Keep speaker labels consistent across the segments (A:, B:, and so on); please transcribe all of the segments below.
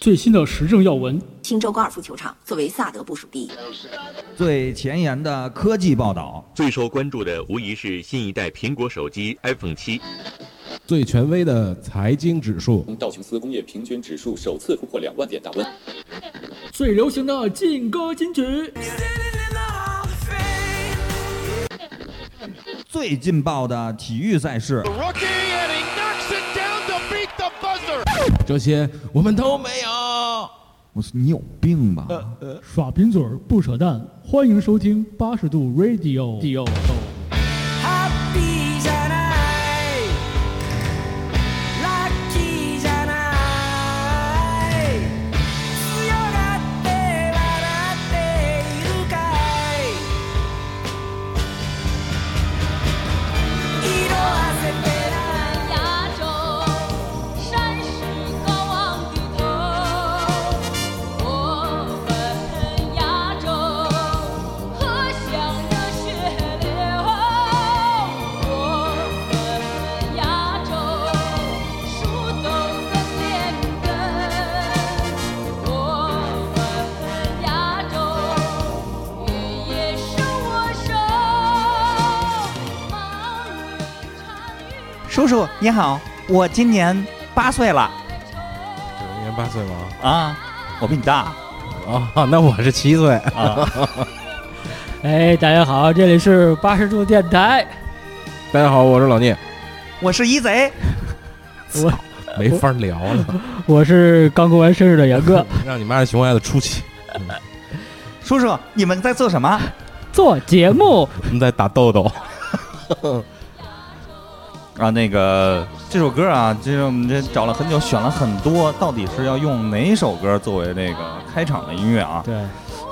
A: 最新的时政要闻，
B: 新州高尔夫球场作为萨德部署地，
C: 最前沿的科技报道，
D: 最受关注的无疑是新一代苹果手机 iPhone 七。
E: 最权威的财经指数，
F: 道琼斯工业平均指数首次突破两万点大关。
A: 最流行的劲歌金曲，
C: 最劲爆的体育赛事，
E: 这些我们都没有。
C: 我说你有病吧？
G: 呃
A: 耍贫嘴儿不扯淡，欢迎收听八十度 Radio。
H: Happy じゃないラッキーじゃない強がって笑っているかい色あせてない
I: 亚洲，山是高昂的头，我们亚洲河向的血流，我们亚洲树洞的连根，我们亚洲原野是我手，茫然长吁。
G: 叔叔你好，我今年八岁了
E: 一年八岁吗？
G: 啊，我比你大
E: 啊，那我是七岁。
G: 啊。
A: 哎，大家好，这里是八十度电台，
E: 大家好，我是老聂，
G: 我是一贼，
E: 没法聊 了，
A: 我是刚过完生日的杨 哥。
E: 让你妈这熊孩子出去。
G: 叔叔你们在做什么？
A: 做节目，
E: 我们在打豆豆，
C: 啊，那个这首歌啊，这是我们这找了很久，选了很多，到底是要用哪首歌作为这个开场的音乐啊？
A: 对，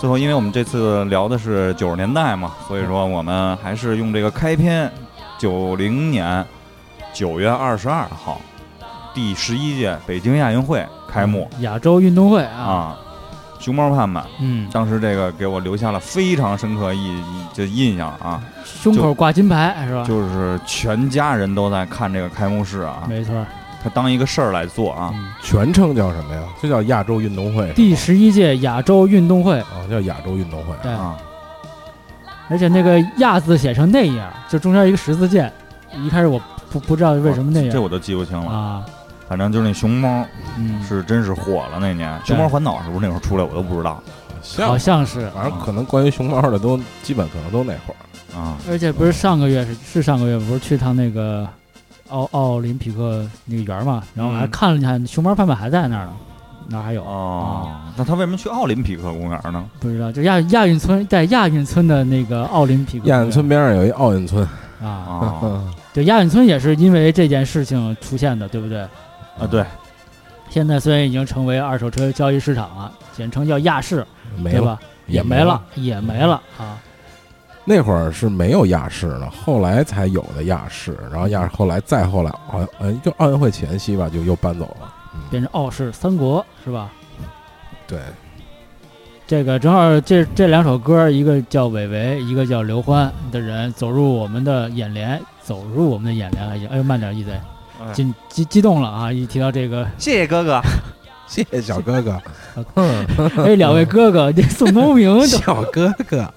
C: 最后，因为我们这次聊的是九十年代嘛，所以说我们还是用这个开篇，九零年九月二十二号，第十一届北京亚运会开幕
A: 亚洲运动会啊，
C: 啊，熊猫盼盼。
A: 嗯，
C: 当时这个给我留下了非常深刻意这印象啊，
A: 胸口挂金牌是吧？
C: 就是全家人都在看这个开幕式啊，
A: 没错，
C: 他当一个事儿来做啊。
A: 嗯，
E: 全称叫什么呀？就叫亚洲运动会。
A: 第十一届亚洲运动会，
E: 啊，叫亚洲运动会。
A: 对，
C: 啊，
A: 而且那个“亚”字写成那样，就中间一个十字键，一开始我不不知道为什么那
C: 这
A: 样
C: 我都记不清了，
A: 啊，
C: 反正就是那熊猫
A: 嗯，
C: 是真是火了那年，熊猫环岛是不是那时候出来我都不知道
E: 像
A: 好像是，
E: 反正可能关于熊猫的都基本可能都那会儿。
C: 啊。
A: 而且不是上个月是是上个月不是去趟那个奥奥林匹克那个园嘛，然后我还
C: 嗯
A: 看了一下熊猫盼盼还在那儿呢，那儿还有啊
C: 哦，那他为什么去奥林匹克公园呢？
A: 不知道，就亚亚运村在亚运村的那个奥林匹克
E: 亚运村边上有一奥运村，
A: 啊，
C: 哦
A: 对，亚运村也是因为这件事情出现的，对不对？
C: 啊，对，
A: 现在虽然已经成为二手车交易市场了，简称叫亚市，
E: 没
A: 对
E: 了，
A: 吧？
E: 也
A: 没了，也没了啊。
E: 那会儿是没有亚视的，后来才有的亚视，然后亚视后来再后来，好像嗯，就奥运会前夕吧，就又搬走了。
A: 变成傲视三国是吧？
E: 对，
A: 这个正好这这两首歌，一个叫韦唯，一个叫刘欢的人走入我们的眼帘，走入我们的眼帘还行。哎呦，慢点，一贼，
G: 嗯
C: 哎
A: 激激激动了啊！一提到这个，
G: 谢谢哥哥，
E: 谢谢小哥哥，
G: 嗯
A: 哎，两位 哥哥，这宋冬明都
E: 小哥哥，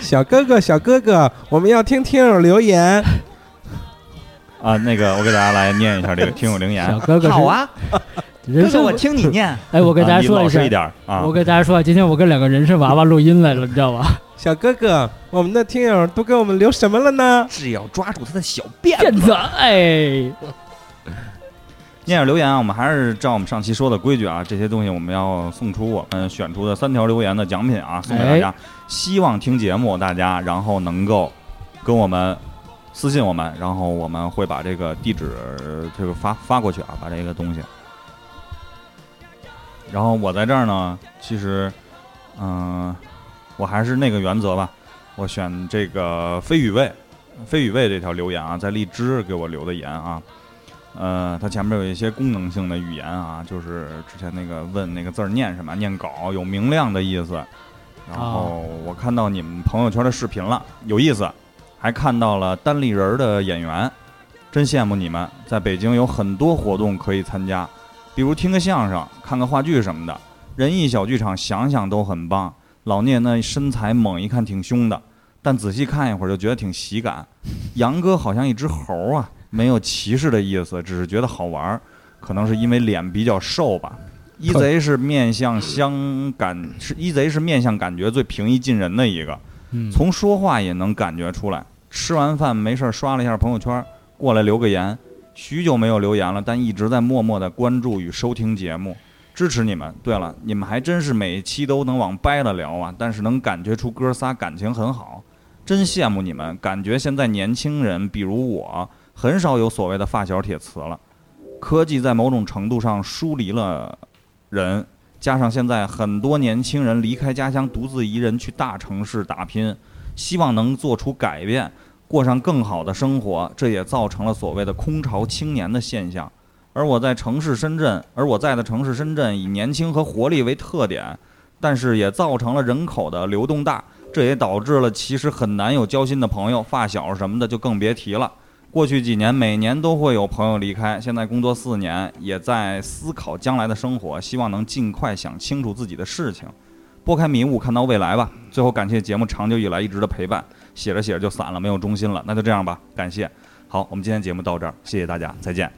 E: 小哥哥，小哥哥，我们要听听友留言。
C: 啊，那个我给大家来念一下这个听友留言
A: 小，哥哥是
G: 好，啊， 哥
A: 人
G: 哥
A: 生
G: 我听你念，
A: 哎，我
C: 我
A: 给大家说
C: 老
A: 一下
C: 实一，点儿啊
A: 我，给大家说，今天我跟两个人参娃娃录音来了，你知 道吧？
E: 小哥哥，我们的听友都给我们留什么了呢？
G: 只要抓住他的小辫
A: 骗
G: 子，
A: 子，哎，
C: 念下留言啊，我们还是照我们上期说的规矩啊，这些东西我们要送出我们呃选出的三条留言的奖品啊，送给
A: 哎
C: 大家。希望听节目大家，然后能够跟我们私信我们，然后我们会把这个地址呃这个发发过去啊，把这个东西。然后我在这儿呢，其实，嗯、我还是那个原则吧，我选这个飞宇卫，飞宇卫这条留言啊，在荔枝给我留的言啊，呃，它前面有一些功能性的语言啊，就是之前那个问那个字儿念什么，念稿有明亮的意思。然后我看到你们朋友圈的视频了，有意思，还看到了单立人儿的演员，真羡慕你们，在北京有很多活动可以参加，比如听个相声、看个话剧什么的。仁义小剧场想想都很棒。老聂那身材猛一看挺凶的，但仔细看一会儿就觉得挺喜感。杨哥好像一只猴啊，没有歧视的意思，只是觉得好玩儿，可能是因为脸比较瘦吧。一贼是面向相感，是一贼是面向感觉最平易近人的一个，
A: 嗯，
C: 从说话也能感觉出来。吃完饭没事儿刷了一下朋友圈，过来留个言。许久没有留言了，但一直在默默的关注与收听节目，支持你们。对了，你们还真是每一期都能往掰了聊啊，但是能感觉出哥仨感情很好，真羡慕你们。感觉现在年轻人，比如我，很少有所谓的发小铁磁了。科技在某种程度上疏离了人，加上现在很多年轻人离开家乡，独自一人去大城市打拼，希望能做出改变，过上更好的生活，这也造成了所谓的空巢青年的现象。而我在城市深圳，而我在的城市深圳以年轻和活力为特点，但是也造成了人口的流动大，这也导致了其实很难有交心的朋友、发小什么的，就更别提了。过去几年，每年都会有朋友离开。现在工作四年，也在思考将来的生活，希望能尽快想清楚自己的事情，拨开迷雾，看到未来吧。最后感谢节目长久以来一直的陪伴，写着写着就散了，没有中心了。那就这样吧，感谢。好，我们今天节目到这儿，谢谢大家，再见。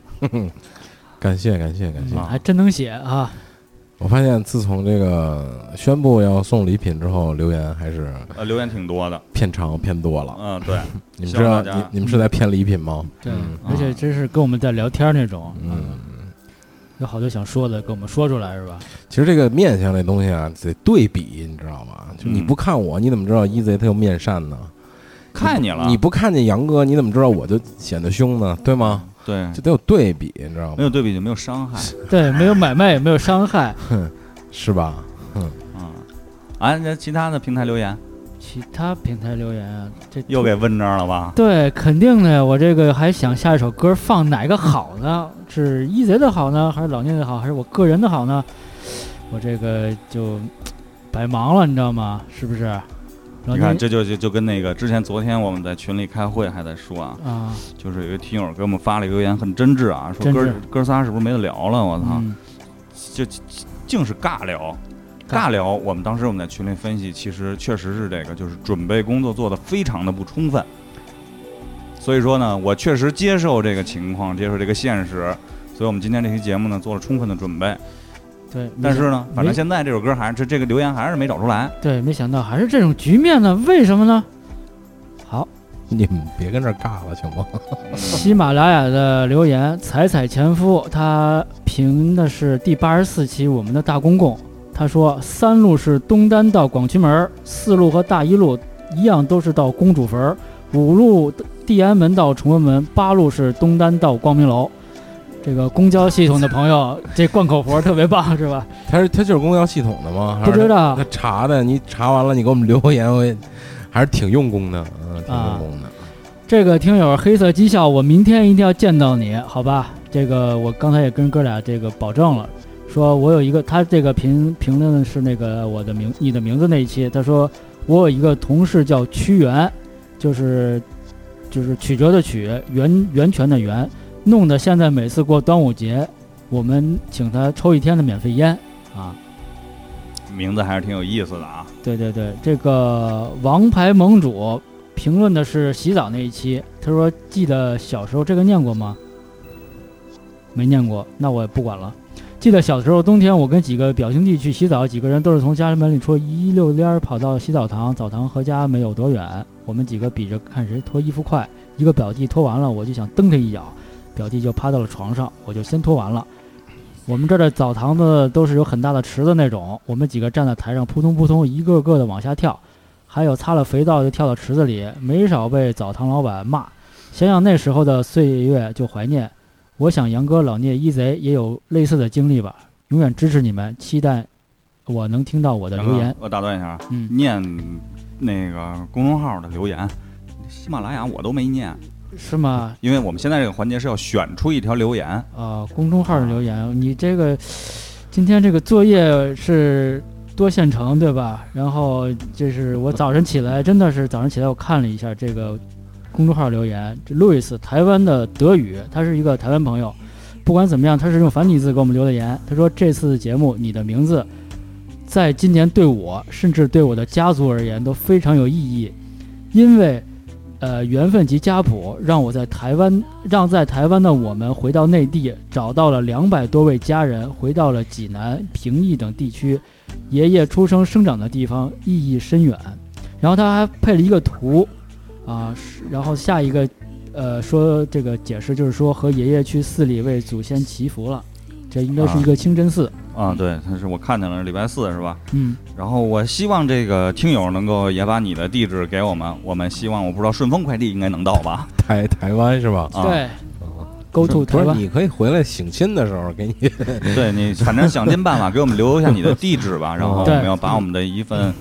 E: 感谢感谢感谢！
A: 嗯还真能写啊，
E: 我发现自从这个宣布要送礼品之后，留言还是
C: 呃，留言挺多的，
E: 偏长偏多了。
C: 嗯， 对，
E: 你们
C: 希
E: 知道
C: 望
E: 你
C: 大家
E: 你们是在骗礼品吗？
A: 对，而且真是跟我们在聊天那种，
E: 嗯，
A: 有好多想说的，跟我们说出来是吧？
E: 其实这个面相这东西啊，得对比，你知道吗？就你
C: 嗯
E: 不看我，你怎么知道一贼他有面善呢？
C: 看你了，
E: 你不看见杨哥，你怎么知道我就显得凶呢？对吗？
C: 对，
E: 就得有对比，你知道
C: 没
E: 吗？
C: 有对比就没有伤害，
A: 对，没有买卖也没有伤害，
E: 是吧？
C: 嗯。啊，那其他的平台留言
A: 其他平台留言啊，这
C: 又给问这儿了吧？
A: 对，肯定的呀。我这个还想下一首歌放哪个好呢？是一贼的好呢，还是老聂的好，还是我个人的好呢？我这个就百忙了，你知道吗？是不是？然后
C: 你看，
E: 嗯
C: 这就就就跟那个之前昨天我们在群里开会还在说啊，
A: 啊，
C: 就是有一听友给我们发了一个留言，很真挚啊，说
A: 真
C: 哥儿
A: 挚
C: 哥儿仨是不是没得聊了？我操，
A: 嗯，
C: 就就净是尬聊。
A: 尬
C: 尬聊，我们当时我们在群里分析，其实确实是这个，就是准备工作做的非常的不充分。所以说呢，我确实接受这个情况，接受这个现实，所以我们今天这期节目呢做了充分的准备。
A: 对。没
C: 但是
A: 想
C: 呢，反正
A: 没
C: 现在这首歌还是这这个留言还是没找出来。
A: 对，没想到还是这种局面呢？为什么呢？好，
E: 你们别跟这儿尬了，行吗？
A: 喜马拉雅的留言，彩彩前夫他评的是第八十四期我们的大公共，他说三路是东单到广渠门儿，四路和大一路一样都是到公主坟儿，五路地安门到崇文门，八路是东单到光明楼。这个公交系统的朋友，这贯口活儿特别棒，是吧？
E: 他是他就是公交系统的吗？还
A: 不
E: 是
A: 知道啊
E: 他查的，你查完了，你给我们留言，我也还是挺用功的，嗯，挺用功
A: 啊
E: 的。
A: 这个听友黑色讥笑，我明天一定要见到你，好吧？这个我刚才也跟哥俩这个保证了，说我有一个，他这个评评论的是那个我的名你的名字那一期，他说我有一个同事叫屈原，就是就是曲折的曲，源源泉的源，弄得现在每次过端午节，我们请他抽一天的免费烟啊。
C: 名字还是挺有意思的啊。
A: 对对对，这个王牌盟主评论的是洗澡那一期，他说记得小时候这个念过吗？没念过，那我也不管了。记得小时候冬天，我跟几个表兄弟去洗澡，几个人都是从家门里戳一溜烟儿跑到洗澡堂，澡堂和家没有多远，我们几个比着看谁脱衣服快。一个表弟脱完了，我就想蹬他一脚，表弟就趴到了床上，我就先脱完了。我们这儿的澡堂子都是有很大的池子那种，我们几个站在台上扑通扑通，一个个的往下跳，还有擦了肥皂就跳到池子里，没少被澡堂老板骂。想想那时候的岁月就怀念。我想杨哥、老聂、一贼也有类似的经历吧，永远支持你们，期待我能听到我的
C: 杨
A: 留
C: 哥
A: 言。
C: 我打断一下啊，
A: 嗯，
C: 念那个公众号的留言，喜马拉雅我都没念，
A: 是吗？
C: 因为我们现在这个环节是要选出一条留言。
A: 啊、公众号的留言，你这个今天这个作业是多线程对吧？然后这是我早晨起来，真的是早上起来我看了一下这个公众号留言，这 Louis 台湾的德语，他是一个台湾朋友。不管怎么样，他是用繁体字给我们留的言。他说这次节目你的名字，在今年对我，甚至对我的家族而言都非常有意义，因为，呃，缘分及家谱让我在台湾，让在台湾的我们回到内地，找到了两百多位家人，回到了济南、平邑等地区，爷爷出生生长的地方，意义深远。然后他还配了一个图，啊，是然后下一个，呃，说这个解释就是说和爷爷去寺里为祖先祈福了，这应该是一个清真寺。
C: 啊，对，他是我看见了，礼拜四是吧？
A: 嗯，
C: 然后我希望这个听友能够也把你的地址给我们，我们希望我不知道顺丰快递应该能到 吧？
E: 台台湾是吧？
C: 啊，
A: 对，Go to
E: 不
A: 台
E: 是，
A: 湾。
E: 你可以回来省亲的时候给 你
C: 对你反正想尽办法给我们留一下你的地址吧，然后我
A: 对
C: 们要
E: 嗯
C: 把我们的一份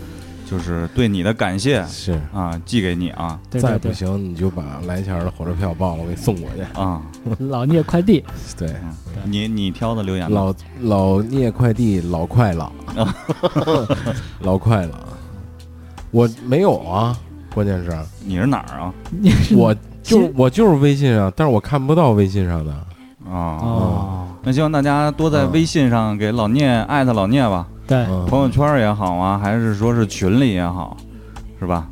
C: 就是对你的感谢
E: 是。
C: 啊寄给你啊
A: 对
E: 再
A: 对
E: 不
A: 对，
E: 行，你就把来钱儿的火车票报了，我给你送过去。
C: 啊，
A: 老聂快递，
E: 对，
A: 嗯
C: 你你挑的留言吧
E: 老老聂快递老 快了，老快了。我没有啊，关键是
C: 你是哪儿啊？
A: 你是
E: 我就
A: 嗯其实
E: 我就是微信上，但是我看不到微信上的。
C: 啊，
A: 哦，
C: 那希望大家多在
E: 嗯
C: 微信上给老聂艾特老聂吧，
A: 对，
E: 嗯，
C: 朋友圈儿也好啊，还是说是群里也好，是吧？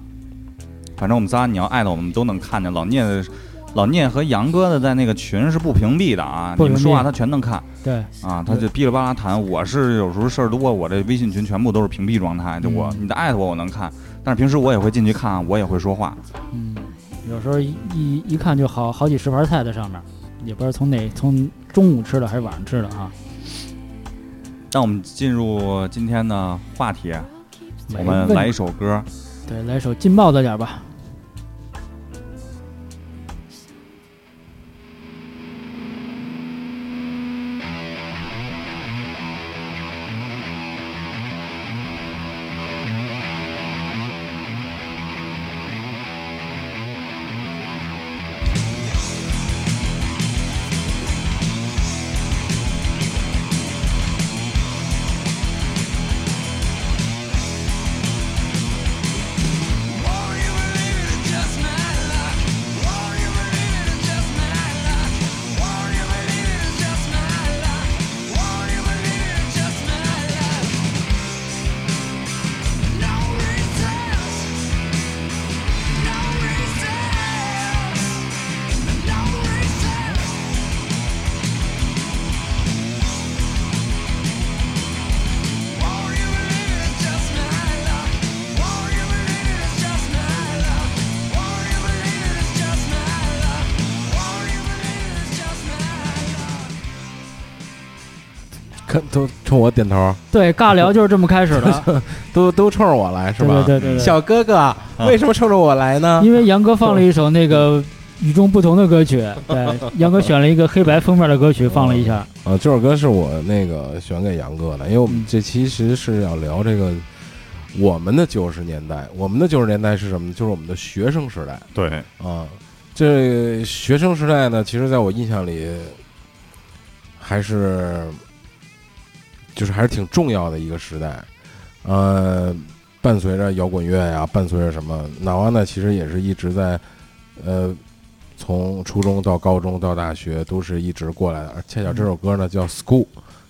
C: 反正我们仨你要艾特我们都能看见。老聂的，老聂和杨哥的在那个群是不屏蔽的啊，
A: 不
C: 你
A: 屏蔽
C: 们说话他全能看
A: 对，
C: 啊，他就噼里啪啦谈。我是有时候事儿多，我这微信群全部都是屏蔽状态，就我
A: 嗯
C: 你的艾特我我能看，但是平时我也会进去看，啊我也会说话。
A: 嗯，有时候一一一看就好好几十盘菜在上面，也不知道从哪从中午吃的还是晚上吃的啊。
C: 那我们进入今天的话题，我
A: 没
C: 们
A: 问
C: 来一首歌，
A: 对来首劲爆的点儿吧。
E: 看都冲我点头，
A: 对，尬聊就是这么开始 的，
E: 都都冲着我来是
A: 对
E: 吧
A: 对？对对对。
E: 小哥哥，为什么冲着我来呢？
A: 因为杨哥放了一首那个与众不同的歌曲，对，杨哥选了一个黑白封面的歌曲放了一下，
E: 啊，这首歌是我那个选给杨哥的，因为我们
A: 嗯
E: 这其实是要聊这个我们的九十年代，我们的九十年代是什么呢？就是我们的学生时代
C: 对，
E: 啊。这学生时代呢，其实在我印象里还是就是还是挺重要的一个时代，呃，伴随着摇滚乐呀、伴随着什么，哪吒呢，其实也是一直在呃。从初中到高中到大学都是一直过来的，而恰巧这首歌呢叫《School》，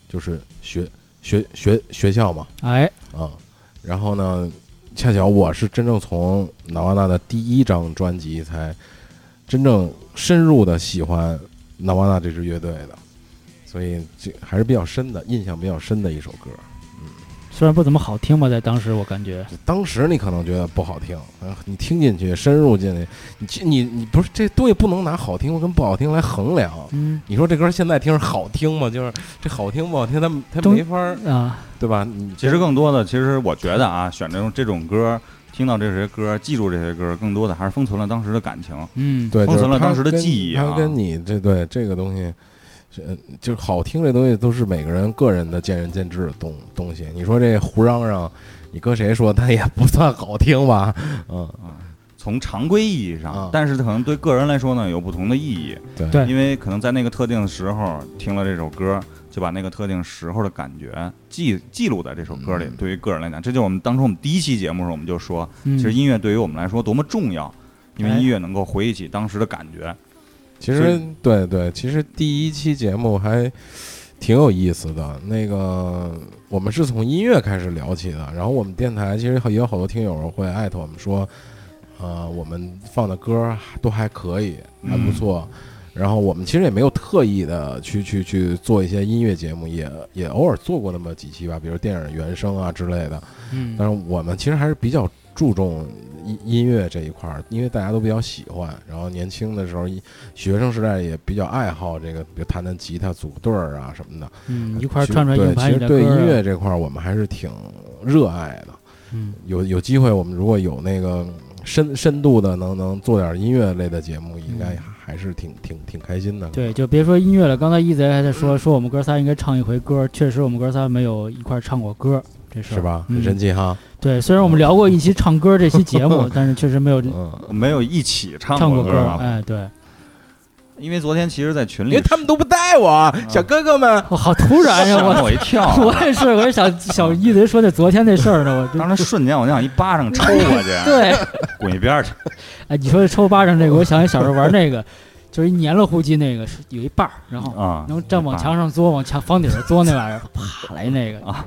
E: 就是学学学学校嘛，
A: 哎，
E: 啊，然后呢，恰巧我是真正从纳瓦纳的第一张专辑才真正深入的喜欢纳瓦纳这支乐队的，所以这还是比较深的印象比较深的一首歌。
A: 虽然不怎么好听吧，在当时我感觉，
E: 就当时你可能觉得不好听，啊你听进去深入进去，你去你你不是这东西不能拿好听跟不好听来衡量。
A: 嗯
E: 你说这歌现在听是好听吗？就是这好听不好听，它它
A: 中
E: 没法儿，
A: 啊，
E: 对吧？你
C: 其实更多的，其实我觉得啊，选这种这种歌，听到这些歌，记住这些歌，更多的还是封存了当时的感情。
A: 嗯，
E: 对，
C: 封
E: 就是
C: 存了
E: 它
C: 当时的
E: 跟
C: 记忆啊
E: 它跟你这对这个东西，是就是好听这东西都是每个人个人的见仁见智的东东西。你说这胡嚷嚷，你搁谁说，那也不算好听吧？嗯，
C: 从常规意义上，
E: 啊
C: 但是可能对个人来说呢，有不同的意义。
E: 对
A: 对
C: 因为可能在那个特定的时候听了这首歌，就把那个特定时候的感觉记记录在这首歌里。对于个人来讲，这就是我们当初我们第一期节目时候我们就说，
A: 嗯
C: 其实音乐对于我们来说多么重要。因为
A: 哎
C: 音乐能够回忆起当时的感觉。
E: 其
C: 所
E: 实
C: 以
E: 对对，其实第一期节目还挺有意思的。那个我们是从音乐开始聊起的，然后我们电台其实也有好多听友会艾特我们说，呃，我们放的歌儿都还可以，
C: 嗯
E: 还不错。然后我们其实也没有特意的去去去做一些音乐节目，也也偶尔做过那么几期吧，比如电影原声啊之类的。
A: 嗯
E: 但是我们其实还是比较注重音音乐这一块儿，因为大家都比较喜欢。然后年轻的时候，一学生时代也比较爱好这个，比如弹弹吉他组队儿啊什么的，
A: 嗯，一块儿
E: 其实
A: 串串硬
E: 对，
A: 盘
E: 其
A: 你
E: 实
A: 的
E: 对
A: 歌儿啊
E: 音乐，这块儿，我们还是挺热爱的。
A: 嗯，
E: 有有机会，我们如果有那个深深度的，能能做点音乐类的节目，应该
A: 嗯
E: 还是挺挺挺开心的。
A: 对，就别说音乐了。刚才一贼还在
C: 嗯
A: 说说我们哥仨应该唱一回歌，确实我们哥仨没有一块儿唱过歌，这事儿
E: 是吧？
A: 嗯
E: 很神奇哈，
A: 对，虽然我们聊过一期唱歌这期节 目，但是确实没有
E: 嗯，
C: 没有一起唱
A: 唱
C: 过
A: 歌
C: 歌啊
A: 儿。
C: 吧？
A: 哎，对，
C: 因为昨天其实，在群
E: 因
C: 里
E: 为他们都不带我，
A: 嗯
E: 小哥哥们，
A: 我哦好突然呀！
C: 吓
A: 我，
C: 我一跳啊
A: 我也是，我也想小一贼说那昨天那事儿呢，我
C: 当
A: 这，
C: 时瞬间我就想一巴掌抽过去
A: 对，
C: 滚一边儿去。
A: 哎，你说这抽巴掌这个，我想起小时候玩那个，就是一黏了呼机那个，是有一把儿，然后
C: 啊，
A: 能站往墙上嘬，往墙房顶上嘬那玩意儿，啪来那个，
C: 啊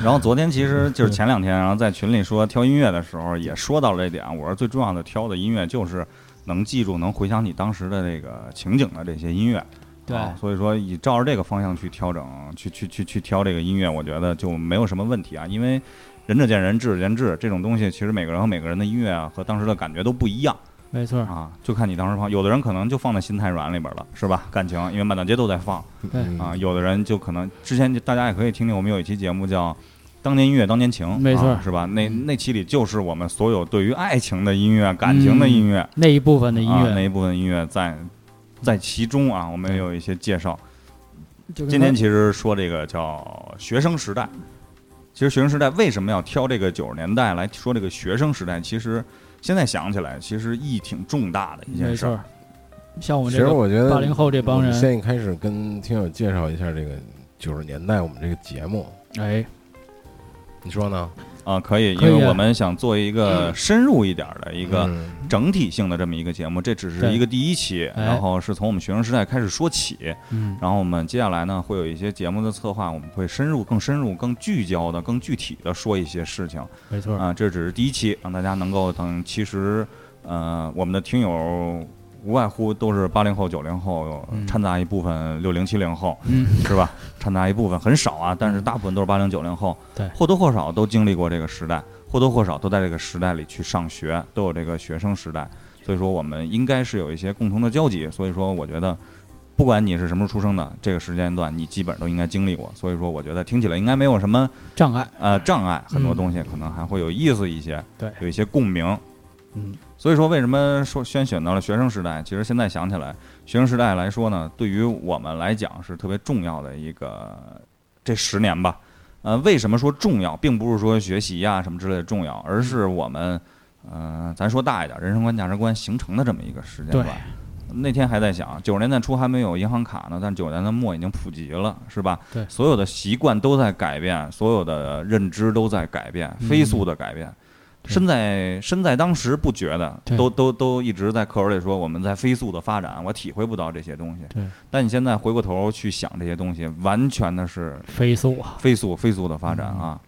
C: 然后昨天其实就是前两天，然后在群里说挑音乐的时候也说到了这点，我说最重要的挑的音乐就是能记住、能回想你当时的这个情景的这些音乐。
A: 对
C: 啊所以说以照着这个方向去调整、去去去去挑这个音乐，我觉得就没有什么问题啊，因为仁者见仁，智者见智，这种东西其实每个人和每个人的音乐啊和当时的感觉都不一样
A: 没错儿，
C: 啊，就看你当时放，有的人可能就放在心太软里边了，是吧？感情，因为满大街都在放。
A: 对
E: 嗯
C: 啊，有的人就可能之前就大家也可以听听我们有一期节目叫《当年音乐当年情》，
A: 没错
C: 啊是吧？那
A: 嗯
C: 那期里就是我们所有对于爱情的音乐、感情的音乐、
A: 那一部嗯分的音
C: 啊那
A: 乐，
C: 一部分音乐在在其中啊，我们也有一些介绍。
A: 就跟
C: 今天
A: 他
C: 其实说这个叫学生时代，其实学生时代为什么要挑这个九十年代来说这个学生时代？其实现在想起来，其实意义挺重大的一件
A: 没
C: 事
A: 错
C: 儿。
A: 儿，像我们
E: 其
A: 这
E: 实
A: 个
E: 我觉得
A: 八零后这帮
E: 我们
A: 人，
E: 先一开始跟听友介绍一下这个九十年代我们这个节目，
A: 哎，
E: 你说呢？
C: 啊，可以，因
A: 可以
C: 为
A: 啊
C: 我们想做一个深入一点儿的一
E: 一
C: 个整体性的这么一个节目，这只是
A: 对
C: 一个第一期，
A: 哎
C: 然后是从我们学生时代开始说起，
A: 嗯，
C: 然后我们接下来呢会有一些节目的策划，我们会深入、更深入、更聚焦的、更具体的说一些事情
A: 没错儿，
C: 啊，这只是第一期，让大家能够等，其实呃，我们的听友。无外乎都是八零后、九零后，
A: 嗯
C: 掺杂一部分六零、七零后，
A: 嗯，
C: 是吧？掺杂一部分很少啊，但是大部分都是八零、九零后，
A: 对
C: 或多或少都经历过这个时代，或多或少都在这个时代里去上学，都有这个学生时代，所以说我们应该是有一些共同的交集。所以说，我觉得不管你是什么时候出生的，这个时间段你基本都应该经历过。所以说，我觉得听起来应该没有什么
A: 障碍，
C: 呃障碍，很多
A: 嗯
C: 东西可能还会有意思一些，
A: 对
C: 有一些共鸣。
A: 嗯，
C: 所以说，为什么说先选到了学生时代？其实现在想起来，学生时代来说呢，对于我们来讲是特别重要的一个这十年吧。呃，为什么说重要，并不是说学习呀、什么之类的重要，而是我们，呃，咱说大一点，人生观、价值观形成的这么一个时间段
A: 对。
C: 那天还在想，九十年代初还没有银行卡呢，但九十年代末已经普及了，是吧？
A: 对
C: 所有的习惯都在改变，所有的认知都在改变，
A: 嗯
C: 飞速的改变。
A: 对
C: 身在身在当时不觉得，
A: 对
C: 都都都一直在课文里说我们在飞速的发展，我体会不到这些东西。
A: 对，
C: 但你现在回过头去想这些东西，完全的是
A: 飞速啊，
C: 飞速飞速的发展啊。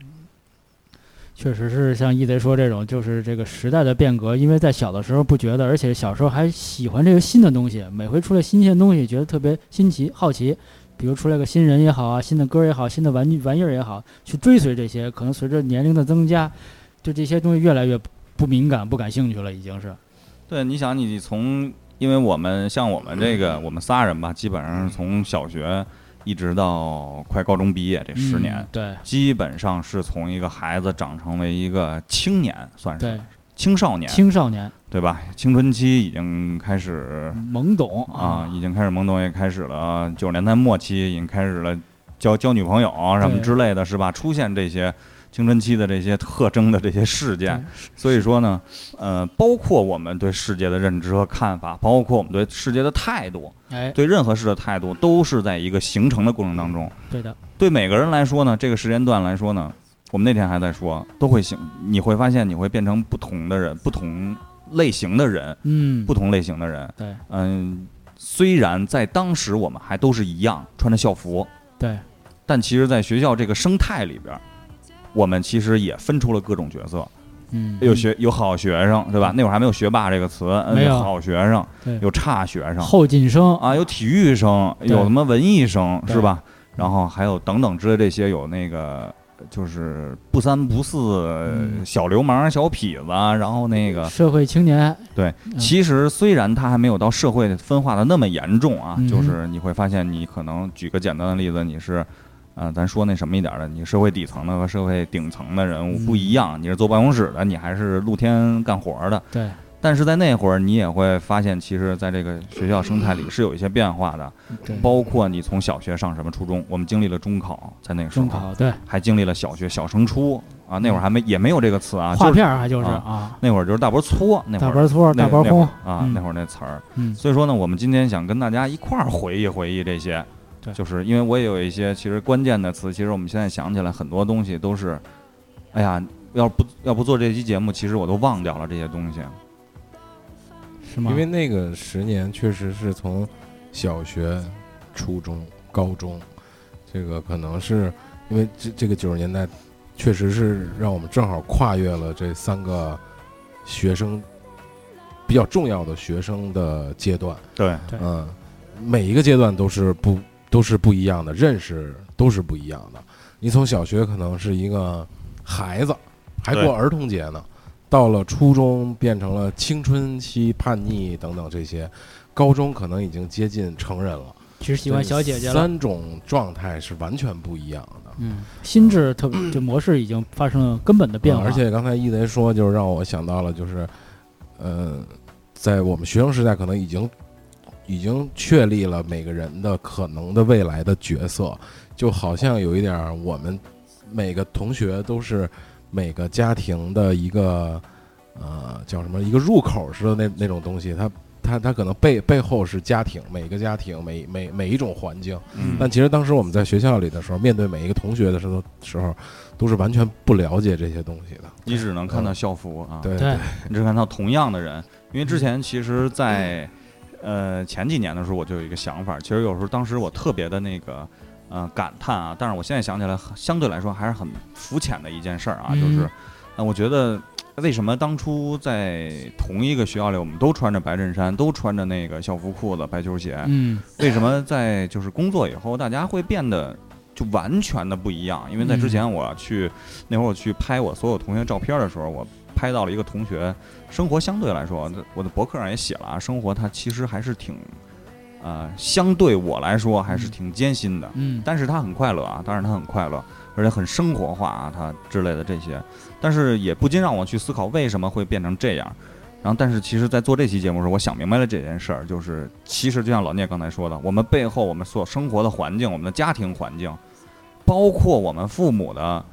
A: 嗯确实是像一贼说这种，就是这个时代的变革，因为在小的时候不觉得，而且小时候还喜欢这个新的东西，每回出来新鲜东西，觉得特别新奇、好奇。比如出来个新人也好啊，新的歌也好，新的玩具玩意儿也好，去追随这些，可能随着年龄的增加，对这些东西越来越不不敏感、不感兴趣了，已经是。
C: 对，你想，你从因为我们像我们这个我们仨人吧，基本上是从小学一直到快高中毕业这十年，
A: 嗯对
C: 基本上是从一个孩子长成为一个青年，算是
A: 对，
C: 青少年，
A: 青少年
C: 对吧？青春期已经开始
A: 懵懂
C: 啊，，已经开始懵懂，也开始了九十年代末期，已经开始了交交女朋友啊什么
A: 对
C: 之类的，是吧？出现这些青春期的这些特征的这些事件，所以说呢，呃，包括我们对世界的认知和看法，包括我们对世界的态度，
A: 哎，
C: 对任何事的态度，都是在一个形成的过程当中。
A: 对的，
C: 对每个人来说呢，这个时间段来说呢，我们那天还在说，都会形，你会发现你会变成不同的人，不同类型的人，
A: 嗯，
C: 不同类型的人。
A: 对
C: 嗯，虽然在当时我们还都是一样穿着校服，
A: 对，
C: 但其实，在学校这个生态里边儿，我们其实也分出了各种角色，
A: 嗯，
C: 有学有好学生，对吧？那会儿还没有“学霸”这个词，呃
A: 没有
C: 好学生
A: 对，
C: 有差学生
A: 后进生，
C: 啊，有体育生，
A: 对
C: 有什么文艺生，
A: 对
C: 是吧？然后还有等等之类这些，有那个就是不三不四、
A: 嗯
C: 小流氓、小痞子，啊然后那个
A: 社会青年，
C: 对，
A: 嗯
C: 其实虽然它还没有到社会分化的那么严重啊，
A: 嗯哼
C: 就是你会发现，你可能举个简单的例子，你是，呃，咱说那什么一点儿的，你社会底层的和社会顶层的人物
A: 嗯
C: 不一样，你是坐办公室的，你还是露天干活儿的，
A: 对，
C: 但是在那会儿，你也会发现，其实在这个学校生态里是有一些变化的，
A: 对，
C: 包括你从小学上什么初中，我们经历了中考，在那个时
A: 中
C: 候，
A: 考，对，
C: 还经历了小学小升初啊，那会儿还没也没有这个词啊，
A: 画
C: 就是
A: 片儿啊，就是啊，
C: 那会儿就是大脖搓，那会
A: 大
C: 儿
A: 包粗，
C: 那
A: 大包
C: 那会
A: 空
C: 儿，啊，
A: 嗯
C: 那会儿那词儿。
A: 嗯
C: 所以说呢，我们今天想跟大家一块儿回忆回忆这些，
A: 对
C: 就是因为我也有一些其实关键的词，其实我们现在想起来很多东西都是，哎呀，要不要不做这期节目，其实我都忘掉了这些东西。
A: 是吗？
E: 因为那个十年确实是从小学、初中、高中，这个可能是因为这这个九十年代，确实是让我们正好跨越了这三个学生比较重要的学生的阶段。
C: 对，
A: 对
E: 嗯，每一个阶段都是不都是不一样的，认识都是不一样的。你从小学可能是一个孩子，还
C: 对
E: 过儿童节呢，到了初中变成了青春期叛逆等等这些，高中可能已经接近成人了，
A: 其实喜欢小姐姐了，
E: 三种状态是完全不一样的。
A: 嗯，心智特别，就模式已经发生了根本的变化，
E: 嗯而且刚才一贼说，就是让我想到了，就是，呃，在我们学生时代，可能已经已经确立了每个人的可能的未来的角色，就好像有一点儿，我们每个同学都是每个家庭的一个呃叫什么一个入口似的那那种东西，它。它它可能背背后是家庭，每个家庭每每每一种环境，
C: 嗯
E: 但其实当时我们在学校里的时候，面对每一个同学的时候，时候都是完全不了解这些东西的。
C: 你只
A: 嗯
C: 能看到校服啊，
E: 对
A: 对，
C: 你只看到同样的人，
A: 嗯
C: 因为之前其实在，呃前几年的时候，我就有一个想法，其实有时候当时我特别的那个。呃，感叹啊！但是我现在想起来，相对来说还是很肤浅的一件事儿啊，
A: 嗯
C: 就是，呃，我觉得为什么当初在同一个学校里，我们都穿着白衬衫，都穿着那个校服裤子、白球鞋，
A: 嗯，
C: 为什么在就是工作以后，大家会变得就完全的不一样？因为在之前我去、那会儿我去拍我所有同学照片的时候，我拍到了一个同学生活相对来说，我的博客上也写了啊，生活它其实还是挺，呃，相对我来说还是挺艰辛的，
A: 嗯，
C: 但是他很快乐啊，当然他很快乐，而且很生活化啊，他之类的这些，但是也不禁让我去思考为什么会变成这样。然后，但是其实，在做这期节目的时候，我想明白了这件事儿，就是其实就像老聂刚才说的，我们背后我们所生活的环境，我们的家庭环境，包括我们父母的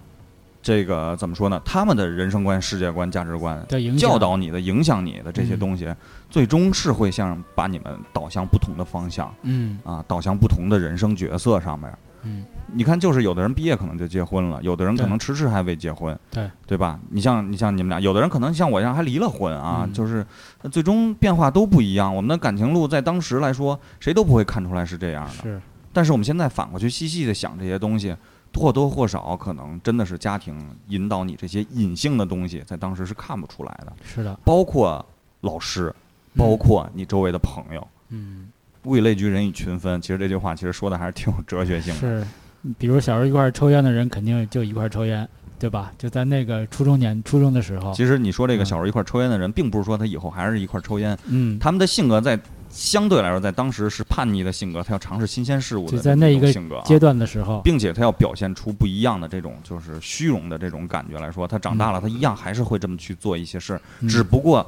C: 这个怎么说呢？他们的人生观、世界观、价值观，
A: 嗯的影响
C: 教导你的、影响你的这些
A: 嗯
C: 东西，最终是会向把你们导向不同的方向。
A: 嗯
C: 啊，导向不同的人生角色上面。
A: 嗯，
C: 你看，就是有的人毕业可能就结婚了，有的人可
A: 对
C: 能迟迟还未结婚，
A: 对
C: 对吧？你像你像你们俩，有的人可能像我一样还离了婚啊，
A: 嗯
C: 就是呃最终变化都不一样。我们的感情路在当时来说，谁都不会看出来是这样的。
A: 是，
C: 但是我们现在反过去细细的想这些东西，或多或少可能真的是家庭引导你这些隐性的东西，在当时是看不出来的，
A: 是的，
C: 包括老师，包括你周围的朋友。
A: 嗯，
C: 物以类聚，人以群分。其实这句话其实说的还是挺有哲学性的。
A: 是，比如小时候一块儿抽烟的人，肯定就一块儿抽烟，对吧？就在那个初中年、初中的时候，
C: 其实你说这个
A: 嗯
C: 小时候一块儿抽烟的人，并不是说他以后还是一块儿抽烟，
A: 嗯，
C: 他们的性格在相对来说，在当时是叛逆的性格，他要尝试新鲜事物的
A: 就在那一个
C: 种性格啊、
A: 阶段的时候，
C: 并且他要表现出不一样的这种就是虚荣的这种感觉来说，他长大了，他一样还是会这么去做一些事，
A: 嗯
C: 只不过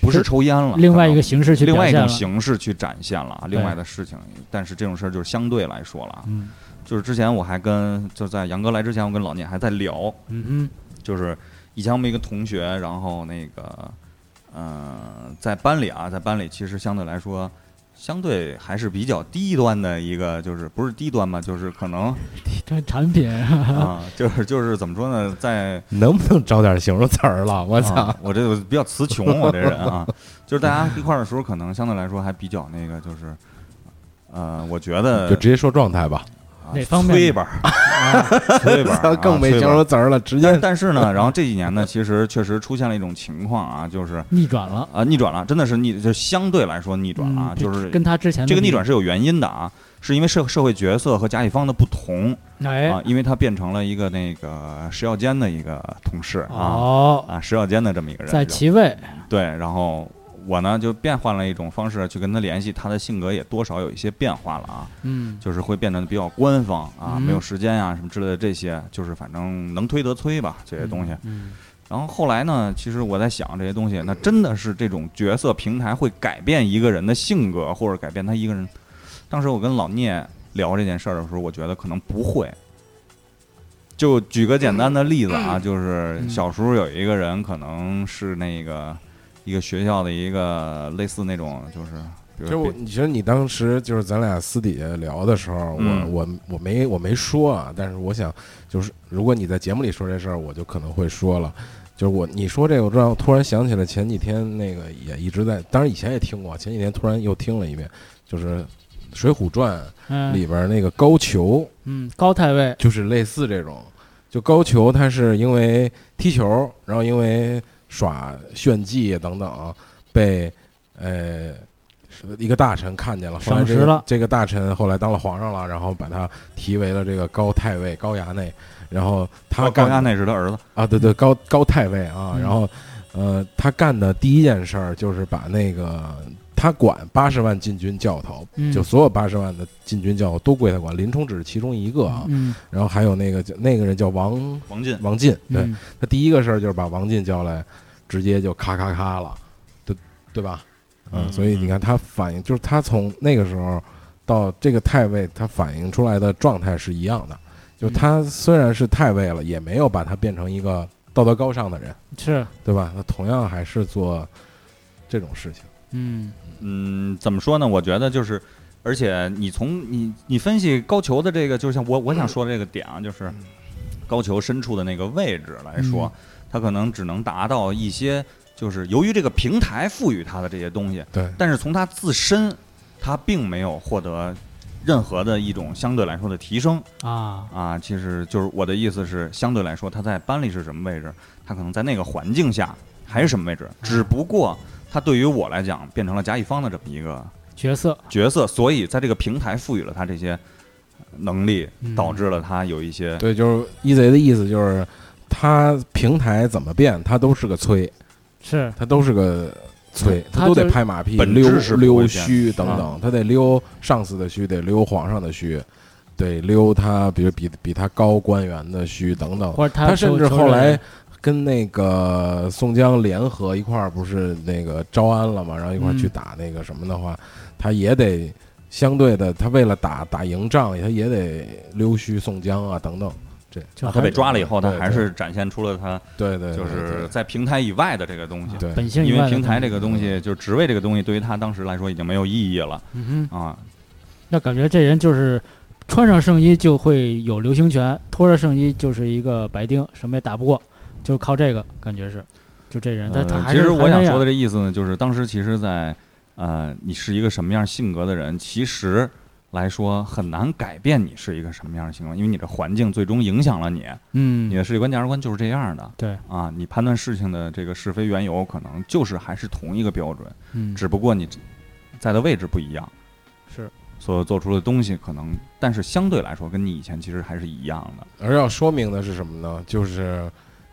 C: 不是抽烟了，
A: 另外一个
C: 啊可
A: 形式去
C: 能另
A: 表
C: 外一
A: 现
C: 种
A: 了，
C: 形式去展现了啊，另
A: 对
C: 外的事情。但是这种事儿就是相对来说了啊，
A: 嗯
C: 就是之前我还跟就在杨哥来之前，我跟老聂还在聊，
A: 嗯
C: 就是以前我们一个同学，然后那个，呃，在班里啊，在班里其实相对来说，相对还是比较低端的一个，就是不是低端吧，就是可能
A: 哼，这产品，
C: 啊， 就是就是怎么说呢，在
E: 能不能找点形容词儿了？我操！
C: 啊我这我比较词穷，我这人 啊，就是大家一块儿的时候，可能相对来说还比较那个，就是呃，我觉得
E: 就直接说状态吧，
C: 啊
A: 哪方面
C: 吹 吧，吹吧，啊
E: 更没
C: 吹
E: 形
C: 吧
E: 容词儿了，直
C: 但
E: 接
C: 但是 呢，然后这几年呢，其实确实出现了一种情况啊，就是
A: 逆转了，
C: 啊、逆转了，真的是逆，就相对来说逆转了啊，
A: 嗯这
C: 就是
A: 跟他之前的
C: 这个逆
A: 比
C: 转，是有原因的啊，是因为社社会角色和甲乙方的不同啊
A: 哎，，
C: 因为他变成了一个那个石耀坚的一个同事啊、
A: 哦，
C: 啊，石耀坚的这么一个人，
A: 在
C: 就
A: 其位，
C: 对，然后我呢就变换了一种方式去跟他联系，他的性格也多少有一些变化了啊，
A: 嗯，
C: 就是会变得比较官方啊，
A: 嗯
C: 没有时间呀、什么之类的这些，就是反正能推得推吧这些东西。
A: 嗯，
C: 然后后来呢，其实我在想这些东西，那真的是这种角色平台会改变一个人的性格，或者改变他一个人。当时我跟老聂聊这件事儿的时候，我觉得可能不会。就举个简单的例子啊，就是小时候有一个人，可能是那个一个学校的一个类似那种，就是比
E: 就
C: 如
E: 我，
C: 说
E: 你其实你当时就是咱俩私底下聊的时候，我
C: 嗯
E: 我我没我没说啊，但是我想就是如果你在节目里说这事儿，我就可能会说了。就是我你说这个，我让我突然想起来前几天那个也一直在，当然以前也听过，前几天突然又听了一遍，就是《水浒传》里
A: 嗯
E: 边那个高俅，
A: 嗯，高太尉，
E: 就是类似这种。就高俅他是因为踢球，然后因为耍炫技啊等等，被呃是一个大臣看见了，后来
A: 赏识
E: 这个
A: 了
E: 这个大臣后来当了皇上了，然后把他提为了这个高太尉高衙内，然后他
C: 高
E: 干
C: 衙内是他儿子，
E: 啊，对对，高高太尉啊，
A: 嗯
E: 然后呃，他干的第一件事儿就是把那个他管八十万禁军教头，
A: 嗯
E: 就所有八十万的禁军教头都归他管，林冲只是其中一个啊。
A: 嗯，
E: 然后还有那个叫那个人叫王
C: 王进
E: 王进，对、
A: 嗯
E: 他第一个事儿就是把王进叫来，直接就咔咔咔了，对对吧？
C: 嗯
E: 所以你看他反应，就是他从那个时候到这个太尉，他反映出来的状态是一样的，就他虽然是太尉了，也没有把他变成一个道德高尚的人，
A: 是，
E: 对吧？他同样还是做这种事情，
A: 嗯
C: 嗯，怎么说呢？我觉得就是，而且你从你你分析高俅的这个，就像我我想说的这个点啊，就是高俅身处的那个位置来说，他可能只能达到一些，就是由于这个平台赋予他的这些东西，
E: 对
C: 但是从他自身，他并没有获得任何的一种相对来说的提升
A: 啊，
C: 啊。其实就是我的意思是，相对来说，他在班里是什么位置，他可能在那个环境下还是什么位置，只不过。他对于我来讲，变成了甲乙方的这么一个
A: 角色，
C: 角色，所以在这个平台赋予了他这些能力，
A: 嗯
C: 导致了他有一些
E: 对，就是一贼的意思就是。他平台怎么变，他都是个催，
A: 是，
E: 他都是个催，
A: 他
E: 他都
A: 就
E: 得
A: 是
E: 拍马屁、
C: 本
E: 溜
C: 质是不
E: 溜
C: 会变
E: 须
A: 啊
E: 等等，他得溜上司的须，得溜皇上的须，得溜他比如比比他高官员的须等等。
A: 或者
E: 他甚
A: 受
E: 至
A: 受
E: 后
A: 人
E: 来跟那个宋江联合一块儿，不是那个招安了嘛，然后一块儿去
A: 嗯
E: 打那个什么的话，他也得相对的，他为了打打赢仗，他也得溜须宋江啊等等。这
A: 就
C: 他
A: 还
C: 被抓了以后，他
E: 对
C: 还是展现出了他
E: 对对，对
C: 就是在平台以外的这个东西。
E: 对对
A: 本性以
C: 因
A: 外
C: 为
A: 的
C: 平台
A: 东
C: 这个东西，就是职位这个东西，对于他当时来说已经没有意义了
A: 西，嗯哼，
C: 啊。
A: 那感觉这人就是穿上圣衣就会有流星拳，脱着圣衣就是一个白丁，什么也打不过，就是靠这个感觉是，就这人，但他
C: 呃
A: 还
C: 其
A: 是
C: 实我想说的
A: 的，
C: 这意思呢，就是当时其实在，呃，你是一个什么样性格的人，其实来说很难改变你是一个什么样的性格，因为你的环境最终影响了你，你
A: 嗯，
C: 的世界观价值观就是这样的。
A: 对，
C: 啊，你判断事情的这个是非缘由，可能就是还是同一个标准，
A: 嗯，
C: 只不过你在的位置不一样，
A: 是，
C: 所做出的东西可能，但是相对来说跟你以前其实还是一样的。
E: 而要说明的是什么呢？就是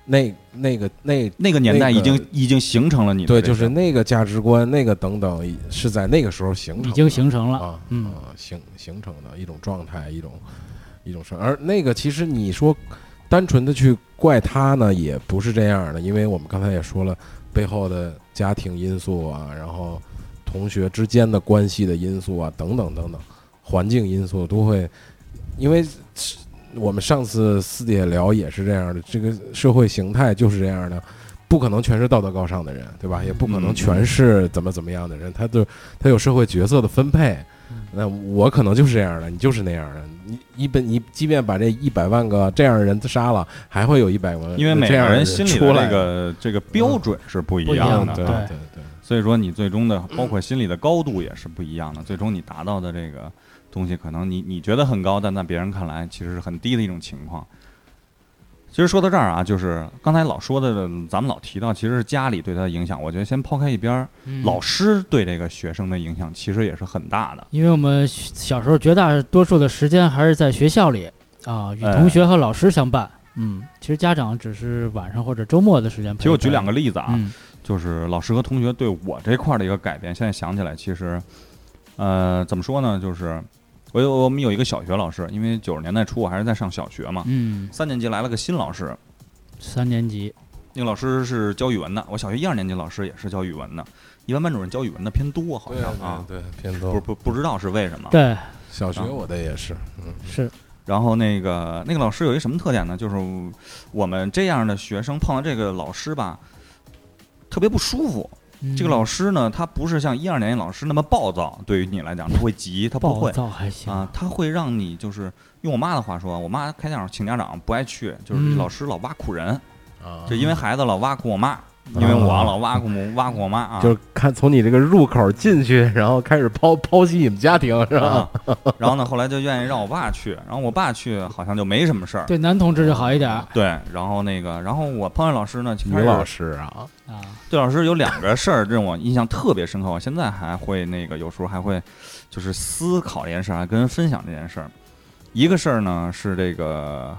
E: 那那个那
C: 那个年代
E: 那
C: 已
E: 个
C: 经、已经形成了你的
E: 对，
C: 这
E: 就是
C: 个
E: 那个价值观，那个等等，是在那个时候形成的，
A: 已经形成了，
E: 啊，
A: 嗯
E: 啊形形成的一种状态，一种一种事儿。而那个其实你说单纯的去怪他呢，也不是这样的，因为我们刚才也说了，背后的家庭因素啊，然后同学之间的关系的因素啊，等等等等，环境因素啊都会，因为是我们上次私底下聊也是这样的，这个社会形态就是这样的。不可能全是道德高尚的人，对吧？也不可能
C: 嗯
E: 全是怎么怎么样的人，他就他有社会角色的分配，那我可能就是这样的，你就是那样的。你一本你即便把这一百万个这样的人杀了，还会有一百万
C: 因为每
E: 这
C: 个
E: 样的
C: 人心里
E: 出
C: 的
E: 来嗯
C: 这个这个标准是不一样
A: 不一样
C: 的，
E: 对
A: 对
E: 对对，
C: 所以说你最终的包括心理的高度也是不一样的，最终你达到的这个东西，可能你你觉得很高，但在别人看来其实是很低的一种情况。其实说到这儿啊，就是刚才老说的，咱们老提到，其实是家里对他的影响。我觉得先抛开一边儿，
A: 嗯
C: 老师对这个学生的影响其实也是很大的。
A: 因为我们小时候绝大多数的时间还是在学校里啊，与
C: 哎
A: 同学和老师相伴。嗯，其实家长只是晚上或者周末的时间陪伴。
C: 其实我举两个例子啊，
A: 嗯
C: 就是老师和同学对我这块儿的一个改变。现在想起来，其实，呃，怎么说呢？就是我有我们有一个小学老师，因为九十年代初我还是在上小学嘛，
A: 嗯，
C: 三年级来了个新老师，
A: 三年级，
C: 那个老师是教语文的。我小学一二年级老师也是教语文的，一般班主任教语文的偏多，好像啊，
E: 对偏
C: 不
E: 多。
C: 不不知道是为什么。
A: 对，
E: 小学我的也是，
A: 是
C: 然后那个那个老师有一什么特点呢？就是我们这样的学生碰到这个老师吧，特别不舒服。这个老
A: 师
C: 师呢，他不是像一二年级老师那么暴躁，对于你来讲，他会急，他不
A: 暴
C: 会
A: 躁还行
C: 啊，他会让你就是用我妈的话说，我妈开家长请家长不爱去，就是
A: 嗯
C: 老师老挖苦人，
E: 啊
C: 就因为孩子老挖苦我妈，因为我老挖苦我挖苦我妈啊，
E: 就是看从你这个入口进去，然后开始剖剖析你们家庭，是吧
C: 啊？，然后呢，后来就愿意让我爸去，然后我爸去好像就没什么事儿，
A: 对男同志就好一点儿
C: 对，然后那个，然后我碰见老师呢，就
E: 女
C: 开始
E: 老师啊，
A: 啊，
C: 对老师有两个事儿让我印象特别深刻，我现在还会那个有时候还会就是思考这件事儿，还跟人分享这件事儿。一个事儿呢是这个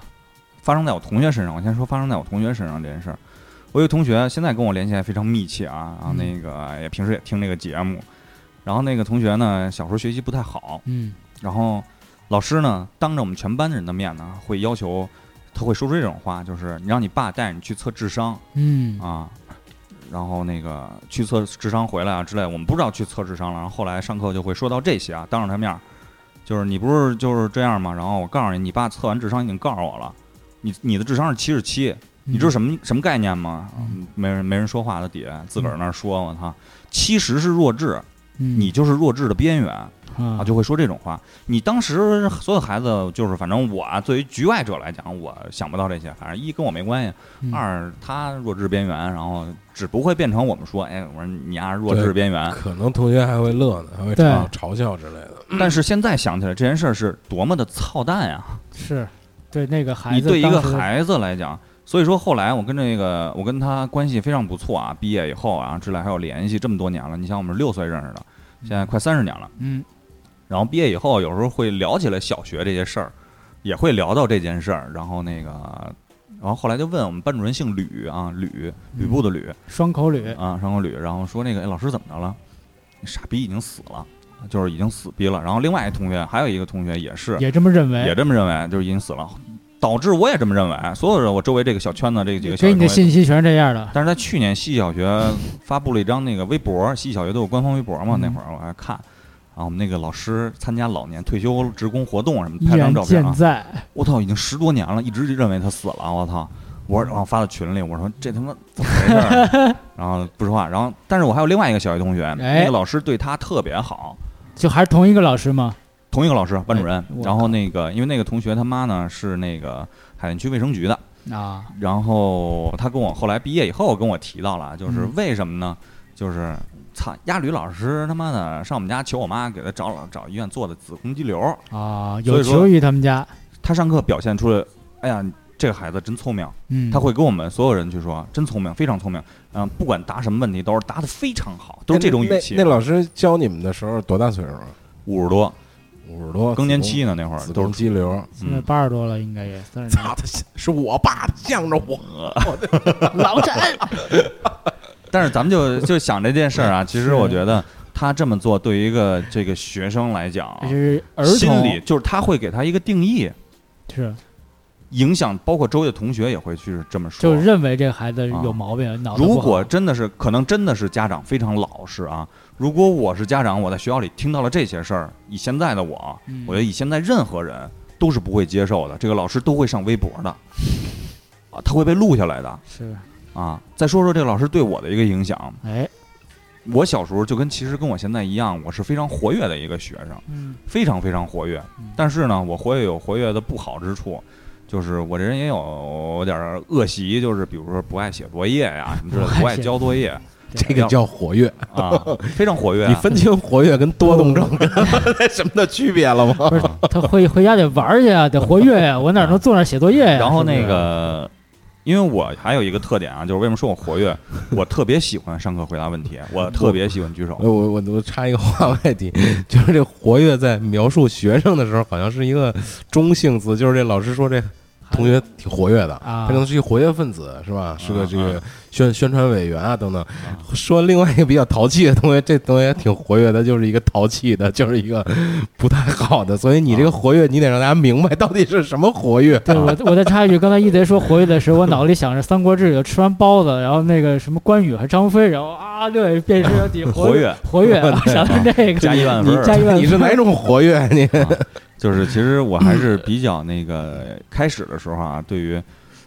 C: 发生在我同学身上，我先说发生在我同学身上这件事儿。我有一同学现在跟我联系还非常密切啊，然后那个也平时也听这个节目，然后那个同学呢小时候学习不太好，
A: 嗯
C: 然后老师呢当着我们全班人的面呢会要求他会说出这种话，就是你让你爸带着你去测智商，
A: 嗯
C: 啊，然后那个去测智商回来啊之类的，我们不知道去测智商了。然后后来上课就会说到这些啊，当着他面儿，就是你不是就是这样吗？然后我告诉你，你爸测完智商已经告诉我了，你你的智商是七十七，你知道什么什么概念吗？
A: 嗯
C: 没人没人说话的底下自个儿那儿说，我操，七十是弱智，
A: 嗯
C: 你就是弱智的边缘。
A: 啊
C: 啊，就会说这种话。你当时所有孩子就是，反正我啊作为局外者来讲，我想不到这些。反正一跟我没关系，
A: 嗯
C: 二他弱智边缘，然后只不会变成我们说，哎，我说你丫、弱智边缘。
E: 可能同学还会乐呢，还会
A: 对
E: 嘲嘲笑之类的。
C: 但是现在想起来这件事儿是多么的操蛋呀！
A: 是对那个孩
C: 你
A: 子
C: 对一
A: 当
C: 个
A: 时
C: 孩子来讲，所以说后来我跟这个我跟他关系非常不错啊，毕业以后啊之类还有联系，这么多年了。你想我们是六岁认识的，现在快三十年了。
A: 嗯
C: 然后毕业以后，有时候会聊起来小学这些事儿，也会聊到这件事儿。然后那个，然后后来就问我们班主任姓吕啊，吕
A: 嗯
C: 吕布的吕
A: 双口吕
C: 啊，上过吕。然后说那个、哎、老师怎么着了？傻逼已经死了，就是已经死逼了。然后另外一同学还有一个同学也是
A: 也哎这么认为
C: 也，这么认为，就是已经死了，导致我也这么认为。所有人我周围这个小圈子这几个小
A: 给你的
C: 同学
A: 信息全是这样的，
C: 但是在去年西小学发布了一张那个微博，西小学都有官方微博嘛，
A: 嗯
C: 那会儿我还看。然后我们那个老师参加老年退休职工活动什么，
A: 依
C: 拍张
A: 然
C: 照片
A: 健
C: 啊！
A: 在。
C: 我操，已经十多年了，一直认为他死了。我操！我然后发到群里，我说这他妈怎么回 事儿？然后不说话。然后，但是我还有另外一个小学同学，
A: 哎
C: 那个老师对他特别好，
A: 就还是同一个老师吗？
C: 同一个老师，班主任
A: 哎。我
C: 然后
A: 靠
C: 那个，因为那个同学他妈呢是那个海淀区卫生局的，
A: 啊，
C: 然后他跟我后来毕业以后跟我提到了，啊就是
E: 嗯
C: 为什么呢？就是操，鸭吕老师他妈的上我们家求我妈给他找找医院做的子宫肌瘤，
A: 啊，
C: 所
A: 有
C: 以说
A: 求于他们家，
C: 他上课表现出了，哎呀，这个孩子真聪明，
A: 嗯，
C: 他会跟我们所有人去说，真聪明，非常聪明，嗯、不管答什么问题都是答的非常好，都是这种语气啊
E: 哎那。那老师教你们的时候多大岁数啊？
C: 五十多
E: 五十多，
C: 更年期呢，那会
E: 哦子
C: 儿
E: 宫，子
C: 都
E: 宫
C: 是
E: 肌瘤。
A: 现在
C: 嗯
A: 八十多了，应该也三十
E: 操他是是我爸向着我，
A: 老陈，
C: 但是咱们就就想这件事 儿啊，其实
A: 是
C: 我觉得他这么做对于一个这个学生来讲啊
A: 这，是儿
C: 心
A: 童
C: 理就是他会给他一个定义。
A: 是
C: 影响，包括周围的同学也会去这么说。
A: 就认为这个孩子有毛病，脑子不好
C: 哦啊如果真的是，可能真的是家长非常老实啊。如果我是家长，我在学校里听到了这些事儿，以现在的我，
A: 嗯
C: 我觉得以现在任何人都是不会接受的。这个老师都会上微博的，啊，他会被录下来的
A: 是
C: 啊。再说说这个老师对我的一个影响，
A: 哎，
C: 我小时候就跟其实跟我现在一样，我是非常活跃的一个学生，
A: 嗯
C: 非常非常活跃
A: 嗯。
C: 但是呢，我活跃有活跃的不好之处，就是我这人也有点儿恶习，就是比如说不爱写作业呀什么之类的，
A: 不
C: 不
A: 爱
C: 爱
A: 写
C: 交作业
E: 这个叫活跃。
C: 啊，非常活跃啊。
E: 你分清活跃跟多动症跟什么的区别了 吗？
A: 不是，他回回家得玩儿去啊，得活跃呀、我哪能坐那儿写作业呀、
C: 啊然后那
A: 是不是
C: 个，因为我还有一个特点啊，就是为什么说我活跃，我特别喜欢上课回答问题，我特别喜欢举手。
E: 我我我插一个话外题，就是这活跃在描述学生的时候，好像是一个中性词，就是这老师说这同学挺活跃的，
A: 啊
E: 他可能是一活跃分子，是吧？是个
C: 啊
E: 这个宣宣传委员啊等等。 说另外一个比较淘气的同学，这同学挺活跃的，就是一个淘气的，就是一个不太好的。所以你这个活跃，你得让大家明白到底是什么活跃。
A: 对
C: 啊
A: 我我再插一句，刚才一贼说活跃的时候，我脑子里想着《三国志》里吃完包子，然后那个什么关羽和张飞，然后啊对，变身底
C: 活跃
A: 活跃， 然后想到这个
C: 加一万
E: 你
C: 分
A: 加
C: 儿，
A: 一万分，
E: 你是哪种活跃？你
C: 啊就是其实我还是比较那个开始的时候啊，对于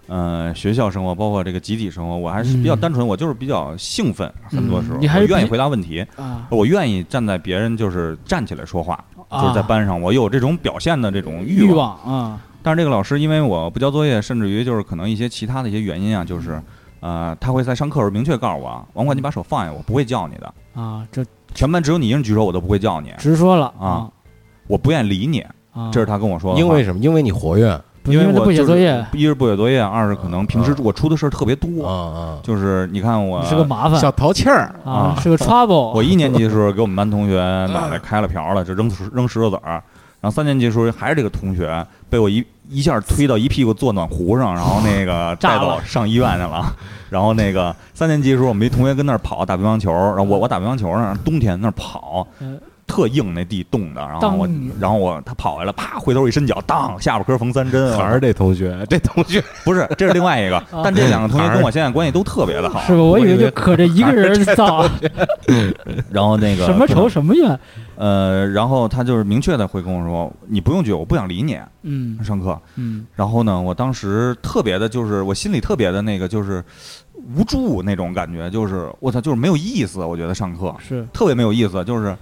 C: 呃学校生活，包括这个集体生活，我还是比较
A: 嗯
C: 单纯，我就是比较兴奋，很多时候
A: 嗯你还
C: 我
A: 是
C: 愿意
A: 比
C: 回答问题，
A: 啊
C: 我愿意站在别人就是站起来说话，
A: 啊
C: 就是在班上我有这种表现的这种
A: 欲
C: 欲望。
A: 啊，
C: 但是这个老师因为我不交作业，甚至于就是可能一些其他的一些原因啊，就是呃，他会在上课的时候明确告诉我啊，王冠，你把手放下，我不会叫你的。
A: 啊，这
C: 全班只有你一人举手，我都不会叫你，
A: 直说了
C: 啊我不愿意理你。
A: 啊，
C: 这是他跟我说的话。
E: 因为什么？因为你活跃啊
A: 不
C: 因为
A: 他
C: 我
A: 不写
C: 就是
A: 作业啊
C: 一是不写作业，二是可能平时
E: 嗯
C: 我出的事儿特别多，
E: 啊！
C: 就是你看我
A: 你是个麻烦
E: 小淘气儿，
A: 啊
C: 啊，
A: 是个 trouble，
C: 我一年级的时 候给我们班同学脑
A: 嗯
C: 袋开了瓢了，就扔石扔石头子儿。然后三年级的时候还是这个同学被我一一下推到一屁股坐暖壶上，然后那个
A: 炸
C: 带
A: 了
C: 到上医院去了。然后那个三年级的时候，我们一同学跟那儿跑打乒乓球，然后我我打乒乓球呢，冬天那儿跑
A: 嗯，
C: 特硬那地冻的。然后我
A: 当
C: 然后我他跑下来，啪回头一伸脚，当下巴颏缝三针。
E: 还是这同学，这同学
C: 不是，这是另外一个
A: 啊，
C: 但这两个同学跟我现在关系都特别的好。
A: 是吧？我以为
E: 我以
A: 就
E: 为
A: 可这一个人造
C: 然后那个
A: 什么
C: 可能
A: 仇什么怨，
C: 呃，然后他就是明确的会跟我说，你不用举，我不想理你啊
A: 嗯
C: 上课。
A: 嗯
C: 然后呢，我当时特别的，就是我心里特别的那个，就是无助那种感觉，就是我操，就是没有意思。我觉得上课
A: 是
C: 特别没有意思，就是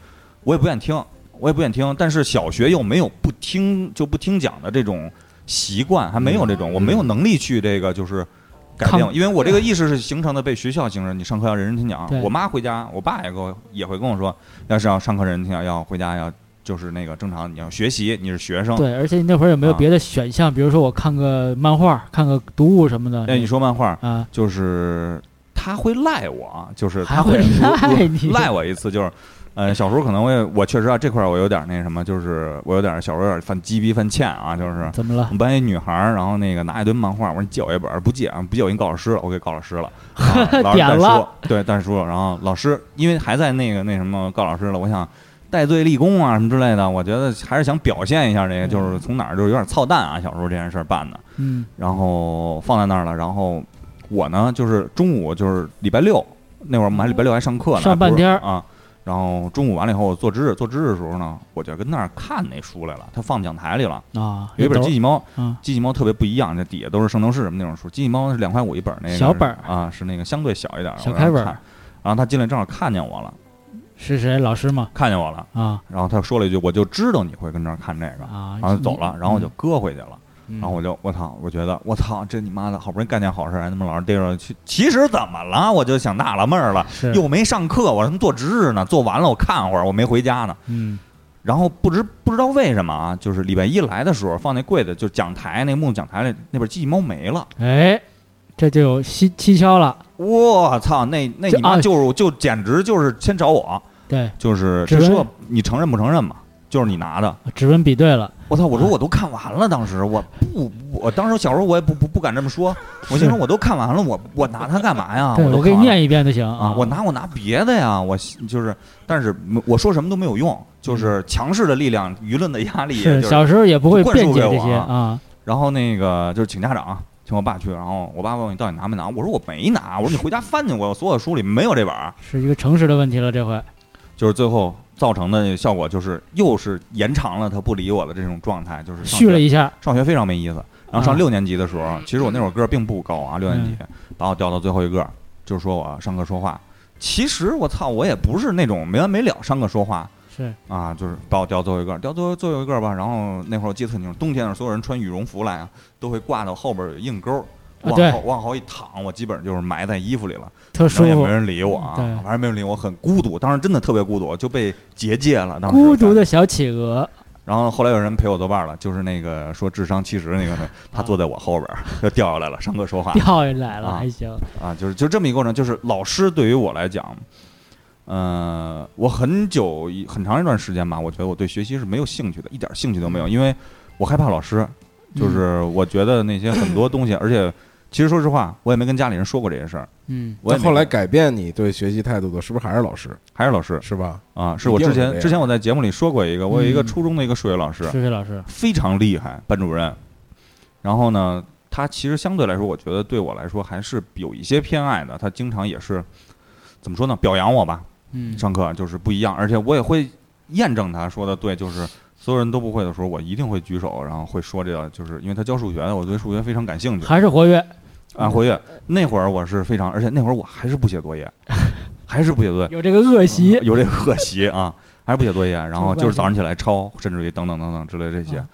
C: 我也不愿意听，我也不愿意听。但是小学又没有不听就不听讲的这种习惯，还没有这种，我没有能力去这个就是。改
A: 嗯
C: 变
A: 抗，
C: 因为我这个意识是形成的，被学校形成。你上课要认真听讲
A: 对。
C: 我妈回家，我爸也给我也会跟我说，要是要上课认真听讲，要回家要就是那个正常，你要学习，你是学生。
A: 对，而且你那会儿有没有
C: 嗯啊
A: 别的选项？比如说我看个漫画，看个读物什么的
C: 哎，你说漫画，
A: 啊，
C: 就是他会赖我，啊就是
A: 还
C: 他
A: 会赖你
C: 赖我一次，就是。呃，小时候可能我也我确实啊，这块儿我有点那什么，就是我有点小时候有点犯鸡逼犯欠啊，就是
A: 怎么了
C: 我？们班一女孩儿，然后那个拿一堆漫画，我说你借我一本儿，不借啊，不借我给你告老师了，我给告老 师了，啊老师
A: 点了
C: 但说，对，但说，然后老师因为还在那个那什么告老师了，我想戴罪立功啊什么之类的，我觉得还是想表现一下这个，就是从哪儿就是有点操蛋啊，小时候这件事儿办的，
A: 嗯
C: 然后放在那儿了。然后我呢，就是中午就是礼拜六那会儿，我们还礼拜六还上课呢，
A: 上半天儿
C: 还不是啊。然后中午完了以后，我做知识做知识的时候呢，我就跟那儿看那书来了，他放讲台里了，
A: 啊，
C: 有一本《机
A: 记
C: 器猫》。
A: 啊
C: 机器猫特别不一样，这底下都是圣斗士什么那种书，机器猫是两块五一本儿那个
A: 小本儿
C: 啊，是那个相对小一点儿
A: 小
C: 我让
A: 开本
C: 他
A: 儿
C: 看然后他进来正好看见我了，
A: 是谁？老师吗？
C: 看见我了，
A: 啊
C: 然后他说了一句：“我就知道你会跟这儿看这个。”
A: 啊，
C: 然后就走了，然后我就
A: 嗯，
C: 搁回去了。
A: 嗯
C: 然后我就我操，我觉得我操，这你妈的好不容易干件好事儿，还他妈老是逮着去。其实怎么了？我就想纳了闷儿了，
A: 是
C: 又没上课，我他妈做值日呢，做完了我看会儿，我没回家呢。
A: 嗯
C: 然后不知不知道为什么啊，就是礼拜一来的时候放那柜子，就讲台那木讲台里那本机器猫没了。
A: 哎，这就有蹊蹊跷了。
C: 我操，那那
A: 这
C: 你妈
A: 啊
C: 就是就简直就是先找我，
A: 对，
C: 就是
A: 指
C: 他
A: 纹
C: 说你承认不承认吧，就是你拿的。
A: 指纹比对了，
C: 我操！我说我都看完了，当时我不，我当时小时候我也不不不敢这 么说，我心说我都看完了，我我拿它干嘛呀？
A: 对
C: 都
A: 我给你
C: 看完了
A: 念一遍就行
C: 啊，我拿我拿别的呀，我就是，但是我说什么都没有用，就是强势的力量、舆论的压力，
A: 嗯是
C: 就是
A: 小时候也不会
C: 灌输
A: 辩解
C: 给
A: 这
C: 我
A: 些
C: 啊
A: 啊，
C: 然后那个就是请家长，请我爸去，然后我爸问我你到底拿没拿，我说我没拿，我说你回家翻去，我所有书里没有这本儿，
A: 是一个诚实的问题了。这回
C: 就是最后造成的效果就是又是延长了他不理我的这种状态，就是上
A: 续
C: 学
A: 了一下，
C: 上学非常没意思。然后
A: 啊
C: 上六年级的时
A: 嗯
C: 候，其实我那会儿个儿并不高啊，六年级把我调到最后一个，就是说我上课说话，其实我操，我也不是那种没完没了上课说话
A: 是
C: 啊，就是把我调最后一个，调最后最后一个吧。然后那会儿我记得很清楚，冬天的时候所有人穿羽绒服来啊，都会挂到后边有硬钩儿，
A: 啊
C: 往
A: 对
C: 后往后一躺，我基本上就是埋在衣服里了，
A: 特
C: 然后
A: 舒
C: 也
A: 服
C: 没。人理我啊
A: 对，
C: 反正没人理我，很孤独。当时真的特别孤独，就被结界了。当时
A: 孤独的小企鹅，
C: 然后后来有人陪我作伴了，就是那个说智商七十那个，他坐在我后边儿就掉下来了，上课说话
A: 掉下来了
C: 啊
A: 还行，
C: 啊，就是就这么一个过程。就是老师对于我来讲，呃，我很久一很长一段时间吧，我觉得我对学习是没有兴趣的，一点兴趣都没有，因为我害怕老师，就是我觉得那些很多东西，而且其实说实话，我也没跟家里人说过这些事儿。
A: 嗯
C: 我也没
E: 后来
C: 跟
E: 改变你对学习态度的，是不是还是老师？
C: 还是老师
E: 是吧？
C: 啊，是
E: 一
C: 我
E: 定
C: 之
E: 是这
C: 前
E: 样
C: 之前我在节目里说过一个，我有一个
A: 嗯
C: 初中的一个数学老师，
A: 嗯，数学老师，
C: 非常厉害，班主任。然后呢，他其实相对来说，我觉得对我来说还是有一些偏爱的。他经常也是怎么说呢，表扬我吧，
A: 嗯，
C: 上课就是不一样，而且我也会验证他说的对，就是所有人都不会的时候，我一定会举手，然后会说这个，就是因为他教数学的，我对数学非常感兴趣。
A: 还是活跃，
C: 啊，活跃那会儿我是非常，而且那会儿我还是不写作业，还是不写作业，
A: 有这个恶习，
C: 嗯有这个恶习啊，还是不写作业，然后
A: 这个惯性
C: 就是早上起来抄，甚至于等等等等之类这些
A: 啊。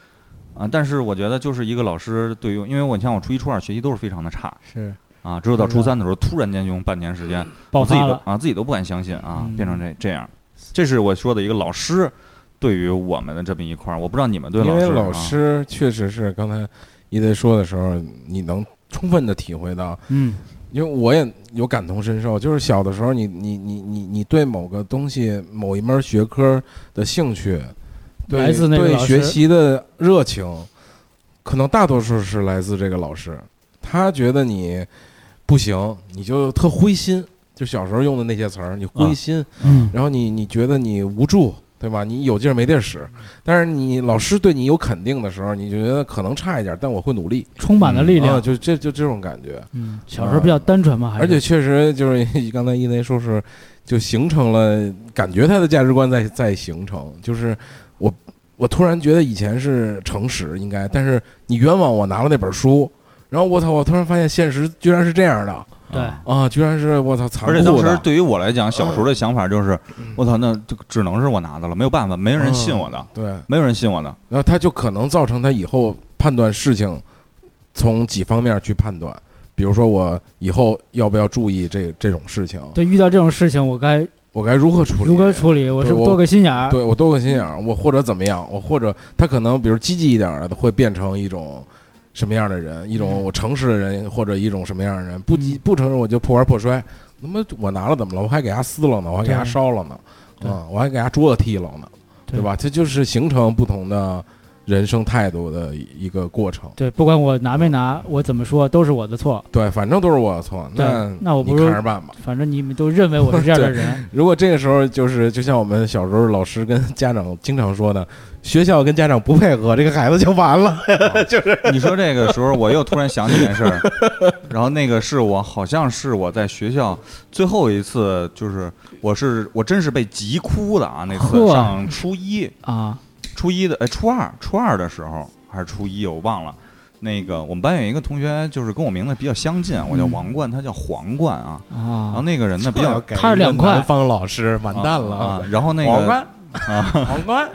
C: 啊，但是我觉得就是一个老师对于，因为我你像我初一初二学习都是非常的差
A: 是
C: 啊，只有到初三的时候，突然间用半年时间，
A: 爆
C: 我自己
A: 发
C: 都
A: 了，
C: 啊自己都不敢相信啊
A: 嗯，
C: 变成这这样。这是我说的一个老师对于我们的这么一块儿，我不知道你们对
E: 因
C: 老
E: 为
C: 师啊
E: 老师确实是刚才一在说的时候，你能充分的体会到，
A: 嗯，
E: 因为我也有感同身受，就是小的时候你，你你你你对某个东西、某一门学科的兴趣，
A: 来
E: 对
A: 自那个
E: 对
A: 老师
E: 学习的热情，可能大多数是来自这个老师，他觉得你不行，你就特灰心，就小时候用的那些词儿，你灰
C: 啊
E: 心，
A: 嗯，
E: 然后你你觉得你无助，对吧？你有劲儿没地儿使，但是你老师对你有肯定的时候，你觉得可能差一点，但我会努力，
A: 充满了
C: 嗯
A: 力
E: 啊
A: 量，
E: 就这就这种感觉。
A: 嗯，小时候比较单纯嘛，还是
E: 而且确实就是 刚才一雷说是，就形成了感觉他的价值观在在形成，就是我我突然觉得以前是诚实应该，但是你冤枉我拿了那本书，然后我操，我突然发现现实居然是这样的
A: 对，
E: 啊，居然是我操残酷
C: 而
E: 的，
C: 且当时对于我来讲，小时候的想法就是，我操，那就只能是我拿的了，没有办法，没有人信我的，
E: 对。
C: 没有人信我的。
E: 然后他就可能造成他以后判断事情从几方面去判断，比如说我以后要不要注意这这种事情，
A: 对，遇到这种事情我该
E: 我该如何处理，
A: 如何处理，我是不是多个心眼儿，
E: 对我多个心眼儿，我或者怎么样，我或者他可能比如积极一点儿的会变成一种。什么样的人，一种我诚实的人，或者一种什么样的人，不积
A: 嗯
E: 不诚实我就破罐破摔。那么我拿了怎么了？我还给他撕了呢，我还给他
A: 对
E: 烧了呢，
A: 对
E: 啊、我还给他桌子踢了呢，
A: 对
E: 对吧？这就是形成不同的人生态度的一个过程。
A: 对，不管我拿没拿，我怎么说都是我的错，
E: 对，反正都是我的错。
A: 对
E: 那
A: 那我不
E: 你
A: 如
E: 看着办吧。
A: 反正你们都认为我是这样 的人，
E: 如果这个时候就是，就像我们小时候老师跟家长经常说的，学校跟家长不配合，这个孩子就完了。
C: 你说这个时候，我又突然想起一件事儿，然后那个是我好像是我在学校最后一次，就是我是我真是被急哭的啊！那次
A: 呵
C: 上初一，
A: 啊，
C: 初一的哎初二，初二的时候还是初一，我忘了。那个我们班有一个同学，就是跟我名字比较相近，啊我叫王冠，他叫皇冠嗯啊。然后
A: 啊，
C: 那个人呢比较
A: 他是两块
E: 南方老师完蛋了
C: 啊，！然后那个
E: 皇冠，
C: 啊，
E: 皇冠，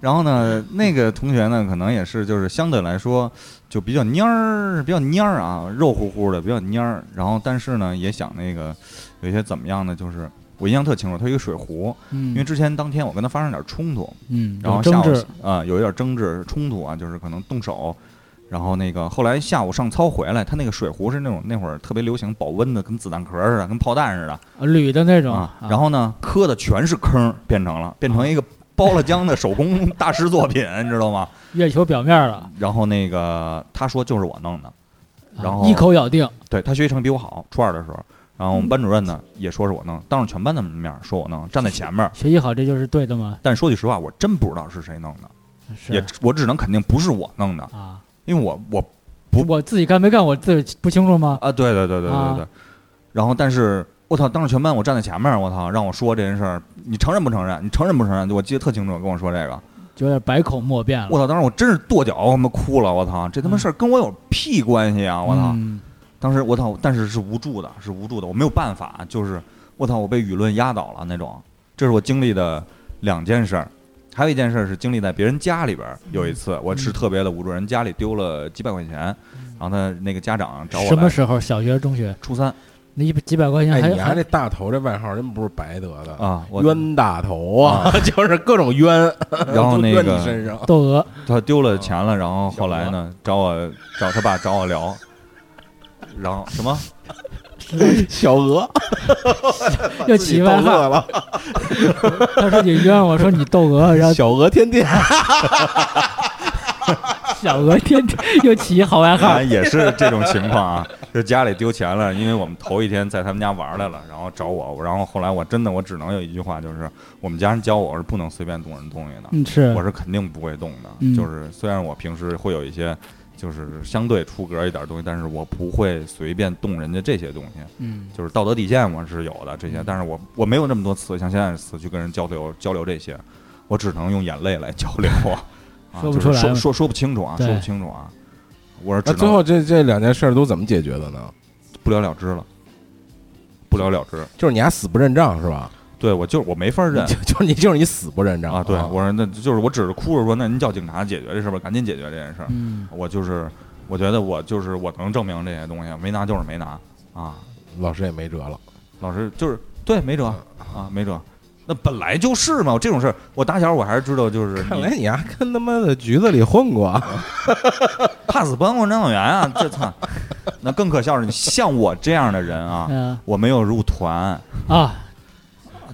C: 然后呢，那个同学呢，可能也是就是相对来说就比较蔫儿，比较蔫儿啊，肉乎乎的，比较蔫儿。然后但是呢，也想那个有一些怎么样呢？就是我印象特清楚，他有一个水壶，
A: 嗯
C: 因为之前当天我跟他发生点冲突，
A: 嗯，
C: 然后
A: 有争
C: 下午
A: 执，
C: 啊、有一点争执冲突啊，就是可能动手。然后那个后来下午上操回来，他那个水壶是那种那会儿特别流行保温的，跟子弹壳似的，跟炮弹似的。
A: 啊铝的那种
C: 啊，，然后呢，磕的全是坑儿，变成了变成一个包了浆的 手工大师作品，你知道吗？
A: 月球表面了，
C: 然后那个他说就是我弄的，
A: 啊
C: 然后
A: 一口咬定，
C: 对他学习成绩比我好，初二的时候，然后我们班主任呢也说是我弄的，当着全班的面说我弄的，站在前面儿。
A: 学习好这就是对的嘛，
C: 但说句实话，我真不知道是谁弄的，也
A: 是
C: 我只能肯定不是我弄的，
A: 啊，
C: 因为我我不
A: 我自己干没干我自己不清楚吗？
C: 啊，对对对对对对。然后，但是我操，当着全班我站在前面儿，我操，让我说这件事儿，你承认不承认？你承认不承认？我记得特清楚，跟我说这个。
A: 就有点百口莫辩了，
C: 我操！当时我真是跺脚，我他妈哭了！我操，这他妈事儿跟我有屁关系啊！我操！
A: 嗯
C: 当时我操，但是是无助的，是无助的，我没有办法，就是我操，我被舆论压倒了那种。这是我经历的两件事儿，还有一件事儿是经历在别人家里边
A: 嗯
C: 儿。有一次我是特别的无助，人家里丢了几百块钱，然后他那个家长找我
A: 嗯什么
C: 来
A: 时候？小学、中学？
C: 初三
A: 那一百几百块钱
E: 哎，
A: 还
E: 你还这大头这外号真不是白得的，
C: 啊，我
E: 冤大头啊， 就是各种冤，
C: 然后
E: 都
C: 那
E: 冤
C: 个
E: 你身上，
A: 窦娥
C: 他丢
A: 啊
C: 了钱了，然后后来呢，找我找他爸找 我聊，然后什么？
E: 小鹅
A: 又
E: 自己
A: 起
E: 逗
A: 外号，
E: 乐了，
A: 他说你冤我，说你窦 娥，然后
E: 小鹅天天
A: 小娥天天又起一 好外号
C: 啊，，也是这种情况啊，就家里丢钱了，因为我们头一天在他们家玩来了，然后找我，然后后来我真的我只能有一句话，就是我们家人教我是不能随便动人东西的，
A: 嗯是
C: 我是肯定不会动的。
A: 嗯
C: 就是虽然我平时会有一些就是相对出格一点的东西，但是我不会随便动人家这些东西，
A: 嗯
C: 就是道德底线我是有的这些，但是我我没有那么多词，像现在的词去跟人交流交流这些，我只能用眼泪来交流啊，啊
A: 说不出
C: 就是
A: 来
C: 说
A: 了
C: 说说不清楚啊，
A: 对
C: 说不清楚啊。我是只
E: 那
C: 能
E: 最后这这两件事儿都怎么解决的呢？
C: 不了了之了，不了了之。
E: 就是你还死不认账是吧？
C: 对我就是我没法认
E: 就就是你就是你死不认账
C: 啊！对，我说那就是我只是哭着说，那您叫警察解决这事吧，赶紧解决这件事儿。
A: 嗯
C: 我就是我觉得我就是我能证明这些东西，没拿就是没拿啊。
E: 老师也没辙了，
C: 老师就是对没辙啊，没辙。那本来就是嘛，我这种事儿，我打小我还是知道，就是
E: 看来
C: 你
E: 你还跟他妈的局子里混过啊，
C: 怕死不当过领导员啊，这操！那更可笑是，你像我这样的人啊，
A: 嗯
C: 我没有入团，
A: 啊，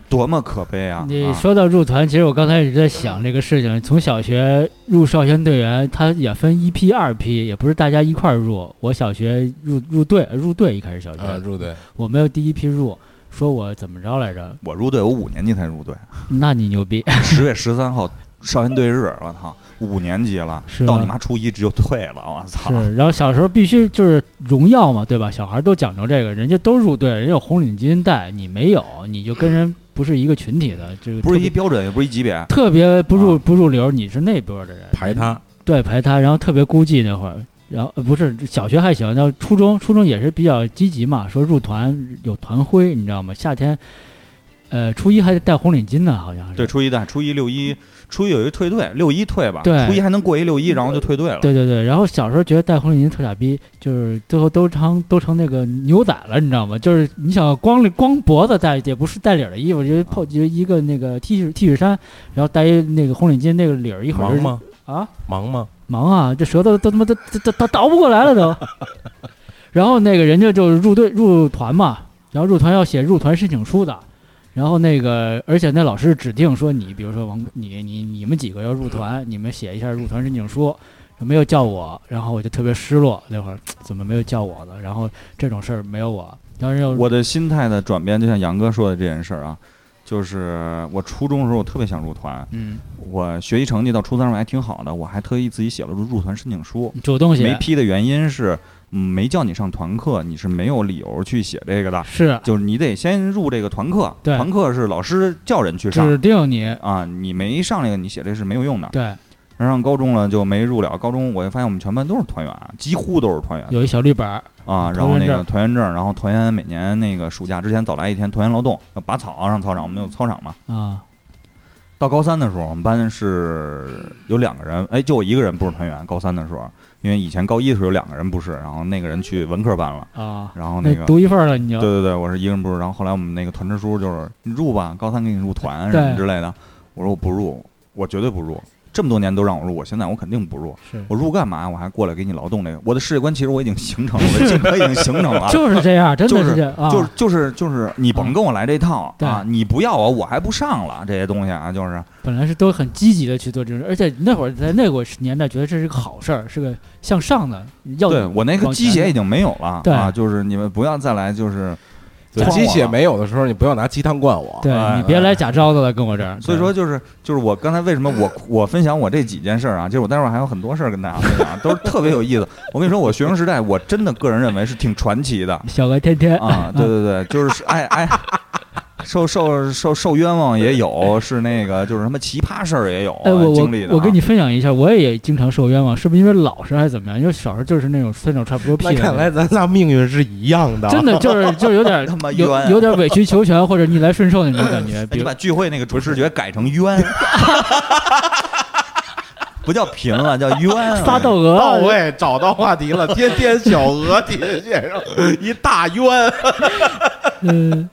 C: 多么可悲啊！
A: 你
C: 啊
A: 说到入团，其实我刚才一直在想这个事情。从小学入少先队员，他也分一批、二批，也不是大家一块儿入。我小学入入队，入队一开始小学，
C: 呃
E: 啊，入队
A: 我没有第一批入。说我怎么着来着？
C: 我入队，我五年级才入队。
A: 那你牛逼！
C: 十月十三号少先队日，我操，五年级了
A: 是，吗
C: 到你妈初一只有退了，我操！
A: 是，然后小时候必须就是荣耀嘛，对吧？小孩都讲究这个，人家都入队，人家有红领巾带，你没有，你就跟人不是一个群体的，这个
C: 不是一
A: 特别
C: 标准，也不是一级别，
A: 特别不入
C: 啊
A: 不入流，你是那波的人，
E: 排他，
A: 对，排他，然后特别孤寂那会儿，然后、呃、不是小学还行，然后初中初中也是比较积极嘛，说入团有团徽，你知道吗？夏天，呃，初一还得戴红领巾呢，好像是。
C: 对，初一带，初一六一，初一有一退队，六一退吧，
A: 对嗯
C: 初一还能过一六一，然后就退队了。
A: 对对对，然后小时候觉得戴红领巾特傻逼，就是最后都成都成那个牛仔了，你知道吗？就是你想光光脖子戴也不是带领儿的衣服，就是泡就是一个那个 T 恤 T 恤衫，然后戴一那个红领巾，那个领儿一会儿
E: 忙
A: 就
E: 吗？
A: 啊，
E: 忙吗？
A: 忙啊，这舌头都他妈都都都都倒不过来了都。然后那个人家就入队入团嘛，然后入团要写入团申请书的，然后那个而且那老师指定说你，比如说王，你你你们几个要入团，你们写一下入团申请书。没有叫我，然后我就特别失落。那会儿怎么没有叫我呢？然后这种事儿没有我，当时要
C: 我的心态的转变，就像杨哥说的这件事儿啊，就是我初中的时候我特别想入团，
A: 嗯，
C: 我学习成绩到初三时候还挺好的，我还特意自己写了入入团申请书，
A: 主动
C: 没
A: 写
C: 批的原因是，嗯，没叫你上团课，你是没有理由去写这个的。
A: 是
C: 就是你得先入这个团课，
A: 对
C: 团课是老师叫人去
A: 指
C: 上
A: 定你
C: 啊，你没上这个，你写这是没有用的。
A: 对，
C: 然后上高中了就没入了，高中我就发现我们全班都是团员啊，几乎都是团员
A: 有一小绿板儿，
C: 啊。然后那个团员证，然后团员每年那个暑假之前早来一天团员劳动，要拔草啊上操场，我们有操场嘛。
A: 啊，
C: 到高三的时候，我们班是有两个人，哎，就我一个人不是团员。高三的时候，因为以前高一的时候有两个人不是，然后那个人去文科班了，
A: 啊，
C: 然后
A: 那
C: 个
A: 独一份儿了你就
C: 对对对，我是一个人不入。然后后来我们那个团支书就是你入吧，高三给你入团什么
A: 对
C: 之类的。我说我不入，我绝对不入。这么多年都让我入，我现在我肯定不入。
A: 是。
C: 我入干嘛？我还过来给你劳动这个。我的世界观其实我已经形成了，我的性格已经形成了
A: 就是这样，真的
C: 啊就是
A: 这样啊，嗯
C: 就是就是就是，你甭跟我来这套
A: 对
C: 啊！你不要我，我还不上了这些东西啊！就是
A: 本来是都很积极的去做这种事，而且那会儿在那个年代，觉得这是个好事儿，是个向上的，要
C: 对我那个鸡血已经没有了
A: 对
C: 啊！就是你们不要再来，就是
E: 对
C: 晃我
E: 鸡血
C: 了
E: 没有的时候，你不要拿鸡汤灌我。
A: 对
C: 哎
A: 你别来假招的了，跟我这儿。
C: 所以说就是就是我刚才为什么我我分享我这几件事儿啊，就是我待会儿还有很多事儿跟大家分享，都是特别有意思。我跟你说，我学生时代我真的个人认为是挺传奇的
A: 哎对小鹅天天
C: 啊，对对对，就是爱爱受受受受冤枉也有，是那个就是什么奇葩事儿也有啊、
A: 哎，我我
C: 经历的、啊。
A: 我跟你分享一下，我也经常受冤枉，是不是因为老实还是怎么样？因为小时候就是那种分手差不多屁
E: 那
A: 的那
E: 看
A: 种，
E: 来咱仨命运是一样的，啊
A: 真的 就是就是有点
C: 他妈冤啊
A: 有有点委曲求全或者逆来顺受那种感 觉。
C: 哎
A: 比
C: 你
A: 如
C: 把聚会那个主视觉改 成冤，不叫贫了，叫冤啊。
A: 撒豆鹅，
E: 到位，找到话题了。天天小鹅， 天天先生一大冤，
A: 嗯，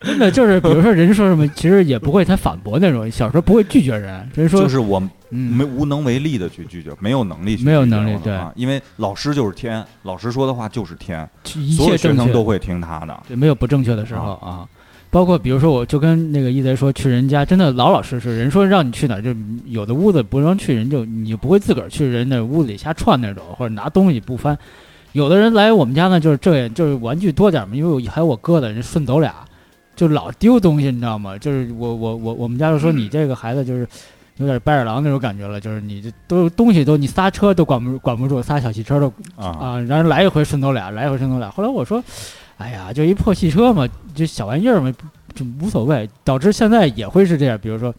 A: 真的就是，比如说人说什么，其实也不会太反驳那种。小时候不会拒绝人，人说、
C: 就是我
A: 嗯
C: 没无能为力的去拒绝，没有能力去拒绝
A: 没有能力
C: 我的话因为老师就是天，老师说的话就是天，
A: 一
C: 所有
A: 切
C: 学
A: 正确
C: 生都会听他的。
A: 对没有不正确的时候啊。包括比如说，我就跟那个一贼说去人家，真的老老实实，人说让你去哪儿，就有的屋子不让去，人就你就不会自个儿去人那屋子里瞎串那种，或者拿东西不翻。有的人来我们家呢，就是这就是玩具多点儿嘛，因为我还有我哥的人顺走俩，就老丢东西，你知道吗？就是我我我我们家就说
C: 嗯
A: 你这个孩子就是有点白眼狼那种感觉了，就是你这都东西都你仨车都管不管不住，仨小汽车都
C: 啊，
A: 啊，然后来一回顺走俩，来一回顺走俩。后来我说，哎呀，就一破汽车嘛，就小玩意儿嘛，就无所谓。导致现在也会是这样，比如说，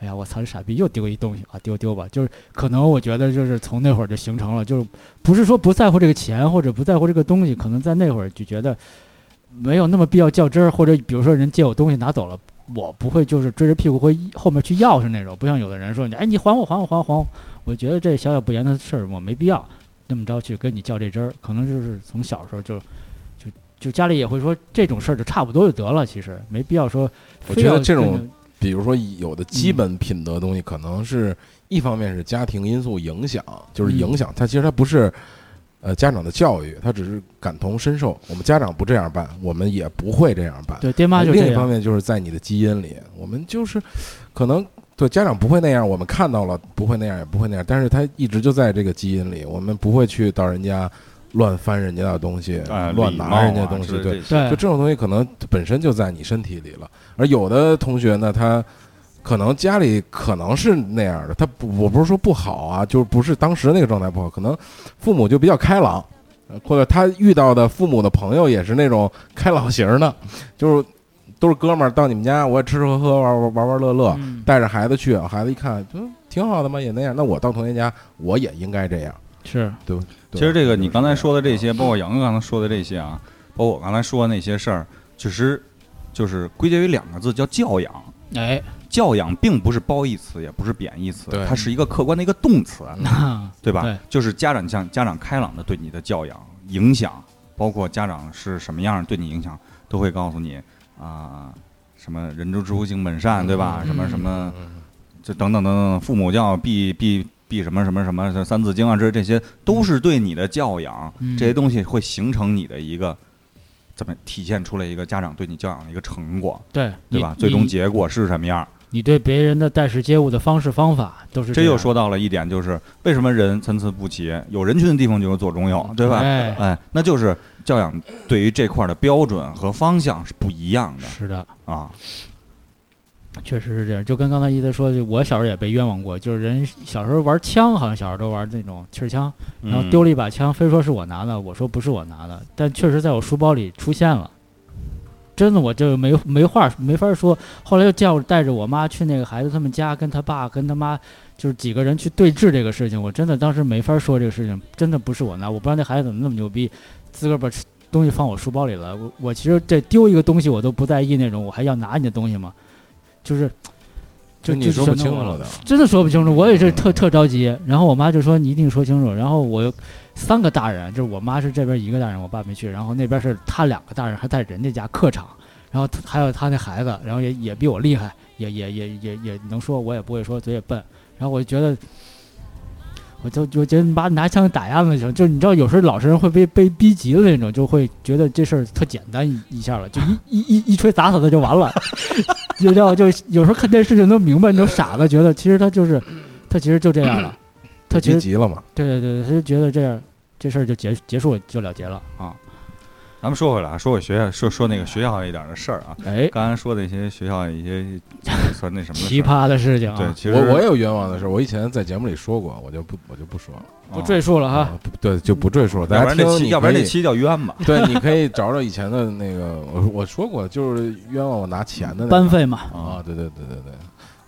A: 哎呀，我操，这傻逼又丢一东西啊，丢丢吧。就是可能我觉得就是从那会儿就形成了，就是不是说不在乎这个钱或者不在乎这个东西，可能在那会儿就觉得没有那么必要较真儿，或者比如说人借我东西拿走了。我不会，就是追着屁股会后面去要是那种，不像有的人说你，哎，你还我，还我，还我，还我。我觉得这小小不言的事儿，我没必要。那么着去跟你较这真儿，可能就是从小时候就就就家里也会说这种事儿就差不多就得了，其实没必要说
E: 我
A: 非
E: 觉
A: 要
E: 得这
A: 跟
E: 种
A: 着
E: 比如说有的基本品德的东西，可能是一方面是家庭因素影响，就是影响它，其实它不是。呃，家长的教育，他只是感同身受。我们家长不这样办，我们也不会这样办。
A: 对爹妈就
E: 哎另
A: 这
E: 一方
A: 样，
E: 面就是在你的基因里，我们就是可能对家长不会那样，我们看到了不会那样，也不会那样，但是他一直就在这个基因里，我们不会去到人家乱翻人家的东西，
C: 哎
E: 乱
C: 礼貌
E: 拿
C: 啊
E: 人家的东西，
C: 之类这
E: 对，
C: 些
A: 对
E: 就这种东西可能本身就在你身体里了。而有的同学呢，他可能家里可能是那样的，他不我不是说不好啊，就是不是当时那个状态不好，可能父母就比较开朗，呃或者他遇到的父母的朋友也是那种开朗型的， 就是都是哥们儿到你们家，我也吃吃喝喝玩玩玩玩乐乐，
A: 嗯，
E: 带着孩子去，孩子一看，嗯，挺好的嘛，也那样。那我到同学家，我也应该这样。
A: 是
E: 对
C: 其实这个
E: 就是
C: 你刚才说的这
E: 样
C: 些，包括杨哥刚才说的这些啊，包括我刚才说的那些事儿，其实就是归结于两个字，叫教养。
A: 哎，
C: 教养并不是褒义词，也不是贬义词
E: 对，
C: 它是一个客观的一个动词，对吧？
A: 对
C: 就是家长像家长开朗的对你的教养影响，包括家长是什么样儿对你影响，都会告诉你啊、什么人之初性本善，对吧？
A: 嗯
C: 什么什么。
E: 嗯
C: 这等等等等，父母教必必必什么什么什么，这三字经啊，这这些都是对你的教养，
A: 嗯
C: 这些东西会形成你的一个怎么体现出来一个家长对你教养的一个成果，
A: 对
C: 对
A: 嗯你
C: 吧？最终结果是什么样儿？
A: 你你对别人的待事接物的方式方法都是
C: 这
A: 样
C: 又说到了一点，就是为什么人参差不齐，有人群的地方就有左中右，对吧？
A: 哎，
C: 哎，那就是教养对于这块儿的标准和方向是不一样的
A: 是的，
C: 啊。
A: 确实是这样。就跟刚才一直说，就我小时候也被冤枉过，就是人小时候玩枪，好像小时候都玩那种气儿枪，然后丢
C: 了，
A: 了一把枪，非说是我拿的，我说不是我拿的，但确实在我书包里出现了。真的，我就没没话没法说。后来又叫带着我妈去那个孩子他们家，跟他爸跟他妈，就是几个人去对峙这个事情。我真的当时没法说这个事情，真的不是我拿，我不知道那孩子怎么那么牛逼，自个儿把东西放我书包里了。我我其实这丢一个东西我都不在意那种，我还要拿你的东西吗？就是，就
E: 就你说不清楚
A: 了。
E: 的，嗯
A: 真的说不清楚，我也是特特着急。然后我妈就说你一定说清楚。然后我有三个大人，就是我妈是这边一个大人，我爸没去，然后那边是他两个大人还在人家家客场，然后他还有他那孩子，然后也也比我厉害，也也也也也能说，我也不会说，嘴也笨。然后我就觉得。我就我觉得你把拿枪打压了就行，就是你知道，有时候老实人会被被逼急了那种，就会觉得这事儿特简单一一下了，就一一一一锤砸死他就完了，就叫就有时候看电视就能明白那种傻子觉得其实他就是他其实就这样了，他其
E: 急
A: 实
E: 急了嘛。
A: 对对对，他就觉得这样这事儿就结结束就了结了啊。
C: 咱们说回来啊，说回学校，说说那个学校一点的事儿啊。
A: 哎，
C: 刚才说的一些学校一些算那什么的
A: 奇
C: 事儿，
A: 葩的事情
C: 对，
A: 啊，
C: 其实
E: 我我也有冤枉的事，我以前在节目里说过，我就不我就不说了
A: 不赘述了哈。
E: 啊，不对，就不赘述了。
C: 要不
E: 大家
C: 然这
E: 听，
C: 期，
E: 你
C: 要不然
E: 可
C: 这
E: 以
C: 期叫冤吧。
E: 对，你可以找找以前的那个，我我说过，就是冤枉我拿钱的那个
A: 班费嘛，
E: 啊，对对对对对，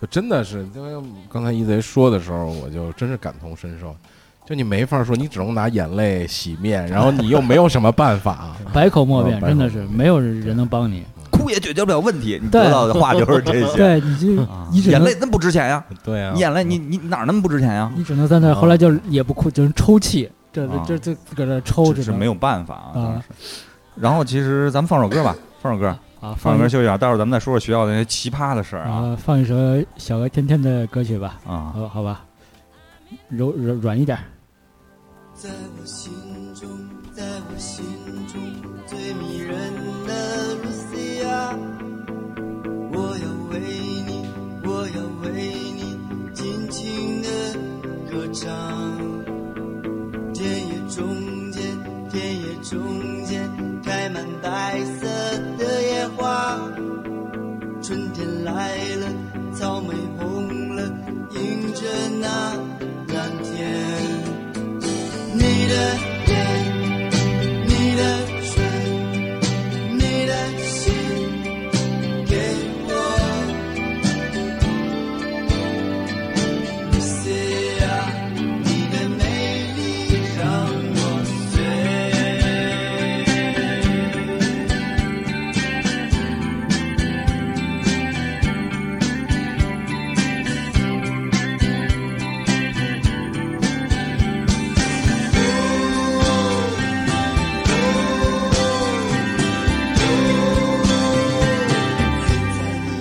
E: 就真的是，因为刚才一贼说的时候，我就真是感同身受。就你没法说，你只能拿眼泪洗面，然后你又没有什么 办法。
A: 百口莫辩，
E: 嗯百口
A: 真的是没有人能帮你。
G: 哭也解决不了问题。你得到的话就是这些，
A: 对，你就
C: 啊
A: 你只
G: 眼
A: 能
G: 泪那么不值钱呀，
E: 对啊
G: 你眼泪你你哪儿那么不值钱呀？
A: 你只能在那儿，
C: 啊
A: 后来就也不哭，就是抽泣，这这这这搁这抽
C: 这
A: 着
C: 啊是
A: 呢
C: 没有办法
A: 啊
C: 啊。当时然后其实咱们放首歌吧，放首歌，
A: 啊，
C: 放
A: 放
C: 首歌
A: 一
C: 休息啊。待会儿咱们再说说学校的那些奇葩的事儿啊
A: 啊，放一首小鹅甜甜的歌曲吧，
C: 啊。
A: 好好吧，柔柔软一点儿，
H: 在我心中，在我心中最迷人的露西亚，我要为你，我要为你尽情的歌唱。田野中间，田野中间开满白色的野花，春天来了，草莓红了，迎着那蓝天。你的眼，你的唇，你的心，给我。Lucia，你的美丽让我醉。在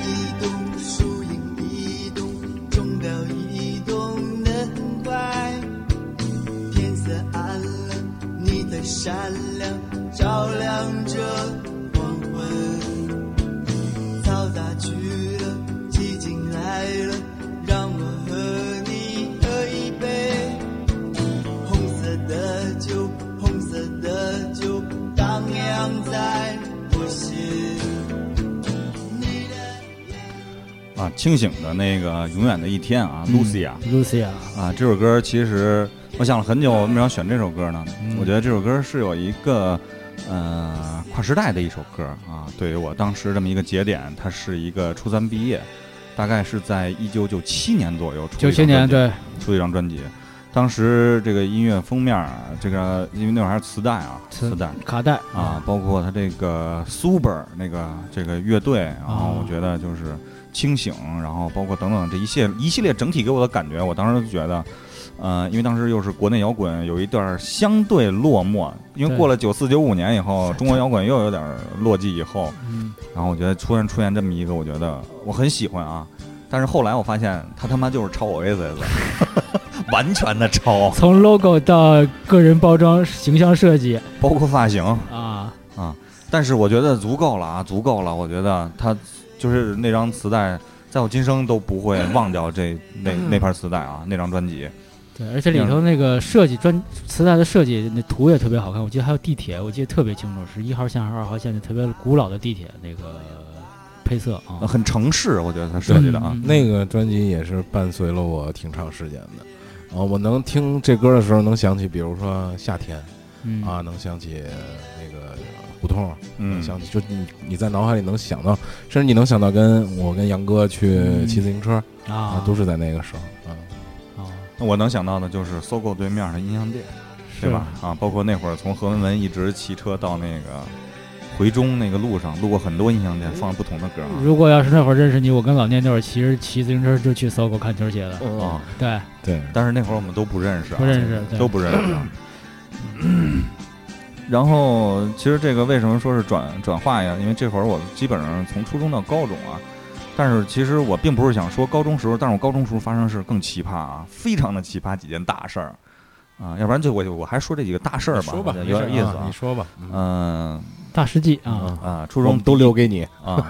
H: 一栋树荫一栋，种到一栋的很快。天色暗了，你的善良照亮着黄昏。嘈杂去了，寂静来了，让我和你喝一杯。红色的酒，红色的酒荡漾在我心。
C: 啊，清醒的那个永远的一天啊，Lucy
A: 嗯
C: 啊，
A: ，Lucy 啊，
C: 啊，这首歌其实我想了很久，我为什么要选这首歌呢？
A: 嗯
C: 我觉得这首歌是有一个呃跨时代的一首歌啊，对于我当时这么一个节点，它是一个初三毕业，大概是在一九九七年左右出
A: 九
C: 一张
A: 七年
C: 专辑
A: 对，
C: 出一张专辑。当时这个音乐封面儿，啊这个因为那会儿还是磁带啊，
A: 磁
C: 磁带
A: 卡带
C: 啊，包括他这个 Super 那个这个乐队，然后我觉得就是清醒，然后包括等等这一系一系列整体给我的感觉，我当时就觉得，呃，因为当时又是国内摇滚有一段相对落寞，因为
A: 对
C: 过了九四九五年以后，中国摇滚又有点落寂以后，
A: 嗯，
C: 然后我觉得突然出现这么一个，我觉得我很喜欢啊，但是后来我发现他他妈就是抄我 a s 完全的抄，
A: 从 logo 到个人包装、形象设计
C: 包括发型。
A: 啊，
C: 但是我觉得足够了啊，足够了。我觉得他就是那张磁带，在我今生都不会忘掉 这那那盘磁带啊，那张专辑。
A: 对，而且里头那个设计专磁带的设计，那图也特别好看。我记得还有地铁，我记得特别清楚，是一号线还是二号线的特别古老的地铁那个配色啊
C: 呃，很城市，我觉得他设计的啊
A: 嗯，
E: 那个专辑也是伴随了我挺长时间的。啊、我能听这歌的时候，能想起，比如说夏天
A: 嗯
E: 啊，能想起那个胡同，能
C: 嗯，
E: 想起，就你你在脑海里能想到，甚至你能想到跟我跟杨哥去
A: 嗯
E: 骑自行车
A: 啊
E: 啊，都是在那个时候啊。
A: 啊，
C: 那我能想到的就是搜狗对面的音像店，
A: 是
C: 对吧？？啊，包括那会儿从何文文一直骑车到那个回中那个路上，路过很多音像店，放了不同的歌啊。
A: 如果要是那会儿认识你，我跟老聂那会儿骑着骑自行车就去搜狗看球鞋了。
C: 啊，
A: 对，
E: 对，
C: 但是那会儿我们都不认识啊，
A: 不认识对
C: 都不认识啊。
E: 嗯
C: 然后，其实这个为什么说是转转化呀？因为这会儿我基本上从初中到高中啊，但是其实我并不是想说高中时候，但是我高中时候发生的事更奇葩啊，非常的奇葩几件大事儿啊，要不然就我我还说这几个大事儿吧，
E: 说吧，
C: 有点意思
E: 啊，你
C: 啊。
E: 说吧，
C: 嗯
A: 大世纪啊，
C: 啊，初
E: 初
C: 中
E: 都留给你，
C: 啊，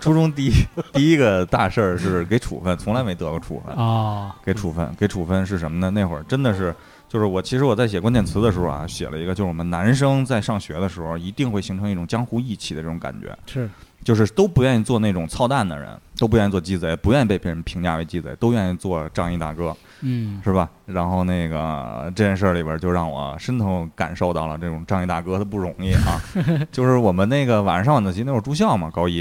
C: 初中第一 第一个大事哦儿是给处分，从来没得过处分
A: 啊，
C: 给处分，给处分是什么呢？那会儿真的是就是我其实我在写关键词的时候啊，写了一个，就是我们男生在上学的时候一定会形成一种江湖义气的这种感觉，
A: 是
C: 就是都不愿意做那种操蛋的人，都不愿意做鸡贼，不愿意被别人评价为鸡贼，都愿意做仗义大哥。
A: 嗯
C: 是吧？然后那个这件事儿里边儿就让我深头感受到了这种仗义大哥的不容易啊。就是我们那个晚上上晚自习那会儿住校嘛，高一，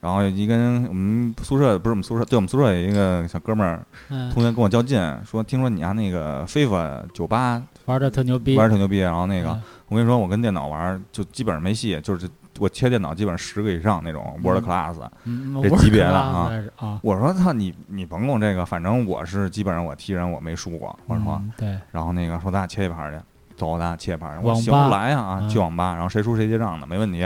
C: 然后一跟我们宿舍不是我们宿舍，对我们宿舍有一个小哥们儿
A: 嗯，
C: 同学跟我较劲，说听说你家那个非法酒吧
A: 玩的特牛逼，
C: 玩儿挺牛逼，然后那个
A: 嗯
C: 我跟你说，我跟电脑玩儿就基本上没戏，就是我切电脑基本上十个以上那种 world
A: 嗯
C: class。
A: 嗯
C: 这
A: 我
C: 级别
A: 可
C: 了
A: 拉
C: 啊
A: 还是啊，
C: 我说操你你甭管这个，反正我是基本上我踢人我没输过，我说。
A: 嗯对，
C: 然后那个说咱俩切一盘去，走，咱俩切一盘去。
A: 网
C: 我
A: 吧
C: 行来呀啊，
A: 嗯
C: 去网吧，然后谁输谁结账的，没问题。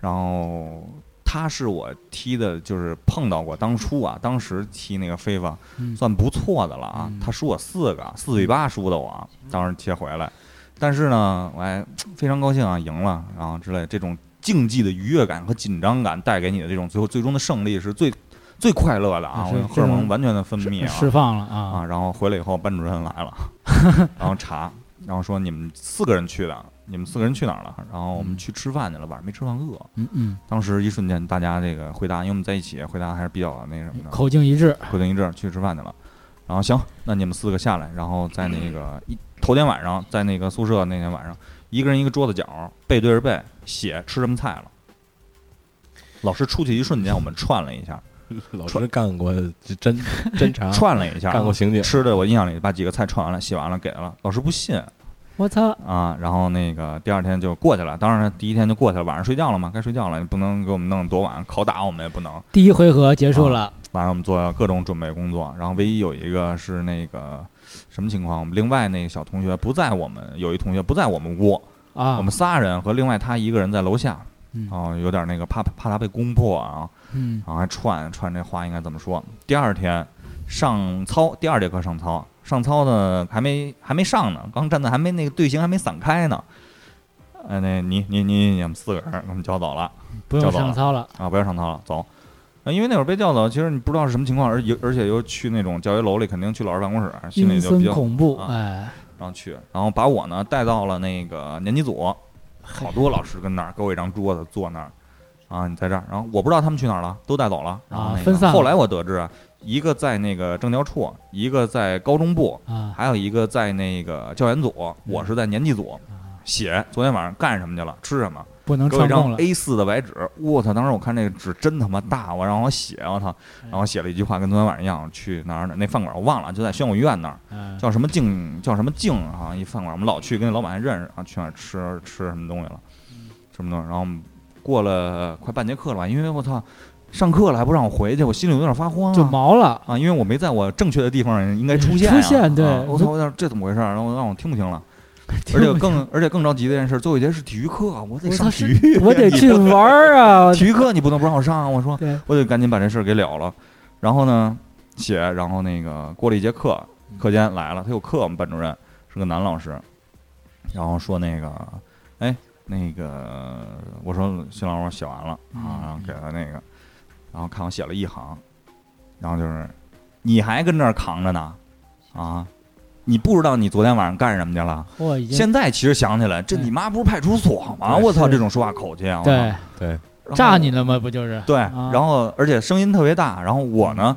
C: 然后他是我踢的，就是碰到过当初啊，当时踢那个非法
A: 嗯
C: 算不错的了啊
A: 嗯，
C: 他输我四个，四比八输的我，当时切回来。但是呢，我还非常高兴啊，赢了，然后之类这种竞技的愉悦感和紧张感带给你的这种最后最终的胜利是最最快乐的啊，
A: 是
C: 我的
A: 这
C: 荷尔蒙
A: 种
C: 完全的分泌啊，
A: 释放了啊
C: 啊，然后回来以后，班主任来 了，然后查，然后说你们四个人去的，你们四个人去哪儿了？然后我们
A: 嗯
C: 去吃饭去了，晚上没吃饭，饿。
A: 嗯嗯，
C: 当时一瞬间，大家这个回答，因为我们在一起，回答还是比较那什么的，
A: 口径一致，
C: 口径一致，去吃饭去了。然后行，那你们四个下来，然后在那个一头天晚上，在那个宿舍那天晚上，一个人一个桌子角，背对着背写吃什么菜了。老师出去一瞬间，我们串了一下，
E: 老师干过侦侦查，
C: 串了一下，
E: 啊干过刑警，
C: 吃的我印象里把几个菜串完了，洗完了给了老师不信
A: 我操，
C: 啊，然后那个第二天就过去了，当然第一天就过去了，晚上睡觉了嘛，该睡觉了，你不能给我们弄多晚，拷打我们也不能。
A: 第一回合结束了，
C: 晚上我们做各种准备工作，然后唯一有一个是那个什么情况，我们另外那个小同学不在我们，有一同学不在我们屋，
A: 啊，
C: 我们仨人和另外他一个人在楼下，
A: 嗯
C: 哦、有点那个怕怕他被攻破啊，
A: 嗯
C: 然后还串串这话应该怎么说？第二天上操，第二节课上操，上操呢还没还没上呢，刚站在还没那个队形还没散开呢。哎，那你你你你们四个人，我们叫走了
A: 不用
C: 交走
A: 上
C: 了
A: 操了，
C: 啊，不要上操了，走。啊因为那会儿被叫走，其实你不知道是什么情况，而而且又去那种教学楼里，肯定去老师办公室，心里
A: 阴
C: 就比
A: 森
C: 较
A: 恐怖，
C: 啊
A: 哎，
C: 然后去，然后把我呢带到了那个年级组，好多老师跟那儿给我一张桌子坐那儿，啊，你在这儿，然后我不知道他们去哪儿了，都带走了，然后、那个
A: 啊分散了
C: 后来我得知啊，一个在那个政教处，一个在高中部，
A: 啊，
C: 还有一个在那个教研组，我是在年级组，
A: 啊
C: 写昨天晚上干什么去了，吃什么，
A: 不能
C: 给我
A: 串
C: 一张
A: 供了，
C: A 4的白纸，我操！当时我看那个纸真他妈大，我让我写，我操！然后写了一句话，跟昨天晚上一样，去哪儿哪儿那饭馆我忘了，就在宣武医院那儿。
A: 嗯
C: 叫什么静叫什么静啊，一饭馆，我们老去，跟那老板还认识啊，去那儿吃吃什么东西了，
A: 嗯
C: 什么东西，然后我们过了快半节课了吧，因为我操，上课了还不让我回去，我心里有点发慌
A: 就
C: 啊。
A: 毛了，
C: 啊，因为我没在我正确的地方应该出现、啊，
A: 出现对
C: 啊我操，我操，这怎么回事儿？然后让我听不清 了，而且更而且更着急的一件事，最后一节是体育课，啊我得
A: 我
C: 上
A: 操
C: 体育
A: 是，我得
C: 你
A: 去玩儿 啊，
C: 体育课你不能不让我上啊！我说
A: 对
C: 我得赶紧把这事儿给了了。然后呢，写，然后那个过了一节课，
A: 嗯
C: 课间来了，他有课，我们班主任是个男老师，然后说那个，哎，那个，我说新老师我写完了
A: 嗯
C: 啊，然后给他那个，然后看我写了一行，然后就是你还跟这儿扛着呢，啊，你不知道你昨天晚上干什么去了？
A: 我已经
C: 现在其实想起来，这
A: 嗯
C: 你妈不是派出所吗？
E: 对
C: 我操，
A: 是
C: 这种说话口气啊！我操
A: 对
C: 然后
A: 炸你了吗？不就是
C: 对，
A: 啊
C: 然后而且声音特别大，然后我呢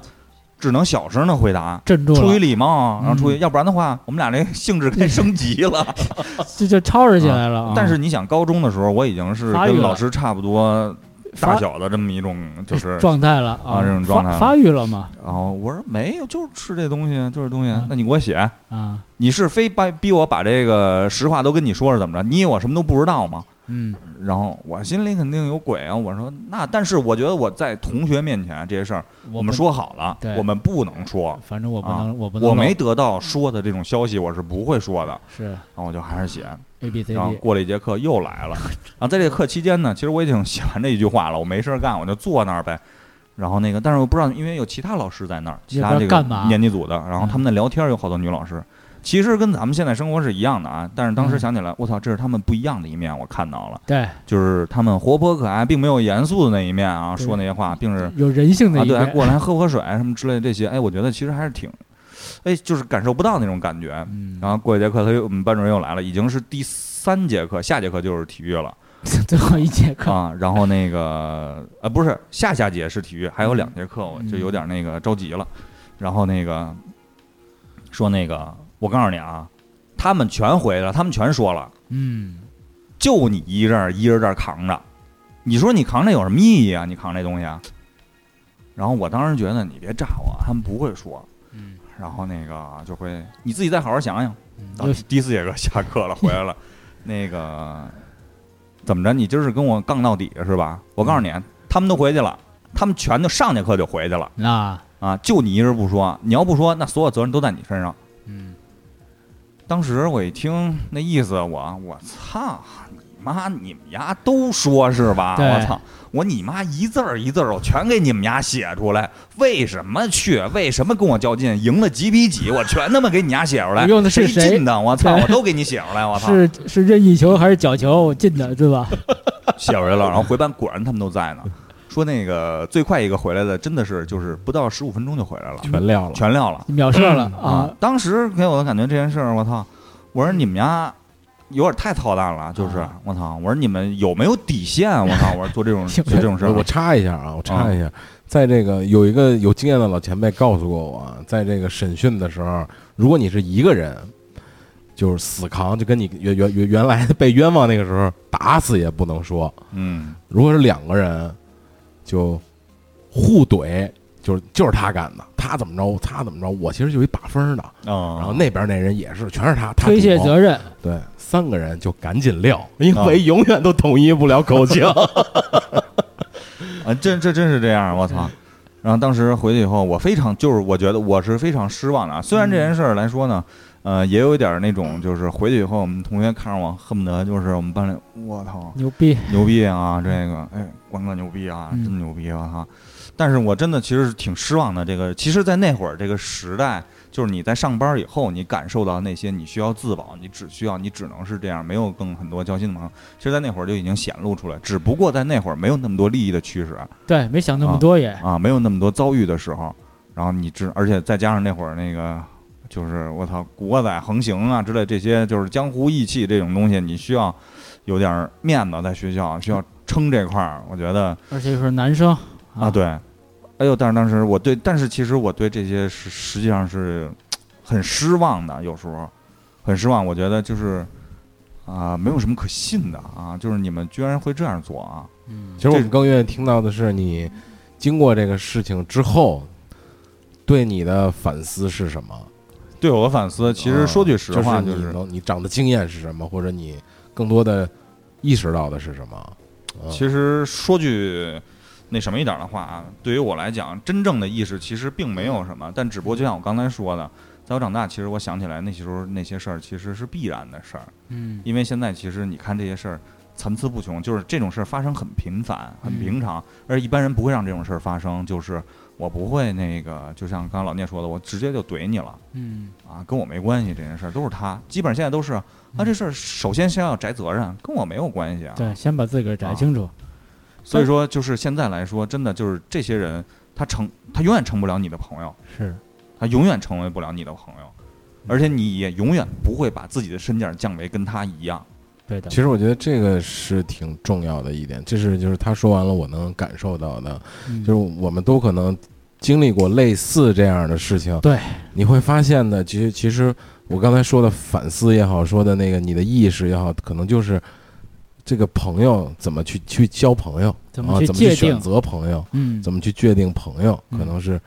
C: 只能小声的回答，
A: 镇住
C: 出于
A: 了，
C: 礼貌，然后出于
A: 嗯
C: 要不然的话，我们俩这性质该升级了。
A: 这就吵吵起来了啊，
C: 但是你想，高中的时候我已经是
A: 发育
C: 跟
A: 了
C: 老师差不多
A: 发哎
C: 大小的这么一种，就是
A: 状态了
C: 啊这种状态
A: 发
C: 了
A: 发育了嘛，
C: 然后我说没有，就是吃这东西，就是这东西
A: 嗯，
C: 那你给我写。
A: 啊，
C: 你是非把逼我把这个实话都跟你说是怎么着？你以为我什么都不知道吗？
A: 嗯，
C: 然后我心里肯定有鬼啊！我说那，但是我觉得我在同学面前这些事儿，我
A: 我
C: 们
A: 不，
C: 说好了
A: 对，
C: 我们不能说。
A: 反正我不
C: 啊
A: 能，我不能，
C: 我没得到说的这种消息，我是不会说的。
A: 是
C: 然后我就还是写，
A: A B C
C: 然后
A: D，
C: 过了一节课又来 了。然后在这个课期间呢，其实我已经写完这一句话了，我没事儿干，我就坐那儿呗。然后那个，但是我不知道，因为有其他老师在那儿，其他
A: 也
C: 这
A: 不知道
C: 个
A: 干嘛嗯
C: 年级组的，然后他们的聊天有好多女老师，其实跟咱们现在生活是一样的啊。但是当时
A: 嗯
C: 想起来，我操，这是他们不一样的一面，我看到了，
A: 对，
C: 就是他们活泼可爱，并没有严肃的那一面啊，
A: 对
C: 说那些话，并是
A: 有人性的
C: 啊，
A: 一
C: 对，还
A: 面，
C: 过来喝口水什么之类的这些，哎，我觉得其实还是挺哎，就是感受不到那种感觉。
A: 嗯，
C: 然后过一节课，他又我们班主任又来了，已经是第三节课，下节课就是体育 了
A: 最后一节课，
C: 啊。然后那个呃，不是下下节是体育，还有两节课，我就
A: 嗯
C: 有点那个着急了。然后那个说那个，我告诉你啊，他们全回了，他们全说了，
A: 嗯，
C: 就你一个人一人这儿扛着，你说你扛着有什么意义啊？你扛这东西啊？然后我当时觉得你别炸我，他们不会说。
A: 嗯，
C: 然后那个就会你自己再好好想想。
A: 嗯
C: 到
A: 又
C: 第四节课下课了，回来了，那个怎么着？你今儿是跟我杠到底是吧？我告诉你，他们都回去了，他们全都上节课就回去了
A: 那，
C: 啊，就你一人不说。你要不说，那所有责任都在你身上。
A: 嗯，
C: 当时我一听那意思，我我操你妈！你们丫都说是吧？
A: 对
C: 我操！我你妈一字儿一字儿，我全给你们丫写出来。为什么去？为什么跟我较劲？赢了几 比几？我全他妈给你丫写出来。
A: 用的是谁
C: 谁进的？我操！
A: 对
C: 我都给你写出来。我操！
A: 是是任意球还是角球？我进的，对吧？
C: 写回来了，然后回班果然他们都在呢。说那个最快一个回来的，真的是就是不到十五分钟就回来了，
E: 全撂了，
C: 全撂了
A: 秒射了
C: 啊
A: 啊！！
C: 当时给我的感觉这件事儿，我操！我说你们家有点太操蛋了，就是
A: 啊
C: 我操！我说你们有没有底线？我操！我说做这种做这种事
E: 我我
C: 儿，
E: 插一下啊，我插一下，在这个有一个有经验的老前辈告诉过我，啊在这个审讯的时候，如果你是一个人，就是死扛，就跟你原原原原来被冤枉那个时候打死也不能说；
C: 嗯，
E: 如果是两个人，就互怼，就是就是他干的，他怎么着，他怎么着，我其实就一把风的，嗯然后
C: 哦，
E: 那边那人也是，全是他，他
A: 推卸
E: 主谋
A: 责任，
E: 对，三个人就赶紧撂，啊因为永远都统一不了口径。
C: 啊，这这真是这样，我操！然后当时回去以后，我非常就是我觉得我是非常失望的啊。虽然这件事儿来说呢，呃，也有一点儿那种就是回去以后，我们同学看着我，恨不得就是我们班里，我操，
A: 牛逼！
C: 牛逼啊！这个，哎，关哥牛逼啊，
A: 嗯
C: 真牛逼啊！哈，但是我真的其实是挺失望的。这个，其实，在那会儿这个时代，就是你在上班以后，你感受到那些你需要自保，你只需要你只能是这样，没有更很多交心的朋友。其实，在那会儿就已经显露出来，只不过在那会儿没有那么多利益的驱使
A: 对，没想那么多也，
C: 啊，没有那么多遭遇的时候，然后你只而且再加上那会儿那个。就是我操，古惑仔横行啊之类这些，就是江湖义气这种东西，你需要有点儿面子，在学校需要撑这块儿。我觉得
A: 而且又是男生
C: 啊，，对，哎呦，但是当时我对，但是其实我对这些实实际上是很失望的，有时候很失望。我觉得就是啊、没有什么可信的啊，就是你们居然会这样做啊，
A: 嗯
E: 其实我们更愿意听到的是你经过这个事情之后，对你的反思是什么？
C: 对我的反思。其实说句实话，
E: 呃就
C: 就是是
E: 你能你长的经验是什么，或者你更多的意识到的是什么？嗯
C: 其实说句那什么一点的话啊，对于我来讲，真正的意识其实并没有什么，但只不过就像我刚才说的，在我长大，其实我想起来那些时候那些事儿其实是必然的事儿。
A: 嗯
C: 因为现在其实你看这些事儿参差不穷，就是这种事儿发生很频繁、很平常，而一般人不会让这种事儿发生。就是我不会那个，就像刚刚老聂说的，我直接就怼你了
A: 嗯，
C: 啊，跟我没关系，这件事儿都是他，基本上现在都是啊，这事儿首先先要摘责任，跟我没有关系啊。
A: 对，先把自个儿
C: 啊
A: 摘清楚，
C: 所以说，就是现在来说，真的就是这些人，他成他永远成不了你的朋友，
A: 是，
C: 他永远成为不了你的朋
A: 嗯
C: 友，而且你也永远不会把自己的身价降为跟他
A: 嗯
C: 一样。
A: 对的
E: 其，实我觉得这个是挺重要的一点，这是就是他说完了我能感受到的，
A: 嗯
E: 就是我们都可能经历过类似这样的事情。
A: 对，
E: 你会发现呢，其实其实我刚才说的反思也好，说的那个你的意识也好，可能就是这个朋友怎么去去交朋友，
A: 怎么
E: 啊
A: 去
E: 怎么去
A: 界定
E: 选择朋友，
A: 嗯，
E: 怎么去界定朋友，
A: 嗯
E: 可能是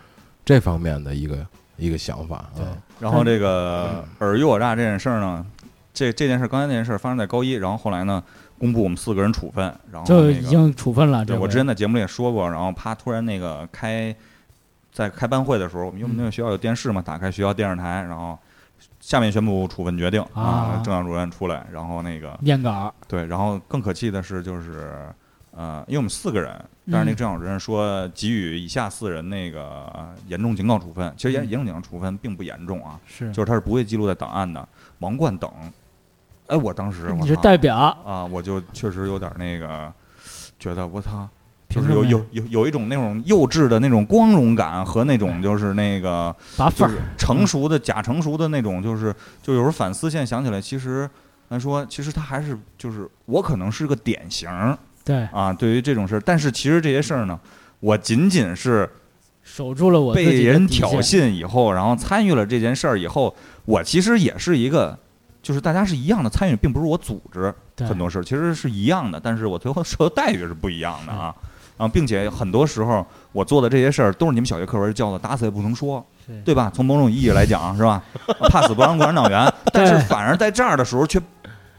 E: 这方面的一个一个想法。啊
A: 对，
C: 然后这个尔虞我诈这件事儿呢，这这件事儿刚才那件事儿发生在高一，然后后来呢，公布我们四个人处分，然后
A: 就
C: 哦那
A: 已
C: 个
A: 经处分了。这
C: 对我
A: 回
C: 之前在节目里也说过，然后啪突然那个开在开班会的时候，我们因为我们那个
A: 嗯
C: 学校有电视嘛，打开学校电视台，然后下面宣布处分决定
A: 啊
C: 郑教主任出来，然后那个
A: 念稿，
C: 对，然后更可气的是就是。呃，因为我们四个人，但是
A: 嗯
C: 那个郑教主任说给予以下四人那个呃严重警告处分，其实严
A: 嗯
C: 严重警告处分并不严重啊，
A: 是，
C: 就是他是不会记录在档案的。王冠等，哎，我当时我
A: 你是
C: 操
A: 代表，
C: 啊，我就确实有点那个，觉得我操，
A: 凭
C: 就是
A: 什
C: 有
A: 么
C: 有
A: 呀
C: 有有一种那种幼稚的那种光荣感和那种就是那个
A: 拔
C: 就
A: 范
C: 是
A: 儿，
C: 成熟的假成熟的那种，就是就有时候反思，现在想起来，其实咱说，其实他还是就是我可能是个典型儿
A: 对，
C: 啊，对于这种事儿，但是其实这些事儿呢，我仅仅是
A: 守住了我自
C: 被
A: 己的
C: 人
A: 底
C: 挑
A: 线，
C: 衅以后，然后参与了这件事儿以后，我其实也是一个，就是大家是一样的参与，并不是我组织
A: 对
C: 很多事儿，其实是一样的，但是我最后受的待遇是不一样的啊。啊，并且很多时候我做的这些事儿都是你们小学课文教的，打死也不能说
A: 是，
C: 对吧？从某种意义来讲，是吧？ 怕死不当共产 党员，但是反而在这儿的时候却，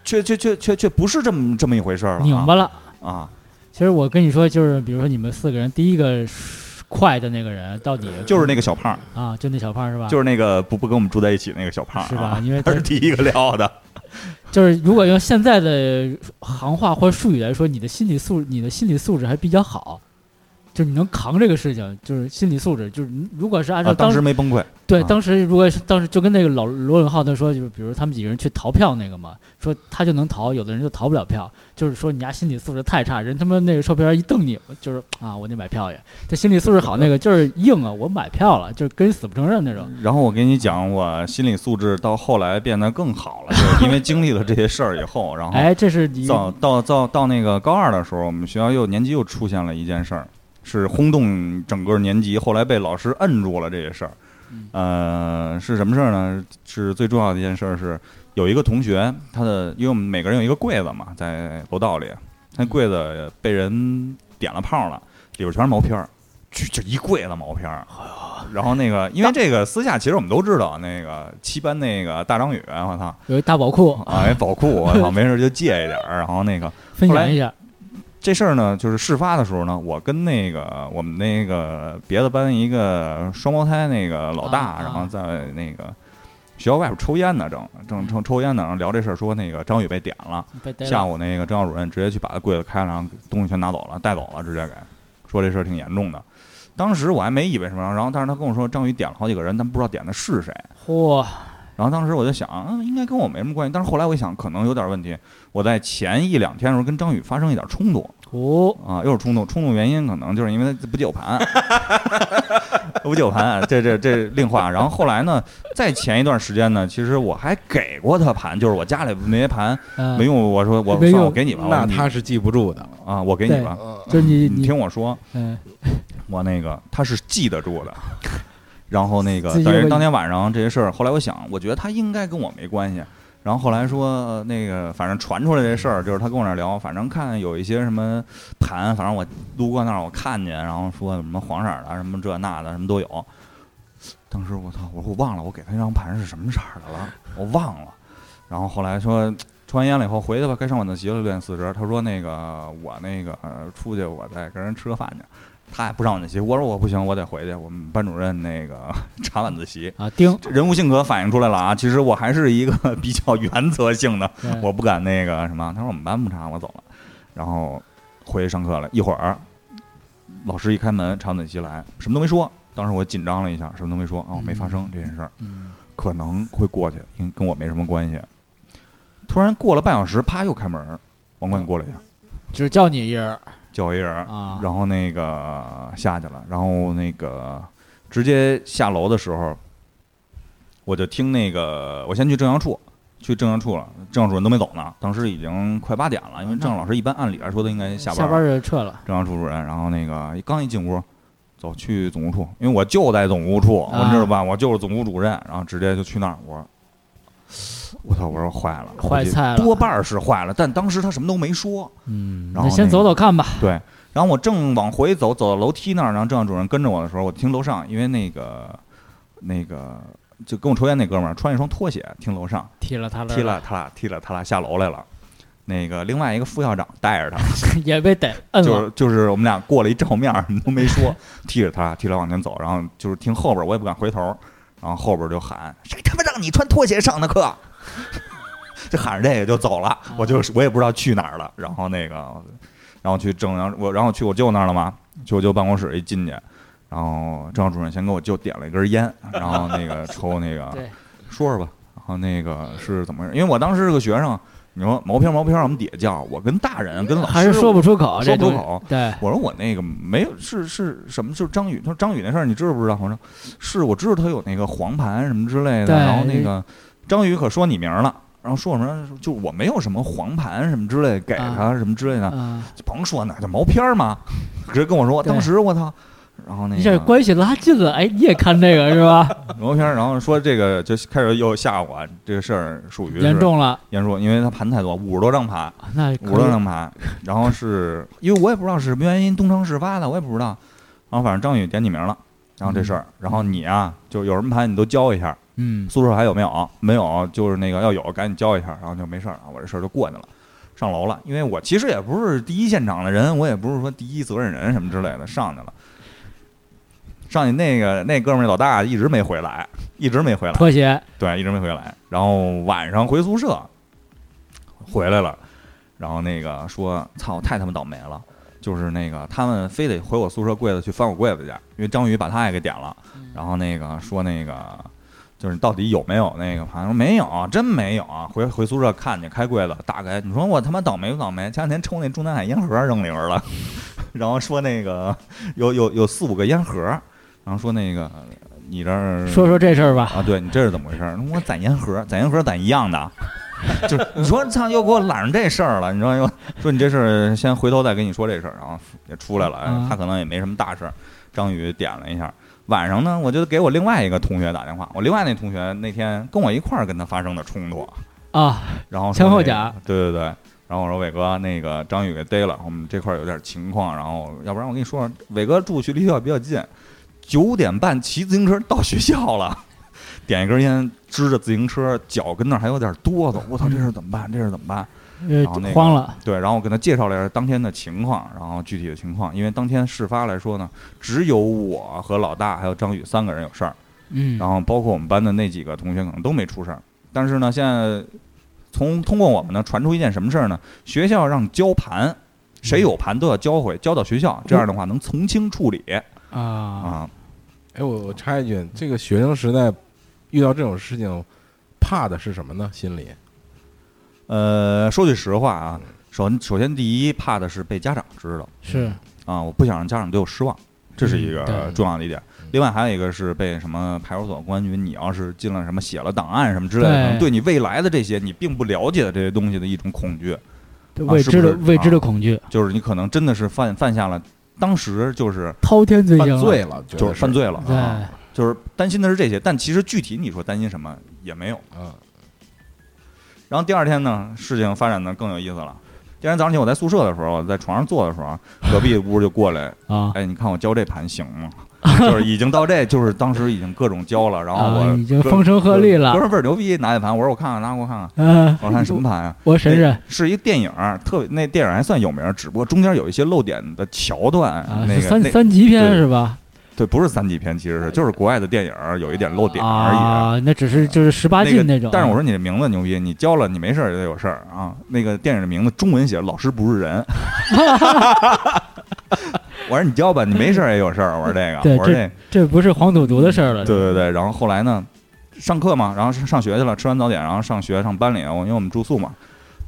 C: 却却却却却不是这么这么一回事儿了
A: 拧巴了。
C: 啊啊！
A: 其实我跟你说，就是比如说你们四个人，第一个快的那个人到底
C: 就是那个小胖儿，
A: 啊，就那小胖是吧？
C: 就是是那个不不跟我们住在一起那个小胖儿啊，
A: 是吧？因为
C: 他
A: 他
C: 是第一个撂的。
A: 就是如果用现在的行话或术语来说，你的心理素你的心理素质还比较好，就是你能扛这个事情，就是心理素质。就是你如果是按照
C: 啊，当
A: 时
C: 时没崩溃，
A: 对，
C: 啊
A: 当时如果是当时就跟那个老罗永浩他说，就是比如他们几个人去逃票那个嘛，说他就能逃，有的人就逃不了票，就是说你家心理素质太差，人他妈那个售票员一瞪你，就是啊，我得买票去。这心理素质好 那个就是硬啊，我买票了，就是跟死不承认那种。
C: 然后我跟你讲，我心理素质到后来变得更好了，就是因为经历了这些事儿以后，然后
A: 哎，这是你
C: 到到到到那个高二的时候，我们学校又年级又出现了一件事儿，是轰动整个年级，后来被老师摁住了这些事儿。呃，是什么事儿呢？是最重要的一件事儿是，有一个同学，他的因为我们每个人有一个柜子嘛，在楼道里，那柜子被人点了泡了，里边全是毛片儿，就就一柜子毛片儿。然后那个，因为这个私下其实我们都知道，那个七班那个大张宇，啊我操，
A: 有一大宝库，
C: 啊，一宝库，我操，没事儿就借一点儿，然后那个。
A: 分
C: 后来
A: 享一下，
C: 这事儿呢，就是事发的时候呢，我跟那个我们那个别的班一个双胞胎那个老大，
A: 啊啊
C: 然后在那个学校外边抽烟呢，正
A: 嗯
C: 正正抽烟呢，然后聊这事儿，说那个张宇被点了，
A: 被逮了
C: 下午那个政教主任直接去把他柜子开了，然后东西全拿走了，带走了，直接给说这事儿挺严重的。当时我还没以为什么，然后但是他跟我说张宇点了好几个人，但不知道点的是谁。
A: 嚯，
C: 然后当时我就想，嗯，应该跟我没什么关系。但是后来我一想，可能有点问题。我在前一两天的时候跟张宇发生一点冲突，
A: 哦，
C: 啊，又是冲动，冲动原因可能就是因为他不接我盘，不接我盘，啊这这这另话。然后后来呢，在前一段时间呢，其实我还给过他盘，就是我家里没盘
A: 嗯
C: 没用，我说我
A: 没
C: 算
A: 用
C: 我给你吧，
E: 那
C: 我给你
E: 他是记不住的。
C: 啊，我给你吧，
A: 就是你
C: 你听我说，
A: 嗯，
C: 我那个他是记得住 的。然后那个
A: 自己有
C: 等于
A: 个
C: 当天晚上这些事儿，后来我想，我觉得他应该跟我没关系。然后后来说、呃那个，反正传出来这事儿，就是他跟我那聊，反正看有一些什么盘，反正我路过那儿我看见，然后说什么黄色儿的，什么这那的，什么都有。当时我操，我说我忘了我给他那张盘是什么色儿的了，我忘了。然后后来说抽完烟了以后回去吧，该上晚自习了，六点四十。他说那个我那个、呃出去，我再跟人吃个饭去。他也不上晚自习，我说我不行，我得回去。我们班主任那个 查晚自习，
A: 啊，丁，
C: 这人物性格反映出来了啊。其实我还是一个比较原则性的，
A: 对
C: 我不敢那个什么。他说我们班不查，我走了。然后回去上课了，一会儿老师一开门，查晚自习来，什么都没说。当时我紧张了一下，什么都没说啊、没发生这件事儿。
A: 嗯
C: 可能会过去，因为跟我没什么关系。突然过了半小时，啪又开门儿，王冠过来一下，
A: 只叫你一人儿
C: 叫我一人儿，
A: 啊，
C: 然后那个下去了，然后那个直接下楼的时候，我就听那个我先去正阳处，去正阳处了，正阳主任都没走呢，当时已经快八点了，因为正阳老师一般按理来说都应该下班
A: 下
C: 儿
A: 班就撤了，
C: 正阳处主任，然后那个刚一进屋，走去总务处，因为我就在总务处，
A: 啊
C: 我知道吧，我就是总务主任，然后直接就去那儿，我说我操，我说坏了，
A: 坏菜了
C: 多半儿是坏了，但当时他什么都没说。
A: 嗯，
C: 然后
A: 那先
C: 那
A: 走
C: 个
A: 走看吧，
C: 对，然后我正往回走，走到楼梯那儿，然后正阳主任跟着我的时候，我听楼上，因为那个那个就跟我抽烟那哥们儿穿一双拖鞋，听楼上
A: 踢了他了，
C: 踢了他俩，踢了他俩下楼来了。那个另外一个副校长带着他，
A: 也被逮摁
C: 就
A: 了，
C: 是就是我们俩过了一照面儿，什么都没说， 踢着他，踢着往前走，然后就是听后边儿，我也不敢回头儿，然后后边儿就喊谁他妈让你穿拖鞋上的课， 就喊着这个就走了，
A: 嗯
C: 我就是我也不知道去哪儿了，然后那个，然后去正阳我然后去我舅那儿了嘛，去我舅办公室一进去，然后正阳主任先给我舅点了一根烟， 然后那个抽那个
A: 对
C: 说说吧，然后那个是怎么回事？因为我当时是个学生，你说毛片毛片，我们底下叫，我跟大人跟老师
A: 还是说不出口，这
C: 说不
A: 东西
C: 出口。啊
A: 对，
C: 我说我那个没有，是是什么？就是张宇，他说张宇那事儿你知道不知道？我说是，我知道他有那个黄盘什么之类的。
A: 对
C: 然后那个张宇可说你名儿了，然后说什么就我没有什么黄盘什么之类给
A: 啊
C: 他什么之类的，
A: 嗯，
C: 就甭说那叫毛片儿嘛，直接跟我说，
A: 对
C: 当时我操，然后那
A: 一下
C: 个
A: 关系拉近了，哎，你也看这个是 吧？
C: 毛片儿，然后说这个就开始又吓我，这个事儿属于是
A: 严重了，
C: 严重，因为他盘太多，五十多张盘。
A: 那可
C: 五六张牌，然后是因为我也不知道是什么原因东窗事发的，我也不知道。然后反正张宇点你名了，然后这事儿，然后你啊，就有什么牌你都交一下，
A: 嗯，
C: 宿舍还有没有？没有，就是那个要有赶紧交一下，然后就没事儿啊，我这事儿就过去了。上楼了，因为我其实也不是第一现场的人，我也不是说第一责任人什么之类的，上去了。上去那个那哥们儿老大一直没回来，一直没回来，
A: 拖鞋，
C: 对，一直没回来。然后晚上回宿舍，回来了，然后那个说：“操，太他妈倒霉了！”就是那个他们非得回我宿舍柜子去翻我柜子去，因为章鱼把他也给点了。然后那个说那个就是到底有没有那个，反正没有，真没有。啊回回宿舍看见开柜子，打开，你说我他妈倒霉不倒霉？前两天抽那中南海烟盒扔里边了， 然后说那个有有有四五个烟盒，然后说那个你这儿
A: 说说这事儿吧，
C: 啊，对你这是怎么回事儿？我攒烟盒，攒烟盒攒一样的，就是你说操，又给我揽上这事儿了，你说又说你这事儿，先回头再跟你说这事儿，然后也出来了哎
A: 啊，
C: 他可能也没什么大事儿。张宇点了一下，晚上呢，我就给我另外一个同学打电话，我另外那同学那天跟我一块儿跟他发生的冲突，
A: 啊，
C: 然后说
A: 前后
C: 那个
A: 脚，
C: 对对对。然后我说伟哥，那个张宇给逮了，我们这块儿有点情况，然后要不然我跟你说说，伟哥住距离学校比较近，九点半骑自行车到学校了，点一根烟，支着自行车，脚跟那儿还有点哆嗦，我操，这事儿怎么办？这事儿怎么办？
A: 呃
C: 然后那，个
A: 慌了，
C: 对，然后我跟他介绍了一下当天的情况，然后具体的情况，因为当天事发来说呢，只有我和老大还有张宇三个人有事儿，
A: 嗯，
C: 然后包括我们班的那几个同学可能都没出事儿。但是呢，现在从通过我们呢传出一件什么事儿呢？学校让交盘，
A: 嗯
C: 谁有盘都要交回，交到学校，这样的话能从轻处理
A: 啊，
C: 啊。
E: 哎，我我插一句，这个学生时代遇到这种事情，怕的是什么呢？心里
C: 呃，说句实话啊，首首先第一怕的是被家长知道
A: 是，
C: 啊，我不想让家长对我失望，这是一
A: 嗯对
C: 个重要的一点。另外还有一个是被什么派出所公安局，你要是进了什么写了档案什么之类的，
A: 对
C: 可能对你未来的这些你并不了解的这些东西的一种恐惧。
A: 对未知的
C: 是不是啊
A: 未知的恐惧，
C: 就是你可能真的是犯犯下了，当时就是
A: 滔天罪
E: 犯
A: 行，
E: 罪了，觉得
C: 就是犯罪了、
A: 对，
C: 啊，就是担心的是这些，但其实具体你说担心什么也没有。
E: 啊，
C: 然后第二天呢，事情发展的更有意思了。第二天早上起来我在宿舍的时候，在床上坐的时候，隔壁屋就过来，
A: 啊，
C: 哎，你看我交这盘行吗？就是已经到这，就是当时已经各种交了，然后
A: 啊
C: 我
A: 已经风声鹤唳了
C: 不是倍儿牛逼，拿一盘，我说我看看，拿给我看看，
A: 嗯，
C: 我看什么盘啊？
A: 我 神神，
C: 是一电影，特别那电影还算有名，只不过中间有一些漏点的桥段，
A: 啊，
C: 那
A: 是
C: 个
A: 三
C: 那
A: 三级片
C: 对
A: 是吧？
C: 对，不是三级片，其实是就是国外的电影儿有一点漏点而已。
A: 啊，那只是就是十八
C: 那个
A: 禁那种，
C: 但是我说你这名字牛逼，你交了你没事儿也得有事儿啊。那个电影的名字中文写着“老师不 是人”，我说你交吧，你没事儿也有事儿。我说这个，
A: 对
C: 我说这，
A: 这不是黄赌毒的事儿了，
C: 对对对。然后后来呢，上课嘛，然后上学去了，吃完早点，然后上学上班里，我因为我们住宿嘛，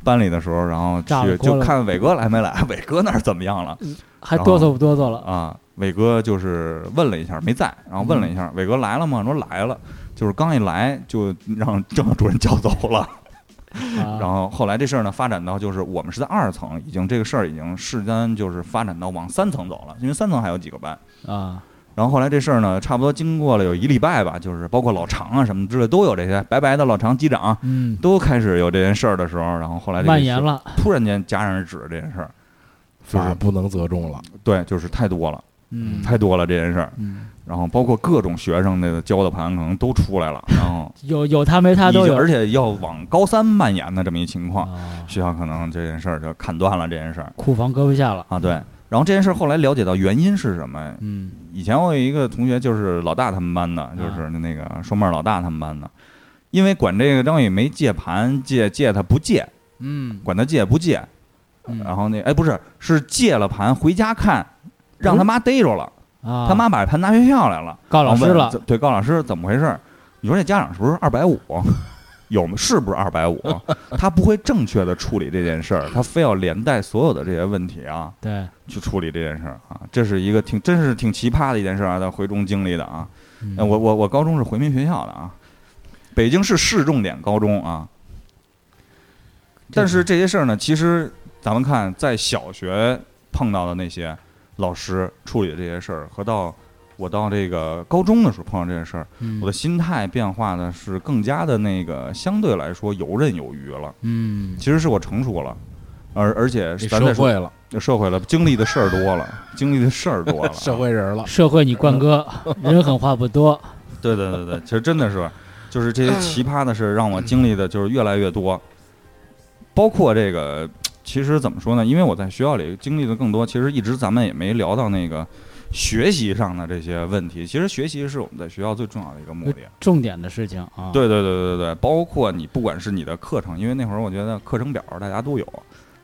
C: 班里的时候，然后
A: 炸了
C: 去
A: 锅
C: 就
A: 了
C: 看伟哥来没来，伟哥那儿怎么样了？
A: 还哆嗦不哆嗦了？
C: 啊，伟哥就是问了一下，没在，然后问了一
A: 嗯
C: 下，伟哥来了吗？说来了，就是刚一来就让 正教主任叫走了。
A: 啊
C: 然后后来这事儿呢，发展到就是我们是在二层，已经这个事儿已经事单就是发展到往三层走了，因为三层还有几个班。
A: 啊，
C: 然后后来这事儿呢，差不多经过了有一礼拜吧，就是包括老常啊什么之类都有这些，白白的老常机长
A: 嗯，
C: 都开始有这件事儿的时候，然后后啊来这个
A: 蔓延
C: 事，
A: 了，
C: 突然间戛然而止这件事儿，就
E: 法
C: 是
E: 不能责众了，
C: 对，就是太多了，
A: 嗯，
C: 太多了这件事儿。
A: 嗯，
C: 然后包括各种学生的交的盘可能都出来了，然后
A: 有有他 没他
C: 已
A: 都
C: 经
A: 有，
C: 而且要往高三蔓延的这么一情况，
A: 啊，
C: 学校可能这件事儿就砍断了这件事儿
A: 库房搁不下了，
C: 啊，对。然后这件事儿后来了解到原因是什么？
A: 嗯，
C: 以前我有一个同学就是老大他们班
A: 啊
C: 的，就是那个双妹儿老大他们班的，因为管这个张宇没借盘，借借他不借，
A: 嗯，
C: 管他借不借，
A: 嗯
C: 然后那哎不是是借了盘回家看，让他妈逮着了，
A: 哦啊，
C: 他妈把盘拿学校来了。
A: 告老师
C: 然后问
A: 了，
C: 怎对，告老师怎么回事儿？你说这家长是不是二百五？ 有是不是 二百五，他不会正确的处理这件事儿，他非要连带所有的这些问题啊
A: 对，
C: 去处理这件事儿啊，这是一个挺真是挺奇葩的一件事儿啊，在回中经历的啊。
A: 嗯
C: 呃我我我高中是回民学校的啊，北京市市重点高中啊。但是这些事儿呢，其实咱们看在小学碰到的那些老师处理的这些事儿，和到我到这个高中的时候碰到这些事儿，
A: 嗯
C: 我的心态变化呢是更加的那个相对来说游刃有余了。
A: 嗯
C: 其实是我成熟了，而而且
E: 你
C: 咱
E: 社
C: 在
E: 会了，，
C: 社会了，经历的事儿多了，经历的事儿多了
E: 社会人了，
A: 社会你冠 哥，人狠话不多，
C: 对对对对，其实真的是，就是这些奇葩的事儿让我经历的就是越来越多，包括这个，其实怎么说呢？因为我在学校里经历的更多，其实一直咱们也没聊到那个学习上的这些问题。其实学习是我们在学校最重要的一个目的。
A: 重点的事情啊。，
C: 对对对对对，包括你不管是你的课程，因为那会儿我觉得课程表大家都有，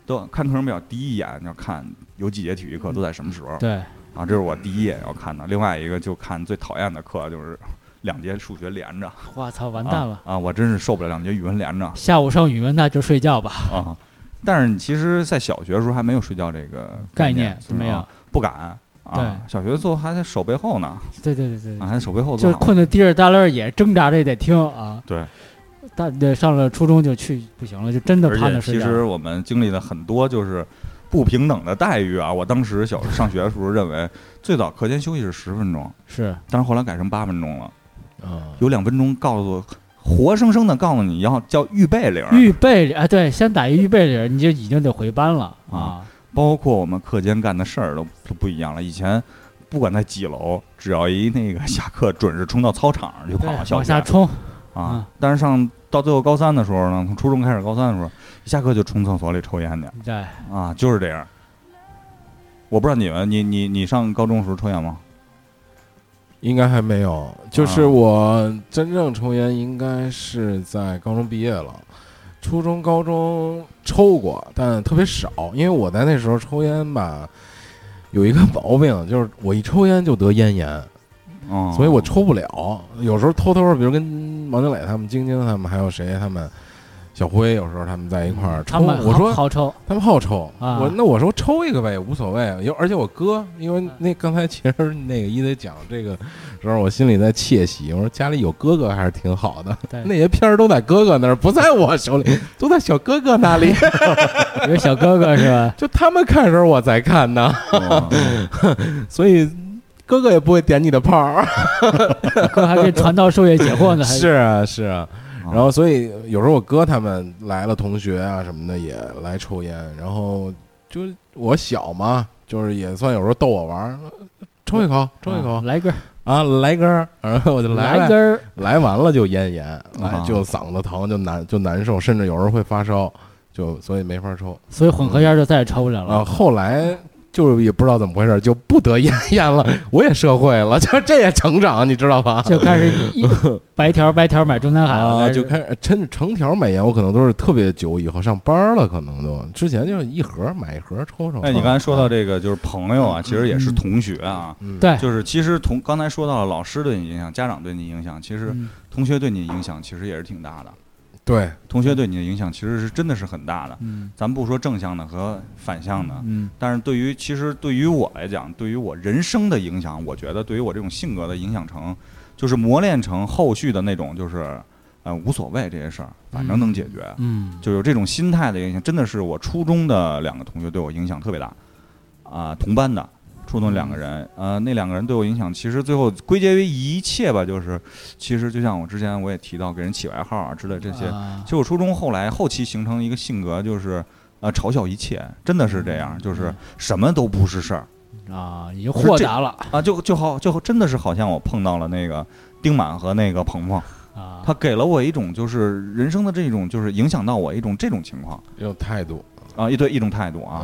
C: 都看课程表第一眼要看有几节体育课都在什么时候。
A: 对，
C: 啊，这是我第一眼要看的。另外一个就看最讨厌的课就是两节数学连着，
A: 我操，完蛋了。
C: 啊啊！我真是受不了两节语文连着
A: 下午上语文那就睡觉吧，
C: 啊。但是你其实，在小学的时候还没有睡觉这个
A: 概
C: 念
A: 念，没有
C: 啊，不敢啊。
A: 对
C: 小学做还在手背后呢，
A: 对对对对
C: 啊，
A: 对，
C: 还在手背后
A: 就
C: 做
A: 是
C: 呢。
A: 困得滴儿耷拉儿也挣扎着也得听啊。
C: 对，
A: 但对上了初中就去不行了，就真的
C: 而
A: 盼着
C: 且
A: 睡
C: 其
A: 觉。
C: 实我们经历了很多就是不平等的待遇啊。我当时 小上学的时候认为，最早课间休息是十分钟，
A: 是
C: 但是后来改成八分钟了，
E: 嗯，
C: 有两分钟告诉活生生的告诉你要叫预备铃儿。
A: 预备里啊，对，先打一预备里，你就已经得回班了啊
C: 啊。包括我们课间干的事儿都都不一样了。以前不管在几楼，只要一那个下课，准是冲到操场上去
A: 对
C: 跑校
A: 往
C: 园
A: 下冲，
C: 啊
A: 啊！
C: 但是上到最后高三的时候呢，从初中开始，高三的时候一下课就冲厕所里抽烟去
A: 对，
C: 啊，就是这样。我不知道你们，你你你上高中的时候抽烟吗？
E: 应该还没有，就是
C: 啊
E: 我真正抽烟应该是在高中毕业了，初中、高中抽过，但特别少，因为我在那时候抽烟吧，有一个毛病，就是我一抽烟就得咽炎，
A: 哦
C: 嗯，
E: 所以我抽不了。有时候偷偷，比如跟王经磊他们、晶晶他们，还有谁他们。小辉有时候他们在一块儿抽，
A: 嗯他们
E: 我
A: 好
E: 说
A: 好抽，
E: 他们好抽，
A: 啊
E: 我那我说抽一个呗，无所谓。因为而且我哥，因为那刚才其实那个一得讲这个时候，我心里在窃喜，我说家里有哥哥还是挺好的。
A: 对
E: 那些片儿都在哥哥那儿，不在我手里，都在小哥哥那里。
A: 有个小哥哥是 吧？
E: 就他们看的时候，我在看呢，
C: 嗯
E: 所以哥哥也不会点你的炮儿。
A: 哥还给传道授业解惑呢， 还
E: 是啊，是啊。
C: 啊
E: 然后，所以有时候我哥他们来了，同学啊什么的也来抽烟。然后就我小嘛，就是也算有时候逗我玩儿，抽一口，抽一口
A: 啊来根儿，
E: 啊，来一根儿。然后我就来
A: 来
E: 呗
A: 根儿，
E: 来完了就咽炎，来
C: 啊
E: 就嗓子疼，就难就难受，甚至有时候会发烧，就所以没法抽。
A: 所以混合烟就再也抽不了
E: 啊，
A: 了。
E: 后来就是也不知道怎么回事，就不得 咽炎了。我也社会了，就这也成长，你知道吧？
A: 就开始 一白条白条买中南海了，
E: 嗯啊，
A: 开始
E: 就开始趁成条买烟，我可能都是特别久以后上班了，可能都之前就是一盒买一盒抽抽。啊
C: 哎，你刚才说到这个，就是朋友啊，其实也是同学啊，
E: 嗯，
A: 对
C: 就是其实同刚才说到了老师对你影响，家长对你影响，其实
A: 嗯
C: 同学对你影响其实也是挺大的。
E: 对，
C: 同学对你的影响其实是真的是很大的。
A: 嗯
C: 咱不说正向的和反向的，
A: 嗯
C: 但是对于其实对于我来讲，对于我人生的影响，我觉得对于我这种性格的影响成，就是磨练成后续的那种，就是呃无所谓这些事儿，反正能解决，
A: 嗯，
C: 就有这种心态的影响。真的是我初中的两个同学对我影响特别大，啊、同班的。初
A: 嗯
C: 中两个人，呃，那两个人对我影响，其实最后归结于一切吧，就是，其实就像我之前我也提到，给人起外号啊之类这些，
A: 啊
C: 其实我初中后来后期形成一个性格，就是呃嘲笑一切，真的是这
A: 嗯
C: 样，就是什么都不是事儿
E: 嗯
A: 啊，已经豁达了
C: 啊，就就好就真的是好像我碰到了那个丁满和那个鹏鹏，
A: 啊。
C: 他给了我一种就是人生的这种就是影响到我一种这种情况
E: 有态度
C: 啊，一对一种态度啊，
E: 啊，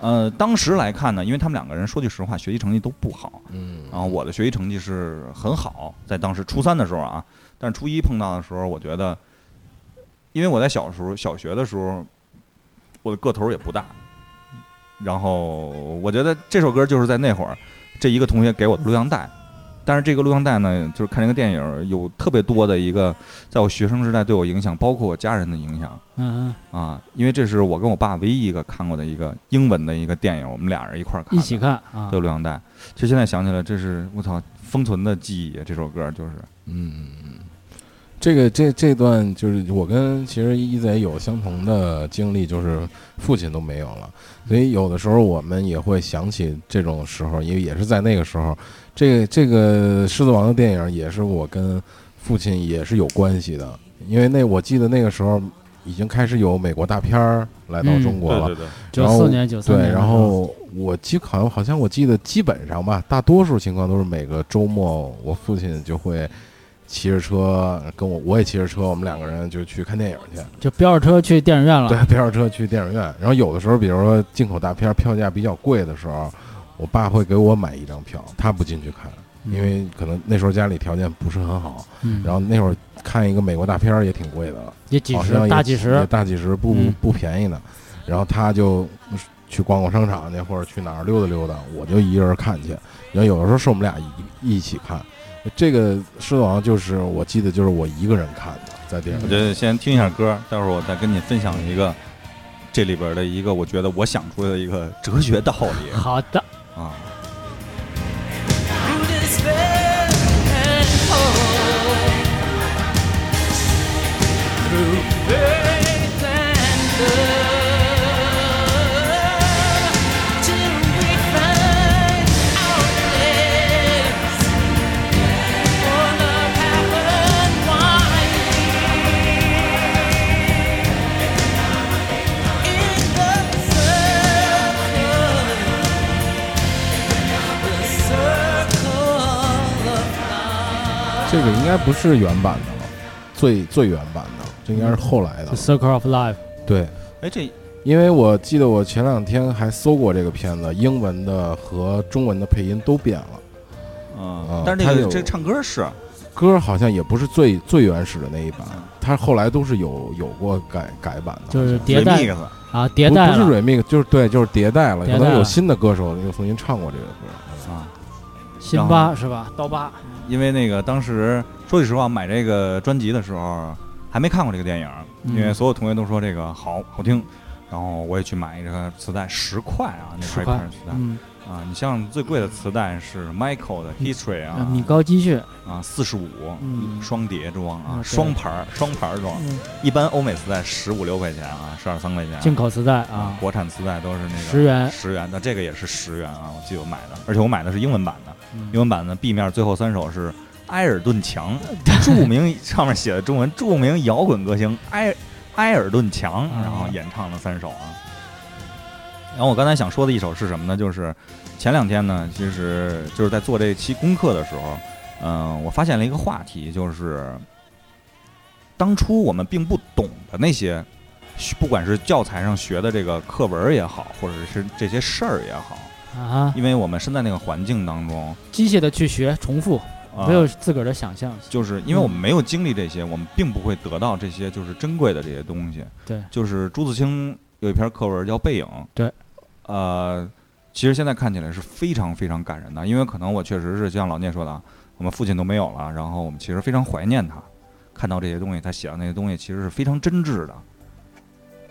C: 呃，当时来看呢，因为他们两个人说句实话，学习成绩都不好，
E: 嗯
C: 然后我的学习成绩是很好，在当时初三的时候啊，但是初一碰到的时候，我觉得，因为我在小时候小学的时候，我的个头儿也不大，然后我觉得这首歌就是在那会儿，这一个同学给我的录像带，但是这个录像带呢，就是看这个电影有特别多的一个，在我学生时代对我影响，包括我家人的影响
A: 嗯，
C: 啊，因为这是我跟我爸唯一一个看过的一个英文的一个电影，我们俩人一块儿看
A: 一
C: 的，
A: 起看啊
C: 这，个录像带。其实现在想起来，这是我操封存的记忆，这首歌就是
E: 嗯，这个这这段就是我跟其实一仔有相同的经历，就是父亲都没有了，所以有的时候我们也会想起这种时候，因为也是在那个时候，这个这个《狮子王》的电影也是我跟父亲也是有关系的，因为那我记得那个时候已经开始有美国大片儿来到中国了，
C: 嗯对，
A: 九
E: 然后
A: 四年、九三
E: 对，
A: 年的啊时候，
E: 然后我记好像好像我记得基本上吧，大多数情况都是每个周末我父亲就会骑着车跟我，我也骑着车，我们两个人就去看电影去，
A: 就飙着车去电影院了。
E: 对，飙着车去电影院。然后有的时候，比如说进口大片票价比较贵的时候，我爸会给我买一张票，他不进去看，因为可能那时候家里条件不是很好，
A: 嗯，
E: 然后那会儿看一个美国大片儿也挺贵的了。
A: 也几
E: 好
A: 十
E: 像也
A: 大几
E: 也
A: 十，
E: 大几十不
A: 嗯
E: 不便宜呢。然后他就去逛逛商场去，或者去哪儿溜达溜达，我就一个人看去。然后有的时候是我们俩一一起看。这个《狮子王》就是我记得就是我一个人看的，在电
C: 我
E: 影
C: 觉
E: 院。
C: 得先听一下歌，待会儿我再跟你分享一个这里边的一个，我觉得我想出来的一个哲学道理
A: 好的，
C: 啊。
H: through despair and hope, through faith and love, till we find our place. For love happened widely in the circle. The circle of
E: 这个应该不是原版的了，最最原版的，这应该是后来
A: 《
E: 的了。
A: Circle of Life》
E: 对，
C: 哎，这
E: 因为我记得我前两天还搜过这个片子，英文的和中文的配音都变了，
C: 嗯
E: 啊，
C: 但是
E: 它
C: 这个
E: 有
C: 这唱歌是
E: 歌好像也不是最最原始的那一版
C: 嗯，
E: 它后来都是有有过改改版的，
A: 就是迭代
C: remix，
A: 啊，迭代
E: 不不是
A: 了。
E: remix，就是对，就是迭代了，
A: 迭代
E: 可能有
A: 了
E: 新的歌手又重新唱过这个歌。
C: 啊，
A: 辛
C: 然后
A: 巴是吧？刀疤，
C: 因为那个当时说句实话，买这个专辑的时候还没看过这个电影，
A: 嗯
C: 因为所有同学都说这个好好听，然后我也去买一个磁带，十块啊，那时候
A: 10
C: 一
A: 块
C: 盘磁带、
A: 嗯，
C: 啊，你像最贵的磁带是 Michael 的 History 啊，
A: 呃米高积蓄，
C: 啊四十五
A: 嗯
C: 双碟装啊，
A: 啊对
C: 双盘儿双盘儿装，
A: 嗯
C: 一般欧美磁带十五六块钱啊，十二三块钱
A: 进口磁带
C: 啊
A: 啊，，
C: 国产磁带都是那个
A: 十元
C: 十元的，这个也是十元啊，我记得我买的，而且我买的是英文版的。
A: 嗯
C: 英文版的 B 面最后三首是埃尔顿强， 著名上面写的中文，著名摇滚歌星埃埃尔顿强，
A: 啊
C: 然后演唱了三首啊。然后我刚才想说的一首是什么呢？就是前两天呢，其实就是在做这期功课的时候，嗯、我发现了一个话题，就是当初我们并不懂的那些，不管是教材上学的这个课文也好，或者是这些事儿也好，
A: 啊，
C: 因为我们身在那个环境当中，
A: 机械的去学重复，
C: 啊
A: 没有自个儿的想象。
C: 就是因为我们没有经历这些，我们并不会得到这些就是珍贵的这些东西。
A: 对
C: 就是朱自清有一篇课文叫《背影》。
A: 对，
C: 呃，其实现在看起来是非常非常感人的，因为可能我确实是像老聂说的，啊，我们父亲都没有了，然后我们其实非常怀念他，看到这些东西，他写的那些东西其实是非常真挚的。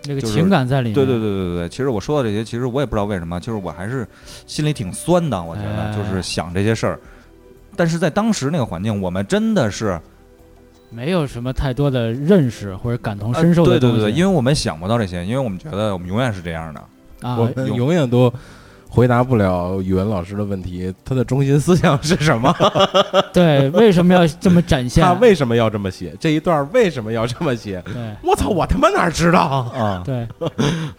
A: 那个
C: 就是
A: 情感在里面。
C: 对对对对对，其实我说的这些，其实我也不知道为什么，就是我还是心里挺酸的，我觉得
A: 哎
C: 就是想这些事儿，但是在当时那个环境，我们真的是。
A: 没有什么太多的认识或者感同身受
C: 呃
A: 的
C: 对
A: 东
C: 对
A: 西。
C: 对对，因为我们想不到这些，因为我们觉得我们永远是这样的。
A: 啊，
E: 我们永远都回答不了语文老师的问题，他的中心思想是 什么？
A: 对，为什么要这么展现？啊
E: 他为什么要这么写？这一段为什么要这么写？
A: 对
E: 我操，我他妈哪知道？
C: 啊，
A: 对，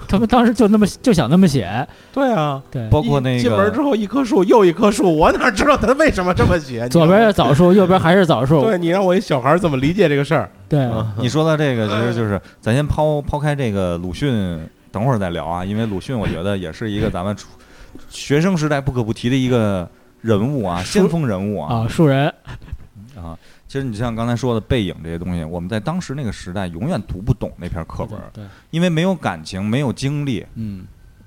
A: 他们当时就那么就想那么写，
E: 对啊，
A: 对，
C: 包括那
E: 一进门之
C: 个，
E: 后一棵树又一棵树，我哪知道他为什么这么写？
A: 左边是
E: 边
A: 枣树，右边还是枣树，
E: 对你让我一小孩儿怎么理解这个事儿？
A: 对，
C: 你说到这个，其实就是咱先抛抛开这个鲁迅，等会儿再聊啊，因为鲁迅我觉得也是一个咱们初学生时代不可不提的一个人物啊，先锋人物啊
A: 啊，树人，
C: 啊。其实你像刚才说的背影这些东西，我们在当时那个时代永远读不懂那篇课文，
A: 对，
C: 因为没有感情，没有经历。
A: 嗯，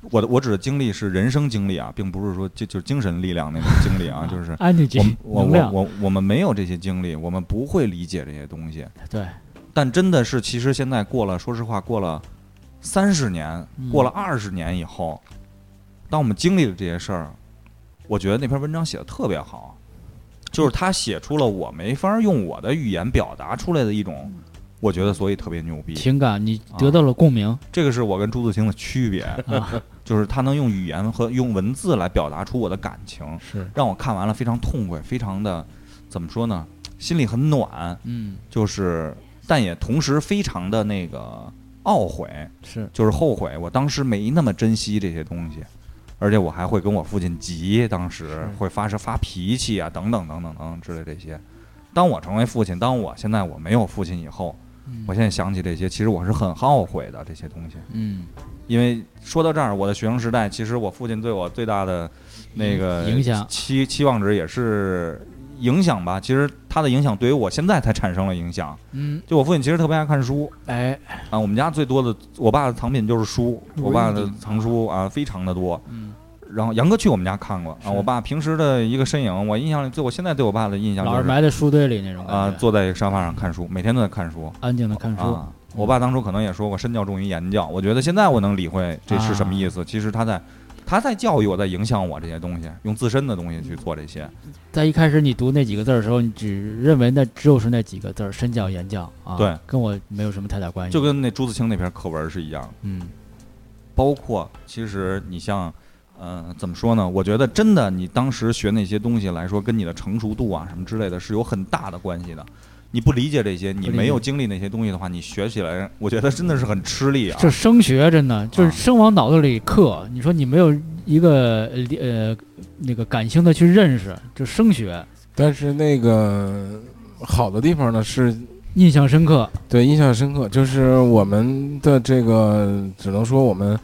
C: 我的我指的经历是人生经历啊，并不是说就就是精神力量那种 经历啊，就是我
A: energy
C: 们我
A: 能
C: 我
A: 量，
C: 我我们没有这些经历，我们不会理解这些东西。
A: 对，
C: 但真的是，其实现在过了，说实话，过了三十年，
A: 嗯
C: 过了二十年以后，当我们经历了这些事儿，我觉得那篇文章写的特别好，就是他写出了我没法用我的语言表达出来的一种，我觉得所以特别牛逼。
A: 情感你得到了共鸣
C: 这个是我跟朱自清的区别，
A: 啊，
C: 就是他能用语言和用文字来表达出我的感情，
E: 是
C: 让我看完了非常痛快，非常的怎么说呢，心里很暖，
A: 嗯，
C: 就是但也同时非常的那个懊悔，
A: 是
C: 就是后悔我当时没那么珍惜这些东西，而且我还会跟我父亲急，当时会发生发脾气啊，等等等等等等之类这些。当我成为父亲，当我现在我没有父亲以后，
A: 嗯
C: 我现在想起这些，其实我是很懊悔的这些东西。
A: 嗯，
C: 因为说到这儿，我的学生时代，其实我父亲对我最大的那个
A: 影响
C: 期期望值也是影响吧。其实他的影响对于我现在才产生了影响。
A: 嗯，
C: 就我父亲其实特别爱看书，
A: 哎，
C: 啊，我们家最多的，我爸的藏品就是书，我爸的
A: Reading
C: 藏书啊非常的多。
A: 嗯，
C: 然后杨哥去我们家看过
A: 是
C: 啊，我爸平时的一个身影，我印象里对我现在对我爸的印象
A: 老
C: 就是是啊、
A: 埋在书堆里那种感觉，
C: 坐在沙发上看书，每天都在看书
A: 安静的看书，
C: 啊。我爸当初可能也说过“身教重于言教”，我觉得现在我能理会这是什么
A: 啊
C: 意思。其实他在他在教育我，在影响我这些东西，用自身的东西去做这些。
A: 在一开始你读那几个字儿的时候，你只认为那只有是那几个字儿，身教言教啊，
C: 对，
A: 跟我没有什么太大关系，
C: 就跟啊那朱自清那篇课文是一样的。
A: 嗯
C: 包括其实你像，呃，怎么说呢？我觉得真的，你当时学那些东西来说，跟你的成熟度啊什么之类的是有很大的关系的。你不理解这些，你
A: 理解
C: 没有经历那些东西的话，你学起来，我觉得真的是很吃力啊
A: 就。升学真的就是
C: 啊
A: 生往脑子里刻，你说你没有一个呃理呃那个感性的去认识，就升学
E: 但是那个好的地方呢是
A: 印象深刻，
E: 对，印象深刻，就是我们的这个，只能说我们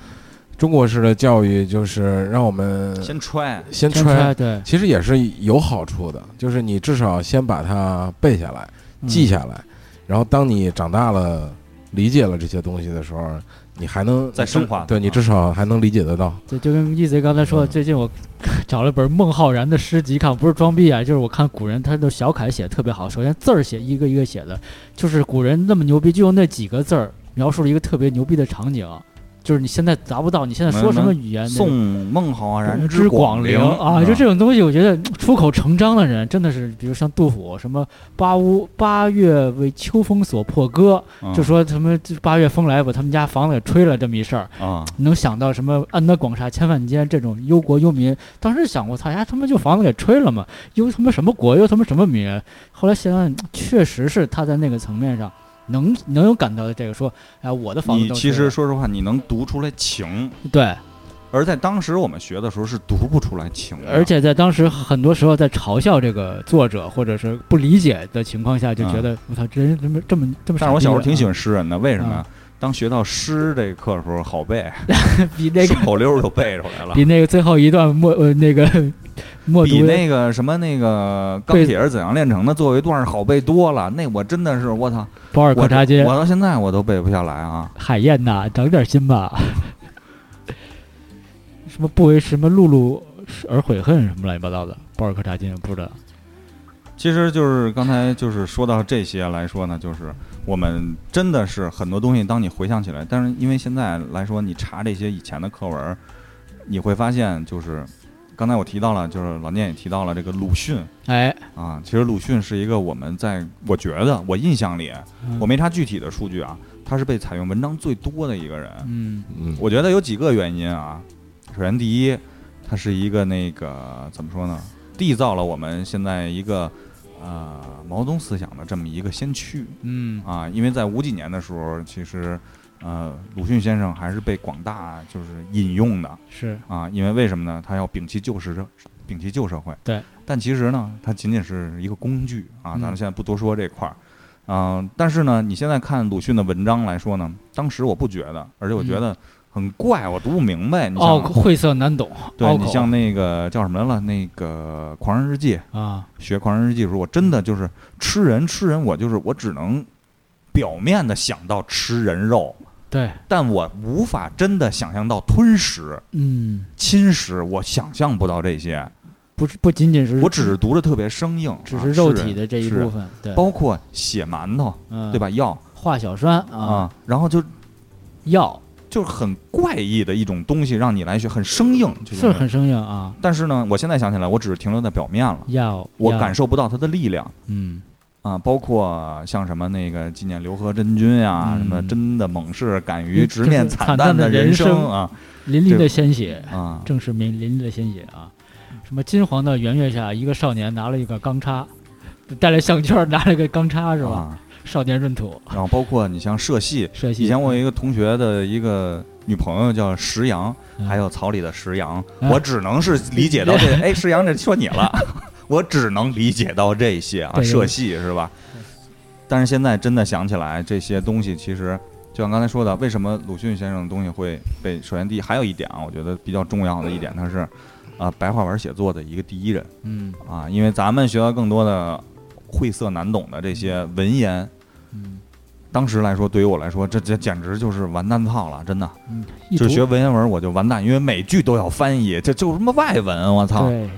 E: 中国式的教育，就是让我们
C: 先揣，
E: 先
A: 天
E: 揣
A: 才，对，
E: 其实也是有好处的，就是你至少先把它背下来、
A: 嗯
E: 记下来，然后当你长大了、理解了这些东西的时候，你还能
C: 再升华
E: 对你
C: 啊
E: 至少还能理解得到。
A: 对，就跟一贼刚才说的，
E: 嗯
A: 最近我 找了本孟浩然的诗集看，不是装逼啊，就是我看古人他的小楷写的特别好。首先字儿写一个一个写的，就是古人那么牛逼，就用那几个字儿描述了一个特别牛逼的场景，就是你现在达不到，你现在说什么语言？
C: 宋孟浩然
A: 之
C: 广
A: 陵啊，
C: 嗯
A: 就这种东西，我觉得出口成章的人真的是，比如像杜甫什么“八屋八月为秋风所破歌”，
C: 嗯
A: 就说什么这八月风来把他们家房子给吹了这么一事儿。
C: 啊，
A: 能想到什么“安得广厦千万间”这种忧国忧民？当时想过，他家他妈就房子给吹了嘛，忧他妈什么国，忧他妈什么民？后来想想，确实是他在那个层面上能能有感到的这个说，哎，我的房子
C: 你
A: 都
C: 其
A: 吹
C: 实哎
A: 了
C: 说实话，你能读出来情，
A: 对，
C: 而在当时我们学的时候是读不出来情的，
A: 而且在当时很多时候在嘲笑这个作者或者是不理解的情况下，就觉得我操，这人怎么这么这么傻逼啊？
C: 嗯但是我小时候挺喜欢诗人的，为什么呀
A: 啊？
C: 当学到诗这课的时候，好背，
A: 比那个
C: 顺口溜儿就背出来了。
A: 比那个最后一段默呃那个默
C: 比
A: 读的
C: 那个什么那个钢
A: 对
C: 铁是怎样炼成的作为段儿好背多了。那我真的是我操，
A: 保尔
C: 我
A: 柯察
C: 这
A: 金
C: 我、到现在我都背不下来啊。
A: 海燕呐，长点心吧。 什么不为什么碌碌而悔恨什么乱七八糟的，保尔柯察金不知道。
C: 其实就是刚才就是说到这些来说呢，就是我们真的是很多东西，当你回想起来，但是因为现在来说，你查这些以前的课文儿，你会发现就是刚才我提到了，就是老聂也提到了这个鲁迅
A: 哎，
C: 啊，其实鲁迅是一个我们在我觉得我印象里，我没查具体的数据啊，他是被采用文章最多的一个人。
A: 嗯
E: 嗯，
C: 我觉得有几个原因啊。首先，第一，它是一个那个怎么说呢，缔造了我们现在一个呃毛泽东思想的这么一个先驱
A: 嗯
C: 啊。因为在五几年的时候，其实呃鲁迅先生还是被广大就是引用的
A: 是
C: 啊。因为为什么呢？他要摒弃旧时社，摒弃旧社会。
A: 对。
C: 但其实呢，它仅仅是一个工具啊。
A: 嗯
C: 咱们现在不多说这块儿。嗯、但是呢，你现在看鲁迅的文章来说呢，当时我不觉得，而且我觉得很怪，我读不明白。你
A: 嗯拗
C: 像
A: 口哦晦涩难懂，
C: 对
A: 拗
C: 你
A: 口
C: 像那个叫什么来了？那个《狂人日记》，
A: 啊，
C: 学《狂人日记》的时候，我真的就是吃人吃人，我就是我只能表面的想到吃人肉，
A: 对，
C: 但我无法真的想象到吞食、
A: 嗯，
C: 侵蚀，我想象不到这些。
A: 不是不仅仅是
C: 我只是读的特别生硬，
A: 只
C: 啊
A: 是肉体的这一
C: 是
A: 部分，对，
C: 包括血馒头，
A: 嗯
C: 对？吧？药
A: 化小栓啊，
C: 啊，然后就
A: 药
C: 就是很怪异的一种东西，让你来学，很生硬，就是
A: 很生硬啊，
C: 但是呢，我现在想起来，我只是停留在表面了，
A: 药
C: 我
A: 药
C: 感受不到它的力量
A: 嗯
C: 啊。包括像什么那个纪念刘和真君
A: 嗯
C: 啊，什么真的猛士敢于直面
A: 就是
C: 惨
A: 惨淡
C: 的
A: 的人
C: 生
A: 生
C: 啊
A: 淋漓
C: 这
A: 的鲜血，
C: 啊，
A: 正是淋淋漓的鲜血啊。什么金黄的圆月下，一个少年拿了一个钢叉，带了项圈，拿了个钢叉是吧？
C: 啊
A: 少年闰土，
C: 然后包括你像社戏，
A: 射击。
C: 以前我有一个同学的一个女朋友叫石阳，
A: 嗯
C: 还有草里的石羊，
A: 嗯
C: 我只能是理解到 这，哎，石羊这说你了， 我只能理解到这些啊，
A: 对
C: 社戏是吧？但是现在真的想起来，这些东西其实就像刚才说的，为什么鲁迅先生的东西会被？首先第一，还有一点啊，我觉得比较重要的一点，他是啊、白话文写作的一个第一人
A: 嗯
C: 啊，因为咱们学到更多的晦涩难懂的这些文言，
A: 嗯
C: 当时来说，对于我来说，这这简直就是完蛋套了，真的。
A: 嗯，一
C: 就
A: 读
C: 学文言文我就完蛋，因为每句都要翻译，这就什么外文，我操，
A: 对，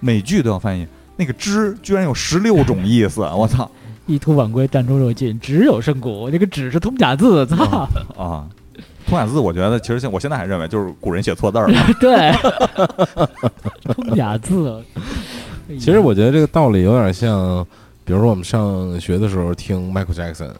C: 每句都要翻译。那个“之”居然有十六种意思，我操
A: 一吐晚归，淡出肉尽，只有胜骨。那个只是通假 字，操！
C: 啊！通假字，我觉得其实现我现在还认为就是古人写错字 儿了。
A: 对，通假字。哎呀
E: 其实我觉得这个道理有点像，比如说我们上学的时候听 Michael Jackson，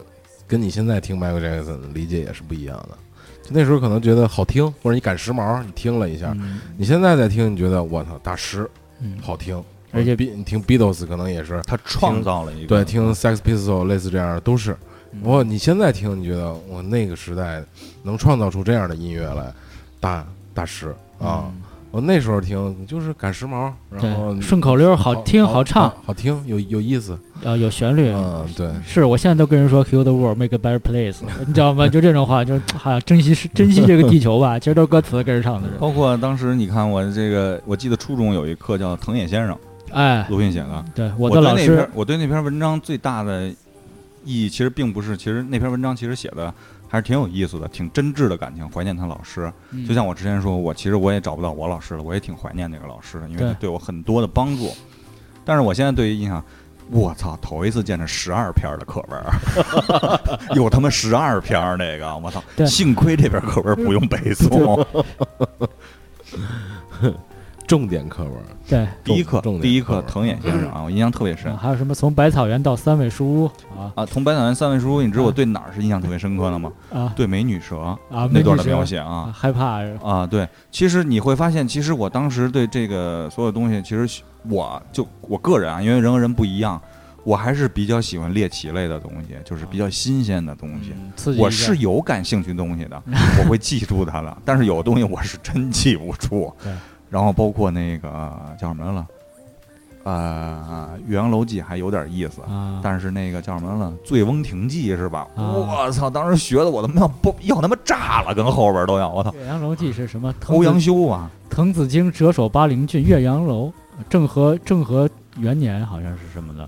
E: 跟你现在听 Michael Jackson 的理解也是不一样的。就那时候可能觉得好听，或者你赶时髦，你听了一下；
A: 嗯
E: 你现在再听，你觉得我操大师
A: 嗯，
E: 好听，
A: 而且
E: 比你听 Beatles 可能也是
C: 他创造了一个
E: 对，听 Sex Pistols 类似这样的都是。
A: 嗯
E: 我你现在听，你觉得我那个时代能创造出这样的音乐来，大大师啊！
A: 嗯
E: 我那时候听就是赶时髦，然后
A: 对，顺口溜好听
E: 好
A: 唱，，
E: 好听有有意思。
A: 呃，有旋律。
E: 嗯，对，
A: 是我现在都跟人说 “Heal the world, make a better place”，你知道吗？就这种话，就是哈，珍惜珍惜这个地球 吧。其实都是歌词跟人唱的是。
C: 包括当时你看我这个，我记得初中有一课叫藤野先生，
A: 哎，
C: 鲁迅写的。
A: 对，我
C: 我
A: 的
C: 对
A: 老
C: 那
A: 师
C: 篇，我对那篇文章最大的意义其实并不是，其实那篇文章其实写的还是挺有意思的，挺真挚的感情，怀念他老师。
A: 嗯
C: 就像我之前说，我其实我也找不到我老师了，我也挺怀念那个老师的，因为
A: 对
C: 他对我很多的帮助。但是我现在对于印象，我操，头一次见着十二篇的课文儿， 有他妈十二篇儿那个，我操！
A: 对
C: 幸亏这篇课文不用背诵。
E: 重点课文，
A: 对，
C: 第一课
E: 重，点
C: 第一课
E: 课文
C: 藤野先生啊，我印象特别深
A: 啊还有什么从百草园到三味书屋啊
C: 啊。从百草园三味书屋，你知道我对哪儿是印象特别深刻的吗？
A: 啊
C: 对美女蛇
A: 嗯啊！
C: 那
A: 美
C: 段
A: 女
C: 的
A: 蛇
C: 描写啊
A: 啊，。害怕
C: 啊，对，其实你会发现，其实我当时对这个所有东西，其实我就我个人啊，因为人和人不一样，我还是比较喜欢猎奇类的东西，就是比较新鲜的东西。
A: 嗯刺激一下。
C: 我是有感兴趣的东西的，我会记住它的，但是有的东西我是真记不住
A: 对。
C: 然后包括那个叫什么来了，呃，《岳阳楼记》还有点意思，
A: 啊，
C: 但是那个叫什么了，《醉翁亭记》是吧？
A: 啊
C: 我操，当时学的我他妈要不要他妈炸了，跟后边都要我操。
A: 岳阳楼记是什么？藤
C: 欧
A: 子
C: 阳修啊，
A: 滕子京折手巴陵郡岳阳楼，郑和郑和元年好像是什么的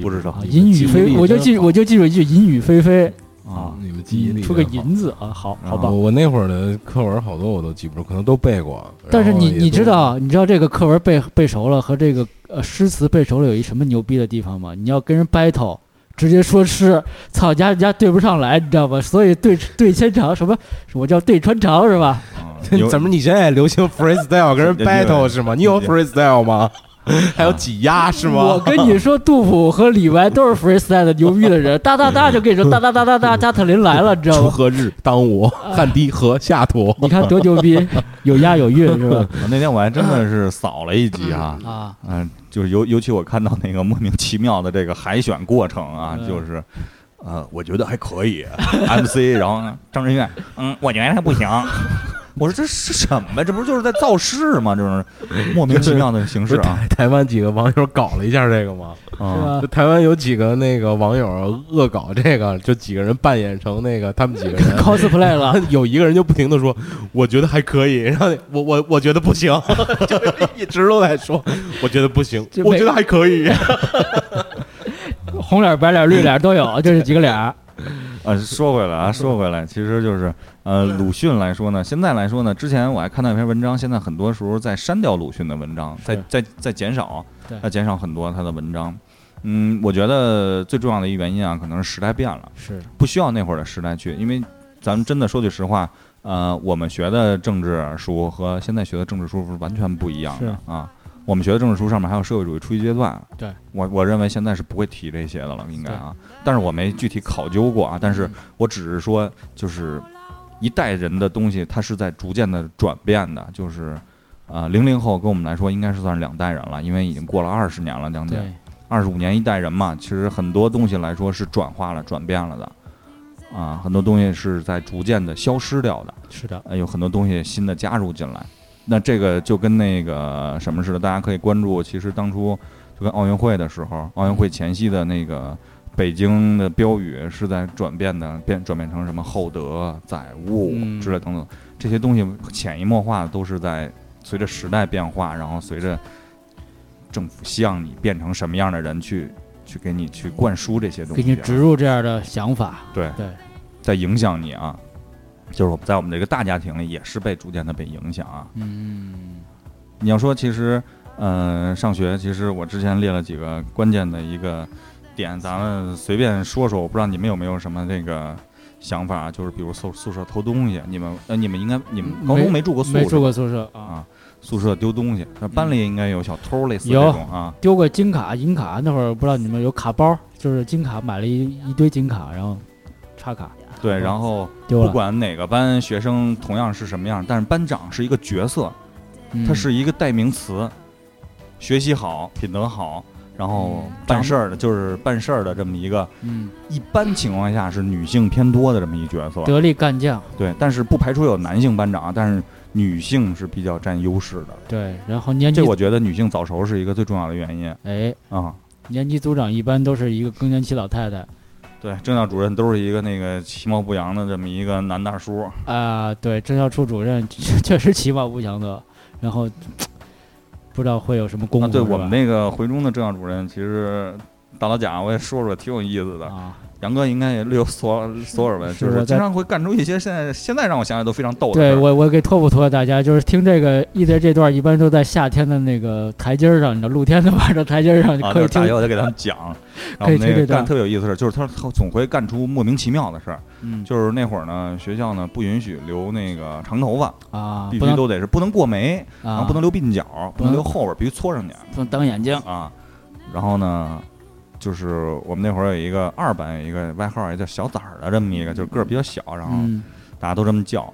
C: 不知道
A: 啊？淫雨霏，我就记我就记住一句淫雨霏霏，
C: 啊，
E: 你们记忆力
A: 出个
E: 真好
A: 银字啊，好
C: 啊
A: 好吧
E: 我。我那会儿的课文好多我都记不住，可能都背过。
A: 但是
E: 然后
A: 你
E: 也
A: 你
E: 都
A: 知道你知道这个课文背背熟了和这个呃诗词背熟了有一什么牛逼的地方吗？你要跟人 battle，直接说诗，操人家人家对不上来，你知道吗？所以对对千长什么我叫对穿肠是吧？
C: 啊
E: 怎 么你现在也流行 freestyle 跟人
C: 有有
E: battle 是吗？你
C: 有
E: 有 freestyle 吗？还有挤压是
A: 我
E: 吗？
A: 跟你说，杜甫和李白都是 freestyle 的牛逼的人，哒哒哒就跟你说哒哒哒哒哒，加特林来了，你 知道
E: 锄
A: 吗？
E: 禾日当午，汗滴禾下土。
A: 你看多牛逼，有押有韵是吧？
C: 那 天我还真的是扫了一集啊，
A: 啊，
C: 嗯、就是尤尤其我看到那个莫名其妙的这个海选过程啊，
A: 嗯
C: 就是。呃，我觉得还可以，MC，然后呢，张震岳，嗯，我觉得还不行。 我说这是什么？这不就是在造势吗？这种莫名其妙的形
E: 不
C: 式
E: 是
C: 啊
E: 台台湾几个网友搞了一下这个吗？
A: 是
C: 啊！
A: 吧
E: 就？台湾有几个那个网友恶搞这个，就几个人扮演成那个他们几个 人。
A: cosplay
E: 然
A: 了
E: 后，有一个人就不停的说，我觉得还可以， 然后那我我我觉得不行， 就是一直都在说，我觉得不行
A: 就，每
E: 我觉得还可以。
A: 红脸白脸绿脸都有，就这几个脸儿。
C: 呃，说回来啊，说回来，其实就是呃，鲁迅来说呢，现在来说呢，之前我还看到一篇文章，现在很多时候在删掉鲁迅的文章，在
A: 是
C: 在在减少
A: 对，
C: 在减少很多他的文章。嗯，我觉得最重要的一个原因啊，可能是时代变了，
A: 是
C: 不需要那会儿的时代去，因为咱们真的说句实话，呃，我们学的政治书和现在学的政治书是完全不一样的啊。我们学的政治书上面还有社会主义初级阶段，
A: 对
C: 我我认为现在是不会提这些的了，应该啊，但是我没具体考究过啊，但是我只是说，就是一代人的东西，它是在逐渐的转变的，就是。啊，零零后跟我们来说应该是算是两代人了，因为已经过了二十年了，将
A: 嗯
C: 近
A: 对
C: 二十五年一代人嘛，其实很多东西来说是转化了、转变了的，啊，很多东西是在逐渐的消失掉的，
A: 是的，
C: 呃有很多东西新的加入进来。那这个就跟那个什么似的，大家可以关注，其实当初就跟奥运会的时候，奥运会前夕的那个北京的标语是在转变的，变转变成什么厚德载物
A: 嗯
C: 之类等等，这些东西潜移默化的都是在随着时代变化，然后随着政府希望你变成什么样的人去去给你去灌输这些东西
A: 给
C: 啊，
A: 你植入这样的想法，
C: 对
A: 对，
C: 在影响你啊，就是我们在我们这个大家庭里也是被逐渐的被影响啊。
A: 嗯，
C: 你要说其实，呃，上学其实我之前列了几个关键的一个点，咱们随便说说，我不知道你们有没有什么这个想法，就是比如宿宿舍偷东西，你们呃你们应该你们高中没住过宿
A: 没
C: 舍
A: 住过宿舍啊，
C: 啊，宿舍丢东西，那班里应该有小偷类似这
A: 有
C: 种啊，
A: 丢过金卡、银卡，那会儿不知道你们有卡包，就是金卡买了一一堆金卡，然后插卡
C: 对，然后
A: 丢
C: 不
A: 了，
C: 管哪个班学生同样是什么样，但是班长是一个角色，
A: 嗯
C: 它是一个代名词，学习好、品德好，然后
A: 嗯
C: 办事儿的，就是办事儿的这么一个，
A: 嗯
C: 一般情况下是女性偏多的这么一角色。
A: 得力干将，
C: 对，但是不排除有男性班长，但是女性是比较占优势的。
A: 对，然后年级
C: 这我觉得女性早熟是一个最重要的原因
A: 哎，
C: 啊。
A: 年级组长一般都是一个更年期老太太
C: 对，政教主任都是一个那个其貌不扬的这么一个男大叔，
A: 啊、对，政校处主任 确实其貌不扬的，然后不知道会有什么功夫、
C: 啊，对
A: 是吧
C: 我们那个回中的政教主任，其实大老贾我也说说，挺有意思的。
A: 啊，
C: 杨哥应该也略有所所耳闻，
A: 是
C: 就
A: 我
C: 是
A: 在
C: 经常会干出一些现在现在让我想想都非常逗的事
A: 对
C: 儿。
A: 我我给托付托付大家，就是听这个一在这段一般都在夏天的那个台阶儿上，你知道露天的晚上台阶儿上
C: 啊，
A: 可以
C: 就是
A: 听，
C: 大爷我得给他们讲，然后
A: 可以
C: 我们那
A: 听
C: 个
A: 这段
C: 干特别有意思的事儿，就是他他总会干出莫名其妙的事儿。
A: 嗯
C: 就是那会儿呢，学校呢不允许留那个长头发，
A: 啊，
C: 必
A: 不
C: 须
A: 能
C: 都得是不能过眉，然
A: 啊
C: 后不能留鬓角，不能
A: 嗯
C: 留后边，必须搓上点儿
A: 不能当眼睛
C: 啊。然后呢，就是我们那会儿有一个二班有一个外号也叫小崽儿的这么一个，就是个儿比较小，然后
A: 嗯
C: 大家都这么叫。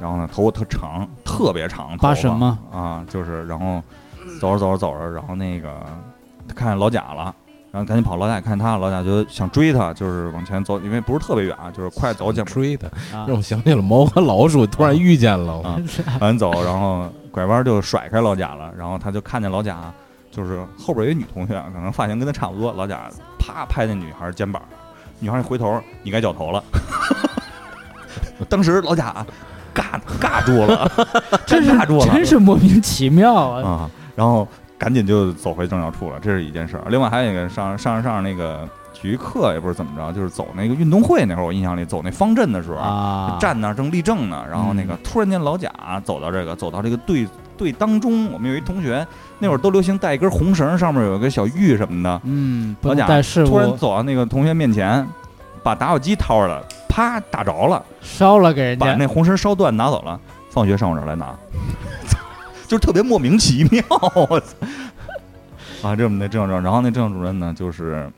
C: 然后呢，头发特长，特别长，
A: 八
C: 头发
A: 神吗？
C: 啊，就是然后走着走着走着，然后那个看见老贾了，然后赶紧跑，老贾看见他了，老贾就想追他，就是往前走，因为不是特别远啊，就是快走几步，
E: 追的，
A: 啊
E: 让我想起了猫和老鼠，突然遇见了。
C: 啊 往前走，然后拐弯就甩开老贾了，然后他就看见老贾，就是后边有一女同学，啊可能发型跟他差不多，老贾啪拍那女孩肩膀，女孩一回头，你该绞头了。 当时老贾尬尬住了，
A: 真是
C: 尬住了，
A: 真是莫名其妙啊！
C: 啊，然后赶紧就走回政教处了，这是一件事儿。另外还有一个上上上那个体育课也不是怎么着，就是走那个运动会那会儿，我印象里走那方阵的时候，
A: 啊，嗯
C: 站那儿正立正呢，然后那个突然间老贾走到这个走到这个队队当中，我们有一同学那会儿都流行带一根红绳，上面有一个小玉什么的，
A: 嗯，不
C: 老
A: 能
C: 贾
A: 带事
C: 突然
A: 物
C: 走到那个同学面前，把打火机掏出来，啪打着了。
A: 烧了给人
C: 把
A: 家，
C: 那红绳烧断拿走了，放学上我这儿来拿， 就是特别莫名其妙。 我操！啊，这我们那政教主任，然后那政教主任呢，就是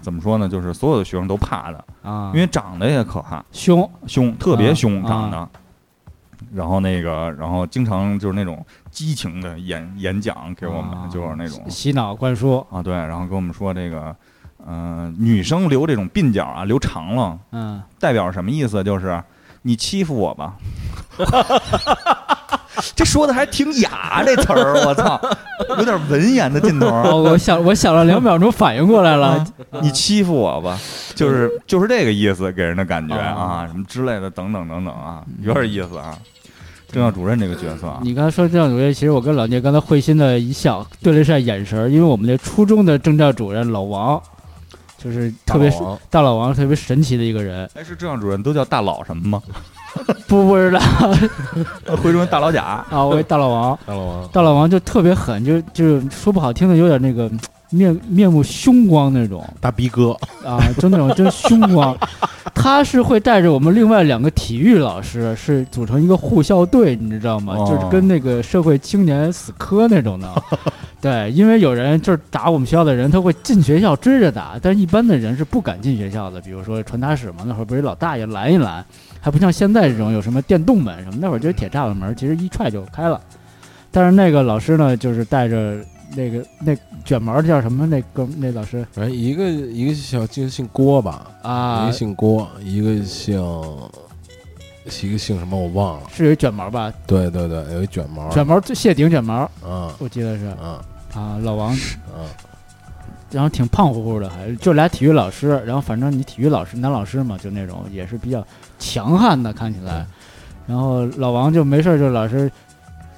C: 怎么说呢，就是所有的学生都怕他，
A: 啊，
C: 因为长得也可怕，
A: 凶
C: 凶，特别凶，
A: 啊
C: 长得。然后那个，然后经常就是那种激情的演演讲给我们，
A: 啊
C: 就是那种
A: 洗脑灌输，
C: 啊，对，然后跟我们说这个，嗯，女生留这种鬓角啊，留长了，
A: 嗯，
C: 代表什么意思？就是你欺负我吧。 这说的还挺雅，这词儿我操，有点文言的劲头啊儿。
A: 哦，我想我想了两秒钟，反应过来了
C: 啊，你欺负我吧，就是就是这个意思，给人的感觉
A: 啊
C: 啊，什么之类的，等等等等啊，
A: 嗯
C: 有点意思啊。政教主任这个角色啊，
A: 你刚才说政教主任，其实我跟老聂刚才会心的一笑，对了一下眼神儿，因为我们那初中的政教主任老王，就是特别
E: 大老王
A: 大老王特别神奇的一个 人，
C: 哎，是这样，主任都叫大佬什么吗？
A: 不不知道呃
C: 徽州人大佬甲，
A: 啊，我以为大老王，
E: 大老王，
A: 大老王就特别狠，就就是说不好听的，有点那个嗯面面目凶光那种
E: 大逼哥，
A: 啊，就那种真凶光。他是会带着我们另外两个体育老师，是组成一个护校队，你知道吗？
C: 哦
A: 就是跟那个社会青年死磕那种的。对，因为有人就是打我们学校的人，他会进学校追着打，但一般的人是不敢进学校的。比如说传达室嘛，那会儿不是老大爷拦一拦，还不像现在这种有什么电动门什么，那会儿就是铁栅栏门，其实一踹就开了。但是那个老师呢，就是带着那个那卷毛叫什么那哥们那老师
E: 反正一个一个小就姓郭吧，一
A: 啊
E: 个，姓郭，一个姓一个姓什么我忘了。
A: 是有一卷毛吧？
E: 对对对，有一卷毛，
A: 卷毛最谢顶卷毛，
E: 嗯
A: 我记得是
E: 嗯
A: 啊，老王，
E: 嗯，
A: 然后挺胖乎乎的，还就俩体育老师，然后反正你体育老师男老师嘛，就那种也是比较强悍的，看起来。然后老王就没事儿就老是，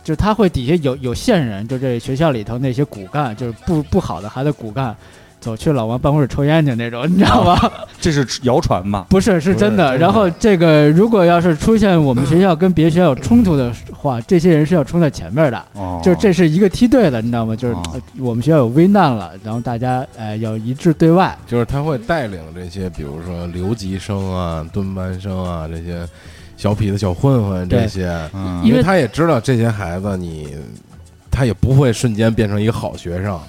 A: 就他会底下有有线人，就这学校里头那些骨干，就是不不好的孩子骨干。走去老王办公室抽烟去那种，你知道 吧？
C: 这是谣传吧？
A: 啊不是，是真的。
E: 真的
A: 然后这个如果要是出现我们学校跟别的学校有冲突的话，这些人是要冲在前面的。
C: 哦，
A: 就是这是一个梯队的，你知道吗？就是
C: 哦
A: 呃我们学校有危难了，然后大家呃要一致对外。
E: 就是他会带领这些，比如说留级生啊、蹲班生啊这些小痞子、小混混这
A: 对
E: 些，
C: 嗯，
A: 因为
E: 他也知道这些孩子你，他也不会瞬间变成一个好学生，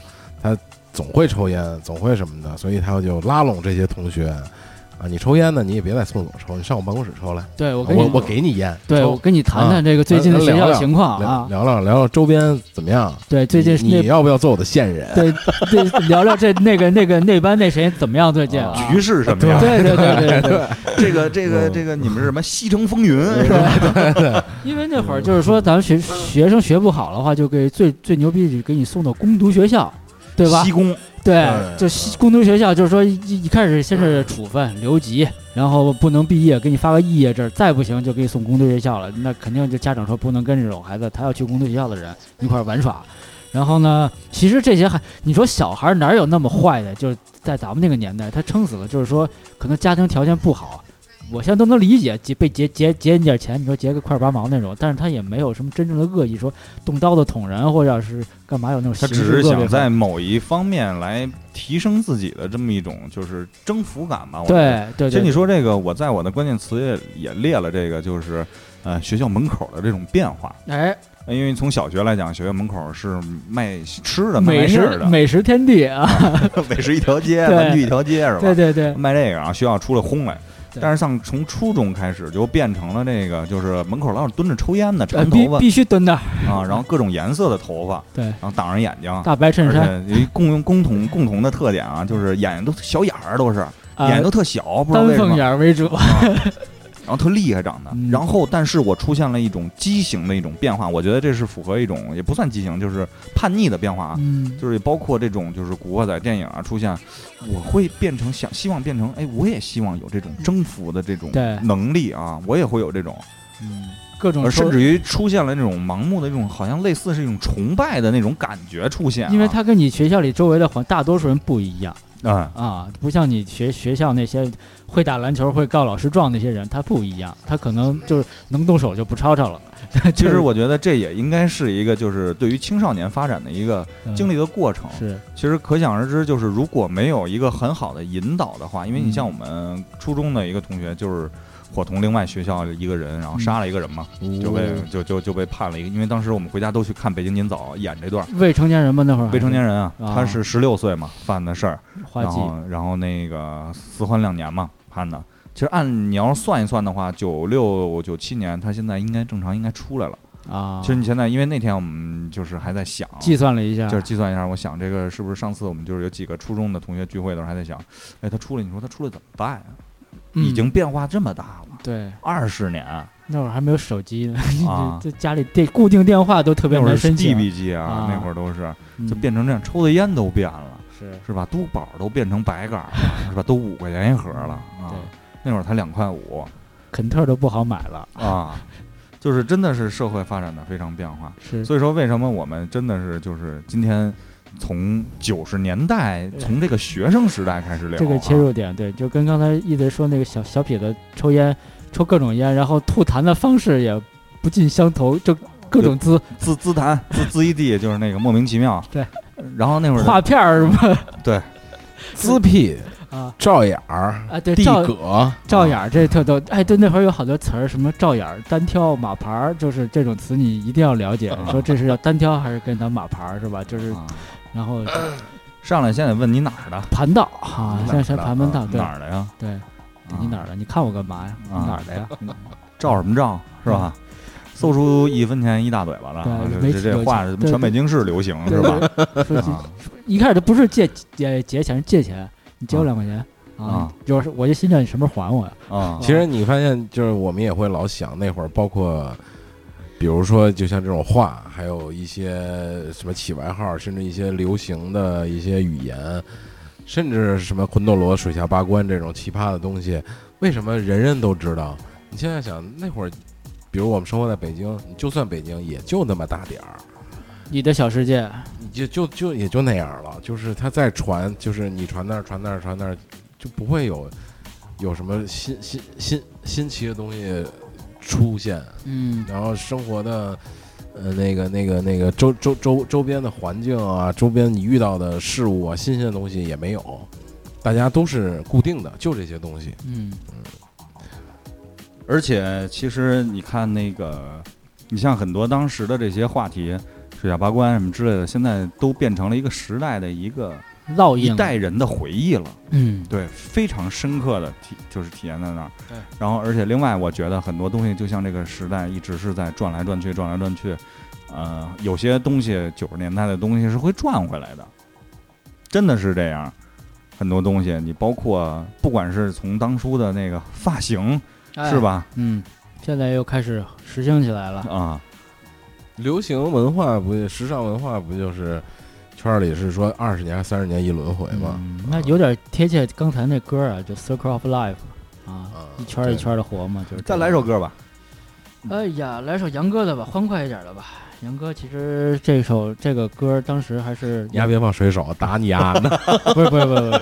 E: 他总会抽烟，总会什么的，所以他就拉拢这些同学啊，你抽烟呢，你也别在厕所抽，你上我办公室抽来，
A: 对啊我跟你
E: 我我给你烟，
A: 对
E: 抽
A: 我跟你谈谈这个最近的学校情况
E: 啊聊
A: 啊。
E: 聊聊聊周边怎么样？
A: 对，最近是
E: 你你
A: 那
E: 要不要做我的线人？
A: 对对聊聊这那个那个那班那谁怎么样最近啊？
C: 局势什么样？
A: 对对对对 对，
G: 这个这个
E: 嗯
G: 这个，你们是什么西城风云？
A: 因为那会儿就是说咱们学学生学不好的话，就给最最牛逼就给你送到工读学校，对吧
C: 西？宫
A: 对
E: 嗯，
A: 就西工读学校，就是说一一开始先是处分留级，然后不能毕业，给你发个肄业证，再不行就给你送工读学校了。那肯定就家长说不能跟这种孩子，他要去工读学校的人一块儿玩耍。然后呢，其实这些孩，你说小孩哪有那么坏的？就是在咱们那个年代，他撑死了，就是说可能家庭条件不好，我现在都能理解，劫被劫劫劫你点钱，你说劫个块八毛那种，但是他也没有什么真正的恶意，说动刀子捅人或者是干嘛有那种
C: 他
A: 形
C: 只
A: 式恶
C: 是
A: 劣
C: 想
A: 犯罪
C: 在某一方面来提升自己的这么一种就是征服感吧。我觉得，
A: 对对对，
C: 其实你说这个，我在我的关键词也也列了这个，就是呃学校门口的这种变化。
A: 哎。
C: 呃因为从小学来讲，学校门口是卖吃的、卖
A: 美
C: 玩意儿
A: 食
C: 的，
A: 美食天地啊，
G: 美食一条街，
A: 对
G: 玩具一条街，是吧？
A: 对对对，
C: 卖这个啊，学校出来轰来。
A: 对
C: 但是像从初中开始就变成了这个，就是门口老是蹲着抽烟
A: 呃
C: 的长
A: 必
C: 头发
A: 必须蹲那儿，
C: 啊，然后各种颜色的头发，
A: 对
C: 然后挡着眼睛，
A: 大白衬
C: 而
A: 衫
C: 且有一共用共同共同的特点啊，就是眼睛都小眼儿都是，
A: 啊，
C: 眼睛都特小，不知道
A: 丹
C: 为什
A: 凤
C: 么，啊
A: 眼儿为主，
C: 然后特厉害长得
A: 嗯。
C: 然后，但是我出现了一种畸形的一种变化，我觉得这是符合一种也不算畸形，就是叛逆的变化啊。
A: 嗯，
C: 就是包括这种就是古惑仔电影啊出现，我会变成想希望变成哎，我也希望有这种征服的这种
A: 对
C: 能力啊，我也会有这种，
A: 各种
C: 而
A: 抽
C: 甚至于出现了那种盲目的这种好像类似是一种崇拜的那种感觉出现、啊，
A: 因为他跟你学校里周围的环大多数人不一样
C: 啊、
A: 啊，不像你学学校那些会打篮球、会告老师状那些人，他不一样，他可能就是能动手就不吵吵了。
C: 其实我觉得这也应该是一个就是对于青少年发展的一个经
A: 历
C: 历的过程，
A: 嗯是
C: 其实可想而知，就是如果没有一个很好的引导的话，因为你
A: 嗯
C: 像我们初中的一个同学，就是伙同另外学校的一个人，然
A: 嗯
C: 后杀了一个人嘛，
A: 哦
C: 就被就就就被判了一个。因为当时我们回家都去看《北京今早》演这段儿，
A: 未成年人嘛，那会儿还是
C: 未成年人啊，
A: 啊
C: 他是十六岁嘛犯的事儿，
A: 花
C: 然
A: 季，
C: 后然后那个死缓两年嘛判的。其实按你要算一算的话，九六九七年，他现在应该正常应该出来了。
A: 啊
C: 其，实你现在，因为那天我们就是还在想，啊
A: 计算了一下，
C: 就是计算一下，我想这个是不是上次我们就是有几个初中的同学聚会的时候还在想，哎，他出来，你说他出来怎么办呀？
A: 嗯
C: 已经变化这么大了，
A: 对，
C: 二十年，
A: 那会儿还没有手机呢，
C: 啊
A: 这这家里电固定电话都特别
C: 那会
A: 难
C: 儿是
A: 申请
C: DB 机啊
A: 啊，
C: 那会儿都是
A: 嗯
C: 就变成这样，抽的烟都变了，
A: 是
C: 是吧？都宝都变成白杆儿了，是吧？都五块钱一盒了啊
A: 对，
C: 那会儿才两 块五
A: 肯特都不好买了，
C: 啊，就是真的是社会发展的非常变化。
A: 是
C: 所以说，为什么我们真的是就是今天从九十年代，
A: 对
C: 从这个学生时代开始聊啊，
A: 这个切入点，对，就跟刚才一直说那个小小痞子抽烟，抽各种烟，然后吐痰的方式也不尽相同，就各种滋
C: 自自弹自自一地，就是那个莫名其妙。
A: 对，
C: 然后那会
A: 画
C: 儿啊
A: 片儿什么
G: 滋屁、
A: 啊
G: 照眼
C: 嗯
G: 儿、
A: 啊，对，
G: 地
A: 照
G: 葛、
A: 照眼儿这特逗，哎，对，那会儿有好多词儿，什么照眼儿、单挑、马牌儿，就是这种词你一定要了
C: 嗯
A: 解，说这是要单挑还是跟他马牌儿是吧？就是
C: 啊
A: 然后
C: 上来先得问你哪儿的，
A: 盘道哈，现在是盘门道，对
C: 哪儿的呀？
A: 对，
C: 啊
A: 你哪儿的？你看我干嘛呀？你
C: 啊
A: 哪儿的呀？
C: 照什么照是吧？搜出一分钱一大嘴巴
A: 对
C: 子，
A: 没
C: 这这这话
A: 有
C: 是
A: 对
C: 全北京市流行
A: 对
C: 是吧？
A: 说
C: 啊
A: 一开始就不是借借劫钱，是借钱，你借我两块钱
C: 啊，
A: 就是我就心想你什么时候还我呀？
C: 啊
G: 其实你发现，就是我们也会老想那会儿，包括比如说，就像这种话，还有一些什么起外号，甚至一些流行的一些语言，甚至什么魂斗罗、水下八关这种奇葩的东西，为什么人人都知道？你现在想，那会儿，比如我们生活在北京，你就算北京也就那么大点儿，
A: 你的小世界，
G: 你就就就也就那样了。就是它再传，就是你传那儿传那儿传那儿，就不会有有什么新新新新奇的东西出现。
A: 嗯，
G: 然后生活的呃那个那个那个周周周周边的环境啊，周边你遇到的事物啊，新鲜的东西也没有，大家都是固定的，就这些东西。
A: 嗯，
C: 而且其实你看那个，你像很多当时的这些话题，水下八关什么之类的，现在都变成了一个时代的一个
A: 烙
C: 一
A: 印，
C: 代人的回忆了。
A: 嗯，
C: 对，非常深刻的体就是体验在那儿。
A: 对，
C: 然后而且另外，我觉得很多东西就像这个时代一直是在转来转去，转来转去。呃，有些东西九十年代的东西是会转回来的，真的是这样。很多东西，你包括不管是从当初的那个发型是？吧，
A: 嗯，现在又开始实行起来了，
C: 啊，
G: 流行文化不就时尚文化不就是圈儿里是说二十年三十年一轮回吗？
A: 嗯，那有点贴切刚才那歌啊，就《Circle of Life》啊，
G: 啊，
A: 一圈儿一圈儿的活嘛，就是
J: 再来首歌吧，
A: 哎呀，来首杨哥的吧，欢快一点的吧。杨哥其实这首这个歌当时还是
G: 你还别放水手，打你丫 的！
A: 不是不是不是不是，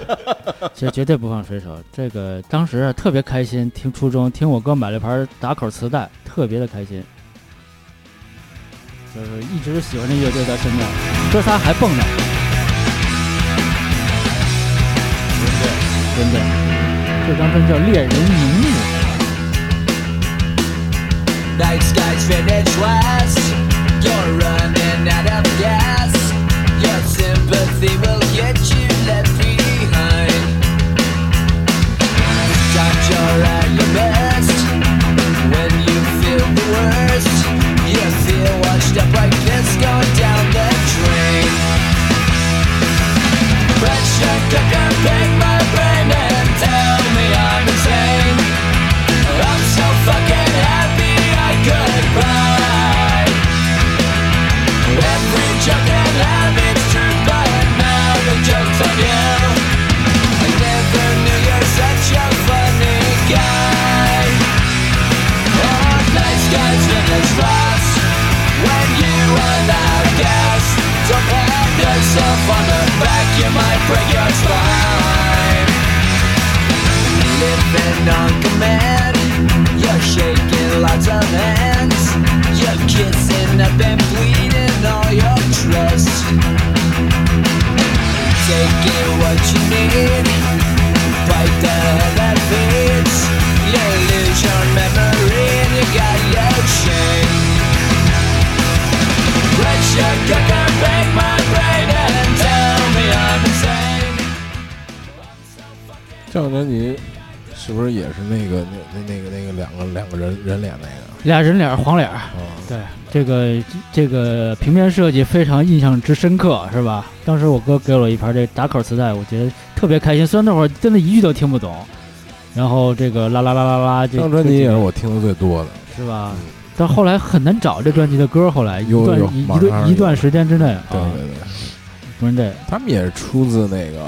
A: 其实绝对不放水手。这个当时啊特别开心，听初中听我哥买了盘打口磁带，特别的开心，就是一直喜欢这乐队到现在，哥仨还蹦呢。真的，这张专辑叫《猎人名目》。
I: Night sky's finished last. You're running out of gas. Your sympathy will get you left behind. Stop your at your best. When you feel the worst, you feel washed up like this going down the drain. Pressure cooker, bake my brain and tell me I'm insane. I'm so fucking happy I could cry. Every joke and laugh, it's true, but now the joke's on you. I never knew you're such a funny guy. Oh, nice guys finish last when you run out of gas. Don't pat yourself on the back, you might break your spine living on command. You're shaking lots of hands. You're kissing up and bleeding all your trust. Taking what you need. Bite the hand that feeds. You lose your memory and you got your shame. Pressure cooker, break my brain and tell me I'm insane.
G: 这张专辑是不是也是那个那那那个那个两个两个人人脸那个？
A: 俩人脸儿黄脸儿，
C: 哦
G: 嗯
A: 对这个这个平面设计非常印象之深刻，是吧？当时我哥给我一盘这打口磁带，我觉得特别开心。虽然那会儿真的一句都听不懂，然后这个啦啦啦啦啦，这
G: 这张专辑也是我听的最多的。
A: 是吧？但后来很难找这专辑的歌，后来一
G: 有
A: 段
G: 有
A: 一一
G: 马上
A: 段一
G: 有
A: 段时间之内啊，
G: 对对对，
A: 不是这
G: 他们也是出自那个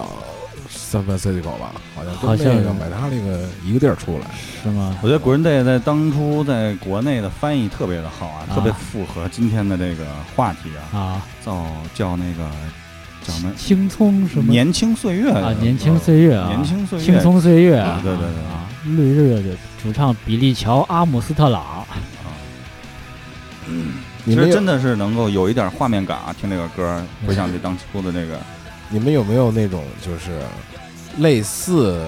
G: San Francisco 吧？好像
A: 好
G: 跟
A: 像
G: 那
A: 是
G: 个买他那个一个地儿出来。
A: 是吗？
C: 我觉得《国人队》在当初在国内的翻译特别的好啊，
A: 啊
C: 特别符合今天的这个话题啊，
A: 啊，
C: 叫叫那个掌门
A: 青葱什么
C: 嗯年轻岁月
A: 啊，年轻岁月啊，
C: 年轻岁月
A: 青葱岁月啊
C: 啊，，对对对，
A: 啊，绿日的主唱比利乔阿姆斯特朗，
G: 你
C: 其
G: 们
C: 实
G: 有
C: 真的是能够有一点画面感啊！听这个歌，回想起当初的那个，
G: 你们有没有那种就是类似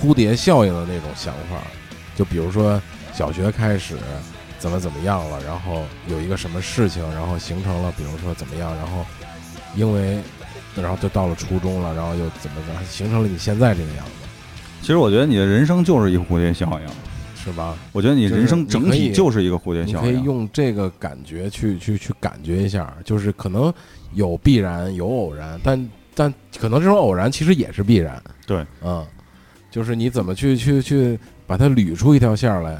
G: 蝴蝶效应的那种想法？就比如说小学开始怎么怎么样了，然后有一个什么事情，然后形成了比如说怎么样，然 后因为然后就到了初中了，然后又怎么怎么形成了你现在这个样子，
C: 其实我觉得你的人生就是一个蝴蝶效应，
G: 是吧？
C: 我觉得你人生整体
G: 就
C: 就是一个蝴蝶
G: 你
C: 效
G: 可以
C: 应。
G: 用这个感觉去去去感觉一下，就是可能有必然，有偶然，但但可能这种偶然其实也是必然。
C: 对，
G: 嗯，就是你怎么去去去把它捋出一条线儿来。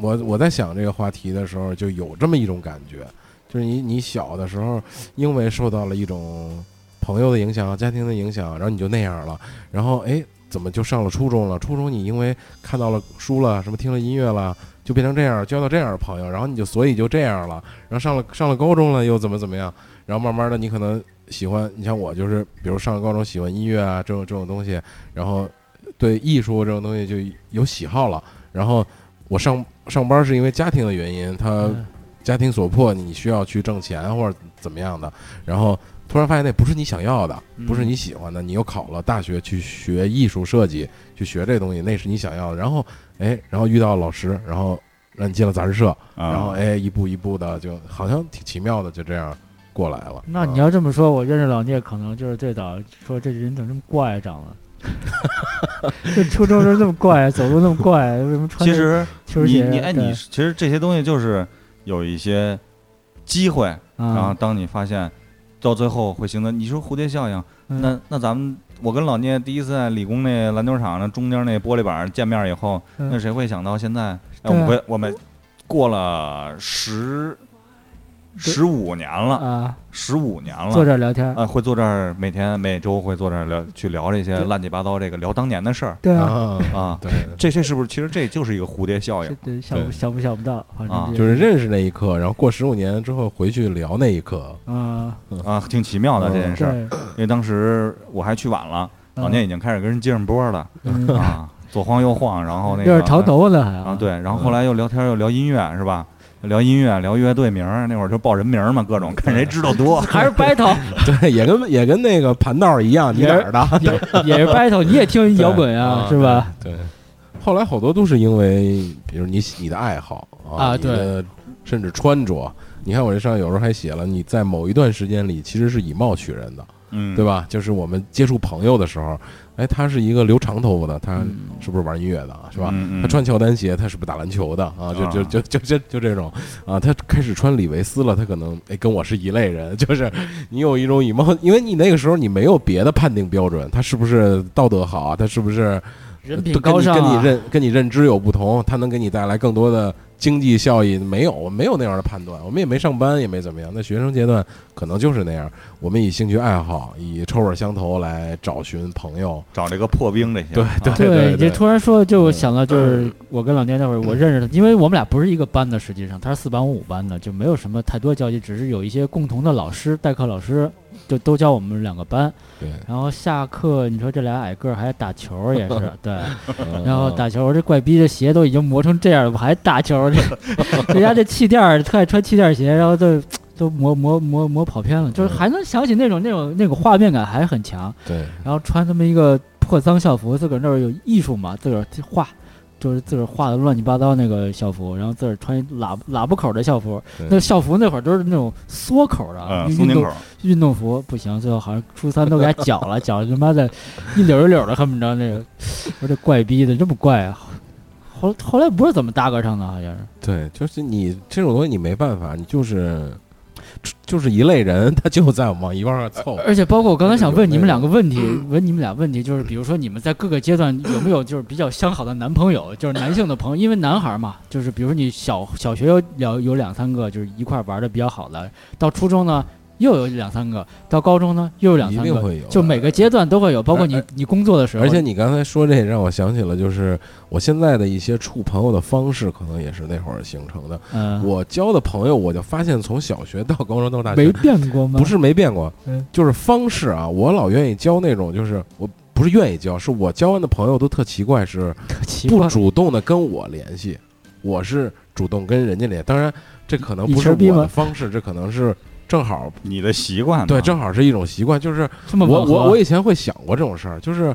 G: 我我在想这个话题的时候，就有这么一种感觉，就是你你小的时候，因为受到了一种朋友的影响、家庭的影响，然后你就那样了，然后哎，怎么就上了初中了？初中你因为看到了书了，什么听了音乐了，就变成这样，交到这样的朋友，然后你就所以就这样了，然后上了上了高中了又怎么怎么样，然后慢慢的你可能喜欢，你像我就是，比如上了高中喜欢音乐啊这种这种东西，然后对艺术这种东西就有喜好了，然后我上上班是因为家庭的原因，他
A: 嗯
G: 家庭所迫，你需要去挣钱或者怎么样的，然后突然发现那不是你想要的，
A: 嗯
G: 不是你喜欢的，你又考了大学去学艺术设计，去学这东西，那是你想要的，然后哎，然后遇到老师，然后让你进了杂志社，然后
C: 啊，
G: 哎，一步一步的就好像挺奇妙的，就这样过来了。
C: 啊
A: 那你要这么说，我认识老聂可能就是最早说这人怎么这么怪啊长得， 这初中时候这么怪，走路那么怪，为什么穿
C: 啊其
A: 那
C: 实
A: 球
C: 你
A: 鞋？
C: 你哎，
A: 对
C: 你其实这些东西就是有一些机会，然后
A: 啊，
C: 当你发现到最后会形成，你说蝴蝶效应，
A: 嗯
C: 那那咱们我跟老聂第一次在理工那篮球场那中间那玻璃板儿见面以后，
A: 嗯
C: 那谁会想到现在？哎，我
A: 对啊
C: 们回我们过了十十五年了，
A: 啊，
C: 十五年了，
A: 坐这儿聊天儿，
C: 啊，会坐这儿每天每周会坐这儿聊去聊这些
A: 对
C: 乱七八糟这个聊当年的事儿
A: 对啊，
G: 啊，
C: 啊，
G: 对，
C: 这这是不是其实这就是一个蝴蝶效
A: 这
C: 应？
A: 这想不
G: 对
A: 想不想不到，反
C: 啊
A: 正
G: 就是认识那一刻，然后过十五年之后回去聊那一刻，
A: 啊，
C: 啊，挺奇妙的这件事儿，
A: 嗯对，
C: 因为当时我还去晚了，老聂已经开始跟人接上波 了
A: 嗯
C: 啊，左晃右晃，然后那
A: 有
C: 个
A: 点长头发呢还
C: 啊，对，然后后来又聊天又聊音乐是吧？聊音乐，聊乐队名儿，那会儿就报人名儿嘛，各种看谁知道多。
A: 还是 battle，
G: 对，也跟也跟那个盘道儿一样，你
A: 也
G: 哪
A: 是
G: 儿的？
A: 也也是 battle，你也听摇滚啊，是吧？？
G: 对。 后来好多都是因为，比如你喜你的爱好
A: 啊
G: 你的甚至穿着。你看我这上有时候还写了，你在某一段时间里其实是以貌取人的，
C: 嗯，
G: 对吧？就是我们接触朋友的时候，哎，他是一个留长头发的，他
A: 嗯
G: 是不是玩音乐的，啊是吧？
C: 嗯？嗯
G: 他穿乔丹鞋，他是不是打篮球的啊？就就就就就就这种啊，他开始穿李维斯了，他可能哎跟我是一类人，就是你有一种以貌，因为你那个时候你没有别的判定标准，他是不是道德好啊？他是不是
A: 人
G: 对
A: 品高尚
G: 跟你跟
A: 啊
G: 你，认跟你认知有不同，他能给你带来更多的经济效益？没有，我没有那样的判断，我们也没上班，也没怎么样。那学生阶段可能就是那样，我们以兴趣爱好，以臭味相投来找寻朋友。
C: 找这个破冰这些，
G: 对
C: 啊
G: 对
A: 对，
G: 对嗯
A: 这突然说，就想到就是我跟老聂那会儿，我认识他，因为我们俩不是一个班的，实际上他是四班我五班的，就没有什么太多交集，只是有一些共同的老师，代课老师就都教我们两个班。
G: 对，
A: 然后下课，你说这俩矮个儿还打球儿也是对，
G: 嗯
A: 然后打球儿这怪逼的鞋都已经磨成这样了，我还打球儿，这 人家这气垫儿特爱穿气垫儿鞋，然后就都磨磨磨磨跑偏了，
G: 嗯
A: 就是还能想起那种那种那种画面感还很强。
G: 对，
C: 嗯
A: 然后穿这么一个破脏校服，自个儿那儿有艺术嘛，自个儿画，就是自个儿画的乱七八糟那个校服，然后自个儿穿一喇喇叭口的校服
G: 对，
A: 那校服那会儿都是那种缩口的、
C: 呃，
A: 运运
C: 松井
A: 动
C: 口，
A: 运动服，不行，最后好像初三都给他绞了，绞了他妈的一绺一绺的，恨不着那个，我说这怪逼的这么怪啊！后后来不是怎么搭个上的，好像是
G: 对，就是你这种东西你没办法，你就是就是一类人，他就在往一块儿凑。
A: 而且包括我刚才想问你们两个问题
G: 有那，
A: 问你们俩问题，就是比如说你们在各个阶段有没有就是比较相好的男朋友，就是男性的朋友，因为男孩嘛，就是比如说你小小学有两有两三个就是一块玩的比较好的，到初中呢又有两三个，到高中呢又有两三
G: 一定
A: 个，
G: 会有的，
A: 就每个阶段都会有，包括你
G: 而
A: 你工作的时候，
G: 而且你刚才说这也让我想起了，就是我现在的一些处朋友的方式，可能也是那会儿形成的。
A: 嗯，
G: 我交的朋友，我就发现从小学到高中到大
A: 没
G: 学，
A: 变过吗？
G: 不，是没变过
A: 嗯，
G: 就是方式啊。我老愿意交那种，就是我不是愿意交，是我交完的朋友都特奇怪，是
A: 奇
G: 不
A: 怪，
G: 主动的跟我联系，我是主动跟人家联系。当然，这可能不是
A: 你吃逼
G: 我
A: 吗
G: 的方式，这可能是正好
C: 你的习惯呢
G: 对，正好是一种习惯，就是
A: 这么
G: 我
A: 吻合
G: 我我以前会想过这种事儿，就是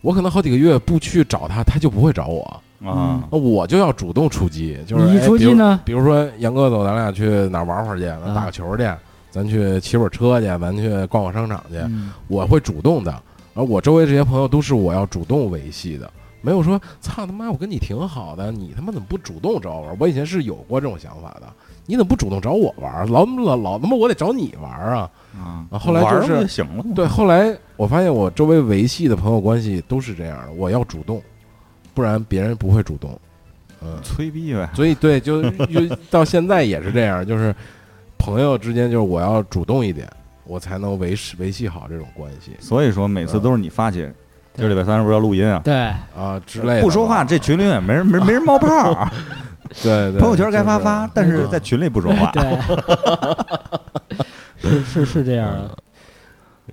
G: 我可能好几个月不去找他，他就不会找我，
C: 啊
A: 嗯，
G: 那我就要主动出击，就是
A: 你一
G: 哎
A: 出
G: 比
A: 击啊
G: 如
A: 呢
G: 比如说杨哥走，咱俩去哪儿玩会儿去，咱打个球去，咱去骑会儿车去，咱去逛逛商场去，
A: 嗯
G: 我会主动的。而我周围这些朋友都是我要主动维系的，没有说操他妈我跟你挺好的，你他妈怎么不主动找我玩儿？我以前是有过这种想法的，你怎么不主动找我玩儿？老老老他妈我得找你玩儿啊！
C: 啊
G: 啊后来就
C: 玩儿
G: 是
C: 不行了嘛，
G: 对，后来我发现我周围维系的朋友关系都是这样的，我要主动，不然别人不会主动。嗯，
C: 催逼呗，
G: 所以对，就就到现在也是这样， 就是朋友之间就是我要主动一点，我才能维持维系好这种关系
C: 所以说每次都是你发起。这礼拜三是不是要录音啊？
A: 对，
G: 啊之类的吧。
C: 不说话，这群里也没人没人没人冒泡儿。
G: 对对，
C: 朋友圈该发
G: 就是
C: 发，但是在群里不说话。
A: 对， 是是是这样的，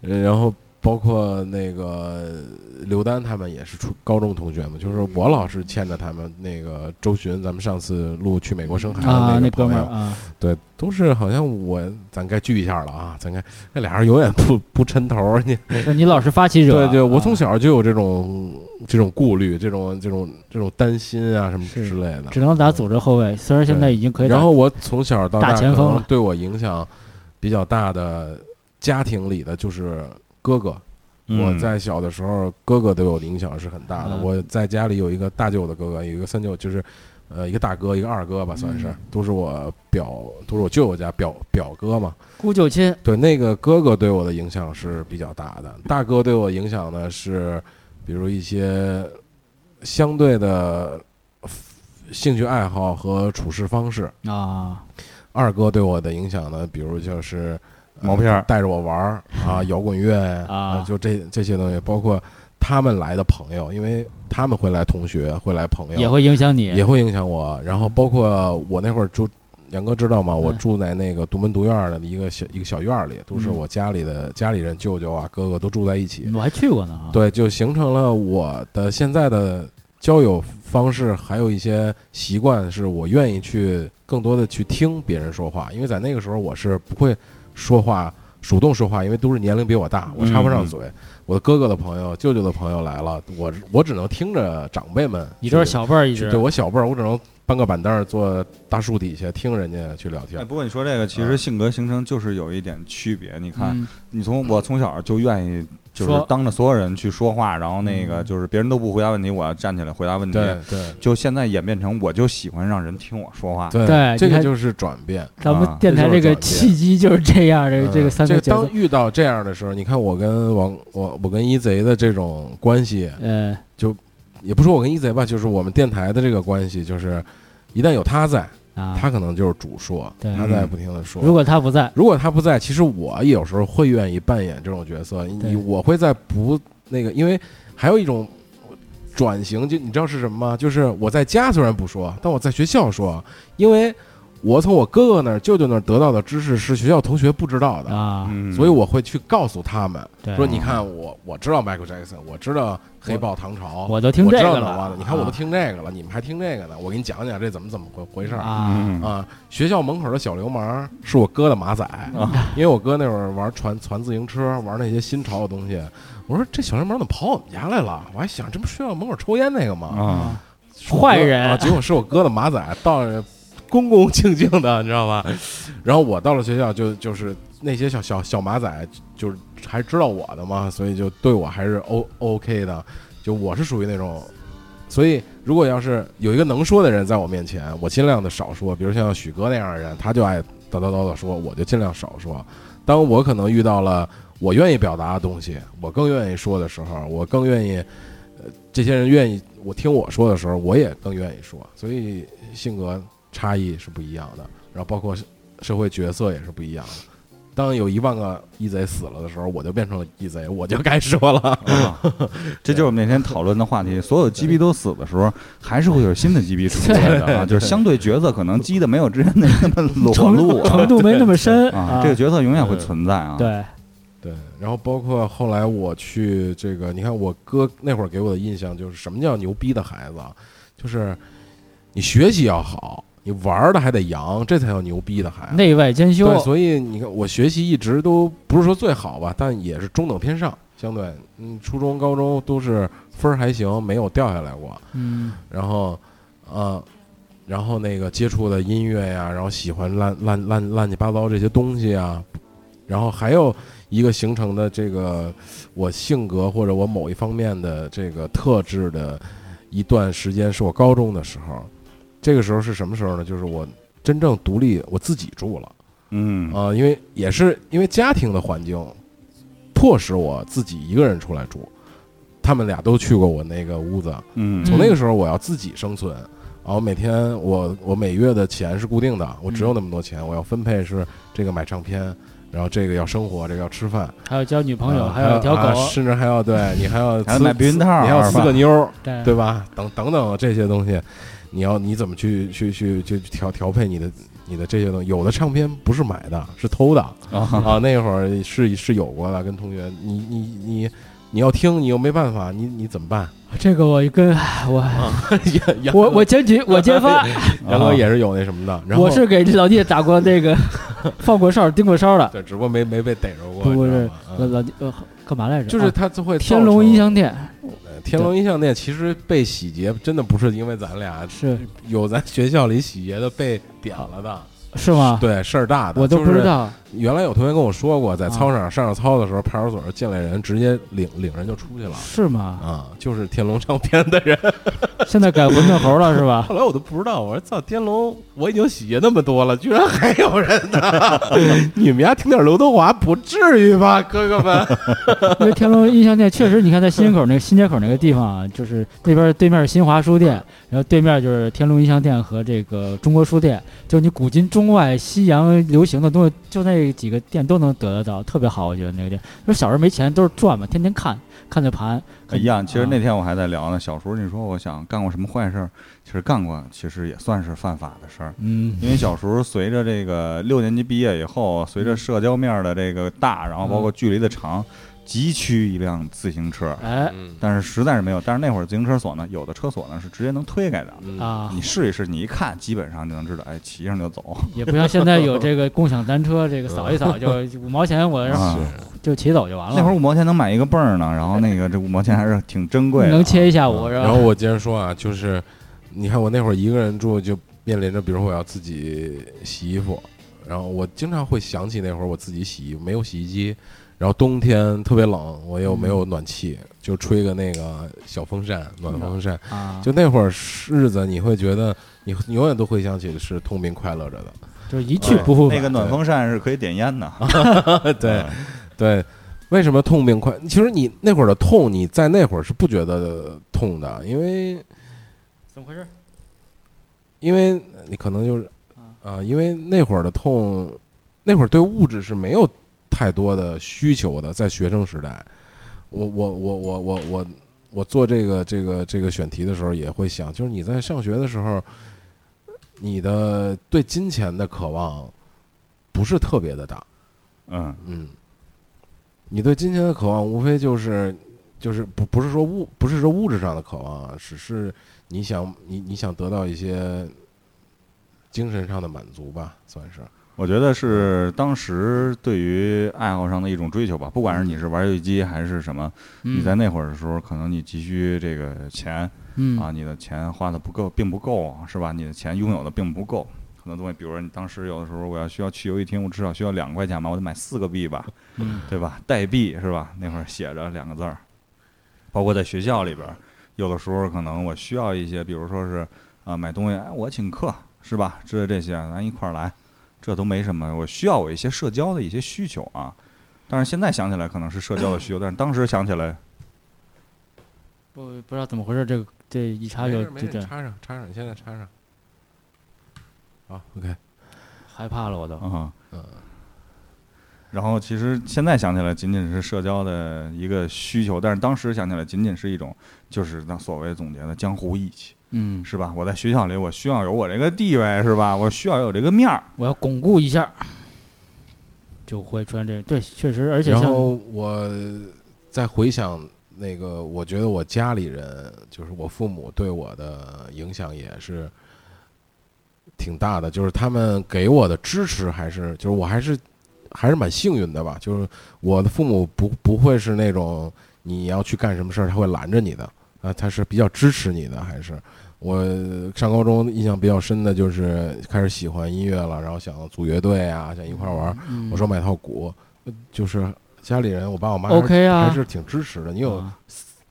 G: 呃然后包括那个刘丹他们也是初高中同学嘛，就是我老是牵着他们那个周巡，咱们上次录去美国生孩子
A: 啊，
G: 个
A: 那哥
G: 朋
A: 们
G: 友
A: 儿，啊，
G: 对，都是好像我咱该聚一下了啊，咱该那俩人永远不不抻头儿，你
A: 就你老 是发起惹，
G: 对对，我
A: 啊
G: 从小就有这种这种顾虑，这种这种这种担心啊什么
A: 是
G: 之类的。
A: 只能打组织后卫，虽然现在已经可以打，
G: 然后我从小到
A: 大
G: 大，可
A: 前锋
G: 能
A: 了
G: 对我影响比较大的家庭里的就是哥哥。我
C: 嗯
G: 在小的时候，哥哥对我的影响是很大的。
A: 嗯
G: 我在家里有一个大舅的哥哥，有一个三舅，就是呃一个大哥，一个二哥吧，算是
A: 嗯
G: 都是我表，都是我舅舅家表表哥嘛。
A: 姑舅亲，
G: 对，那个哥哥对我的影响是比较大的。大哥对我影响呢是，比如一些相对的兴趣爱好和处事方式。
A: 啊，
G: 二哥对我的影响呢，比如就是、呃
C: 毛片儿
G: 带着我玩儿啊， 摇滚乐
A: 啊
G: 就这这些东西，包括他们来的朋友，因为他们会来同学，会来朋友，
A: 也会影响你，
G: 也会影响我。然后包括我那会儿住，杨哥知道吗？我
A: 嗯
G: 住在那个独门独院儿的一个小一个小院儿里，都是
A: 嗯
G: 我家里的家里人、舅舅啊、哥哥都住在一起。
A: 我还去过呢啊，
G: 对，就形成了我的现在的交友方式，还有一些习惯，是我愿意去更多的去听别人说话，因为在那个时候我是不会说话。主动说话，因为都是年龄比我大，我插不上
C: 嗯
G: 嘴。我的哥哥的朋友、舅舅的朋友来了，我我只能听着长辈们。
A: 你这是小辈儿一直
G: 对我小辈儿，我只能搬个板凳儿坐大树底下听人家去聊
C: 哎，
G: 天。
C: 不过你说这个，
G: 啊
C: 其实性格形成就是有一点区别。你看，
A: 嗯
C: 你从我从小就愿意，就是
A: 说
C: 当着所有人去说话，然后那个就是别人都不回答问题，我要站起来回答问题。
G: 对对
C: 就现在演变成，我就喜欢让人听我说话。
G: 对
A: 对
G: 这
A: 你
G: 个
A: 看
G: 就是转变。
A: 咱们
C: 啊
A: 电台
G: 这
A: 这
G: 就是
A: 个
G: 转变
A: 契机就是这样的，这个
G: 嗯
A: 三个角
G: 当
A: 色，
G: 遇到这样的时候，你看我跟王我我跟一贼的这种关系，
A: 呃，
G: 也不说我跟一贼吧，就是我们电台的这个关系，就是一旦有他在，
A: 啊，
G: 他可能就是主说，
A: 对
G: 他在不停的说。
A: 如果他不在，
G: 如果他不在，其实我有时候会愿意扮演这种角色，你
A: 对
G: 我会在不那个，因为还有一种转型，就你知道是什么吗？就是我在家虽然不说，但我在学校说，因为我从我哥哥那儿、舅舅那儿得到的知识是学校同学不知道的，
A: 啊，
C: 嗯，
G: 所以我会去告诉他们
A: 对，
G: 说：“你看，我我知道 Michael Jackson，我知道黑豹唐朝，
A: 我都听
G: 知
A: 这
G: 道
A: 个
G: 哪
A: 了
G: 吒的你看我都
A: 啊
G: 听这个了，你们还听这个呢？我给你讲讲这怎么怎么回回事儿
A: 啊，
C: 嗯，
G: 啊，学校门口的小流氓是我哥的马仔，
A: 啊
G: 因为我哥那会儿玩传传自行车，玩那些新潮的东西。我说这小流氓怎么跑我们家来了？我还想这不学校门口抽烟那个吗？
C: 啊，
G: 是我哥
A: 坏人
G: 啊！结果是我哥的马仔，到那恭恭敬敬的，你知道吧？然后我到了学校就就是那些小小小马仔，就是还知道我的嘛，所以就对我还是 O OK 的。就我是属于那种，所以如果要是有一个能说的人在我面前，我尽量的少说，比如像许哥那样的人，他就爱叨叨叨的说，我就尽量少说。当我可能遇到了我愿意表达的东西，我更愿意说的时候，我更愿意，呃，这些人愿意我听我说的时候，我也更愿意说，所以性格差异是不一样的，然后包括社社会角色也是不一样的。当有一万个 EZ 死了的时候，我就变成了 EZ，我就该说了。
C: 啊这就是我们那天讨论的话题。所有鸡逼都死的时候，还是会有新的鸡逼出来的啊！就是相对角色可能鸡的没有之前那那么裸
A: 程
C: 露啊
A: 程度没那么深
C: 啊，这个角色永远会存在啊。
A: 对，
G: 对，然后包括后来我去这个，你看我哥那会儿给我的印象就是什么叫牛逼的孩子啊，就是你学习要好，你玩儿的还得洋，这才叫牛逼的孩子。
A: 内外兼修
G: 对，，所以你看我学习一直都不是说最好吧，但也是中等偏上，相对嗯，初中、高中都是分儿还行，没有掉下来过。
A: 嗯，
G: 然后，呃，然后那个接触的音乐呀，然后喜欢乱乱乱乱七八糟这些东西啊，然后还有一个形成的这个我性格或者我某一方面的这个特质的一段时间，是我高中的时候。这个时候是什么时候呢？就是我真正独立，我自己住了。
C: 嗯
G: 啊、因为也是因为家庭的环境，迫使我自己一个人出来住。他们俩都去过我那个屋子，
C: 嗯
G: 从那个时候我要自己生存。然后每天我我每月的钱是固定的，我
A: 嗯
G: 只有那么多钱，我要分配是这个买唱片，然后这个要生活，这个要吃饭，
A: 还有交女朋友，
G: 啊
A: 还有条
G: 啊
A: 狗，
G: 甚至还要对你还要
C: 还要
G: 撕
C: 买避孕套啊
G: 你还要撕个妞儿，
A: 对
G: 对吧？等等等这些东西，你要你怎么去去去去去调调配你的你的这些东西？有的唱片不是买的，是偷的
A: 哦
C: 啊，
G: 啊。那会儿是是有过的，跟同学，你你你你要听，你又没办法，你你怎么 办？
A: 这个我跟唉我
G: 杨杨
A: 我我检举，我 揭发，
G: 杨哥也是有那什么的，然后
A: 我是给老弟打过 那个放过哨、盯过梢的。
G: 对，只不过没没被逮着过，
A: 不不
G: 你知
A: 是
G: 道吗
A: 老
G: 嗯
A: 老弟呃干嘛来着？
G: 就是
A: 啊
G: 他就会造
A: 天龙
G: 成
A: 音，像店
G: 呃天龙音像店其实被洗劫，真的不是因为咱俩
A: 是
G: 有咱学校里洗劫的被点了的，
A: 是吗？
G: 对，事儿大的，
A: 啊我都不
G: 就
A: 知
G: 是啊
A: 道。
G: 原来有同学跟我说过，在操场上上操的时候，派出所进来人，直接领领人就出去了
A: 是吗？
G: 啊，就是天龙唱片的人。
A: 现在改馄饨猴了是吧？
G: 后来我都不知道，我说操，天龙我已经洗劫那么多了，居然还有人呢！ 你们家听点刘德华不至于吧，哥哥们？
A: 因为天龙音像店确实，你看在新街口那个新街口那个地方啊，就是那边对面是新华书店，然后对面就是天龙音像店和这个中国书店，就你古今中外西洋流行的东西，就那几个店都能得得到，特别好，我觉得那个店。就是小时候没钱都是转嘛，天天看看那盘，看
C: 一哎样。其实
A: 啊
C: 那天我还在聊呢，小时候你说我想干过什么坏事儿，其实干过，其实也算是犯法的事儿。
A: 嗯
C: 因为小时候随着这个六年级毕业以后，随着社交面儿的这个大，然后包括距离的长，急需一辆自行车，
A: 哎
C: 但是实在是没有。但是那会儿自行车锁呢，有的车锁呢是直接能推开的，
A: 啊
C: 你，试一试，你一看基本上就能知道，哎，骑上就走。
A: 也不像现在有这个共享单车，这个扫一扫 就五毛钱，我
C: 啊，
A: 就骑走就完了。
C: 那会儿五毛钱能买一个泵儿呢，然后那个这五毛钱还是挺珍贵的啊，
A: 能切一下午是吧？
G: 然后我接着说啊，就是你看我那会儿一个人住，就面临着，比如说我要自己洗衣服，然后我经常会想起那会儿我自己洗衣服没有洗衣机，然后冬天特别冷，我又没
A: 嗯
G: 有暖气，就吹个那个小风扇，暖风扇。
A: 啊，
G: 就那会儿日子，你会觉得你你永远都会想起是痛并快乐着的。
A: 就是一去不复返。
C: 啊那个暖风扇是可以点烟的，
G: 对对，为什么痛并快？其实你那会儿的痛，你在那会儿是不觉得痛的，因为
A: 怎么回事？
G: 因为呃你可能就是啊、因为那会儿的痛，那会儿对物质是没有太多的需求的，在学生时代，我我我我我我我做这个这个这个选题的时候也会想，就是你在上学的时候，你的对金钱的渴望不是特别的大，
C: 嗯，
G: 嗯，你对金钱的渴望无非就是就是不不是说物不是说物质上的渴望啊，只是你想你你想得到一些精神上的满足吧，算是。
C: 我觉得是当时对于爱好上的一种追求吧，不管是你是玩游戏机还是什么，你在那会儿的时候，可能你急需这个钱
A: 嗯
C: 啊，你的钱花的不够，并不够，啊是吧？你的钱拥有的并不够。很多东西，比如说你当时有的时候，我要需要去游戏厅，我至少需要两块钱吧，我得买四个币吧，
A: 嗯
C: 对吧？代币是吧？那会儿写着两个字儿，包括在学校里边儿，有的时候可能我需要一些，比如说是啊、买东西，哎，我请客是吧？之类这些，咱一块儿来，这都没什么。我需要我一些社交的一些需求啊，但是现在想起来可能是社交的需求，但是当时想起来，
A: 不不知道怎么回事，这个这一查就
G: 没
A: 就
G: 事，
A: 这
G: 插上插上，你现在插上。好，OK，
A: 害怕了，我都
C: 啊、
G: 嗯，
C: 然后其实现在想起来，仅仅是社交的一个需求，但是当时想起来，仅仅是一种就是那所谓总结的江湖义气，
A: 嗯，
C: 是吧？我在学校里，我需要有我这个地位，是吧？我需要有这个面儿。
A: 我要巩固一下，就会出现这对，确实，而且
G: 然
A: 像
G: 后我再回想那个，我觉得我家里人，就是我父母对我的影响也是挺大的，就是他们给我的支持还是，就是我还是还是蛮幸运的吧，就是我的父母不不会是那种你要去干什么事儿他会拦着你的啊，他是比较支持你的，还是。我上高中印象比较深的就是开始喜欢音乐了，然后想组乐队啊，想一块儿玩儿。
A: 嗯
G: 我说买套鼓，呃就是家里人，我爸我妈还是
A: OK 啊，
G: 还是挺支持的。你有
A: 啊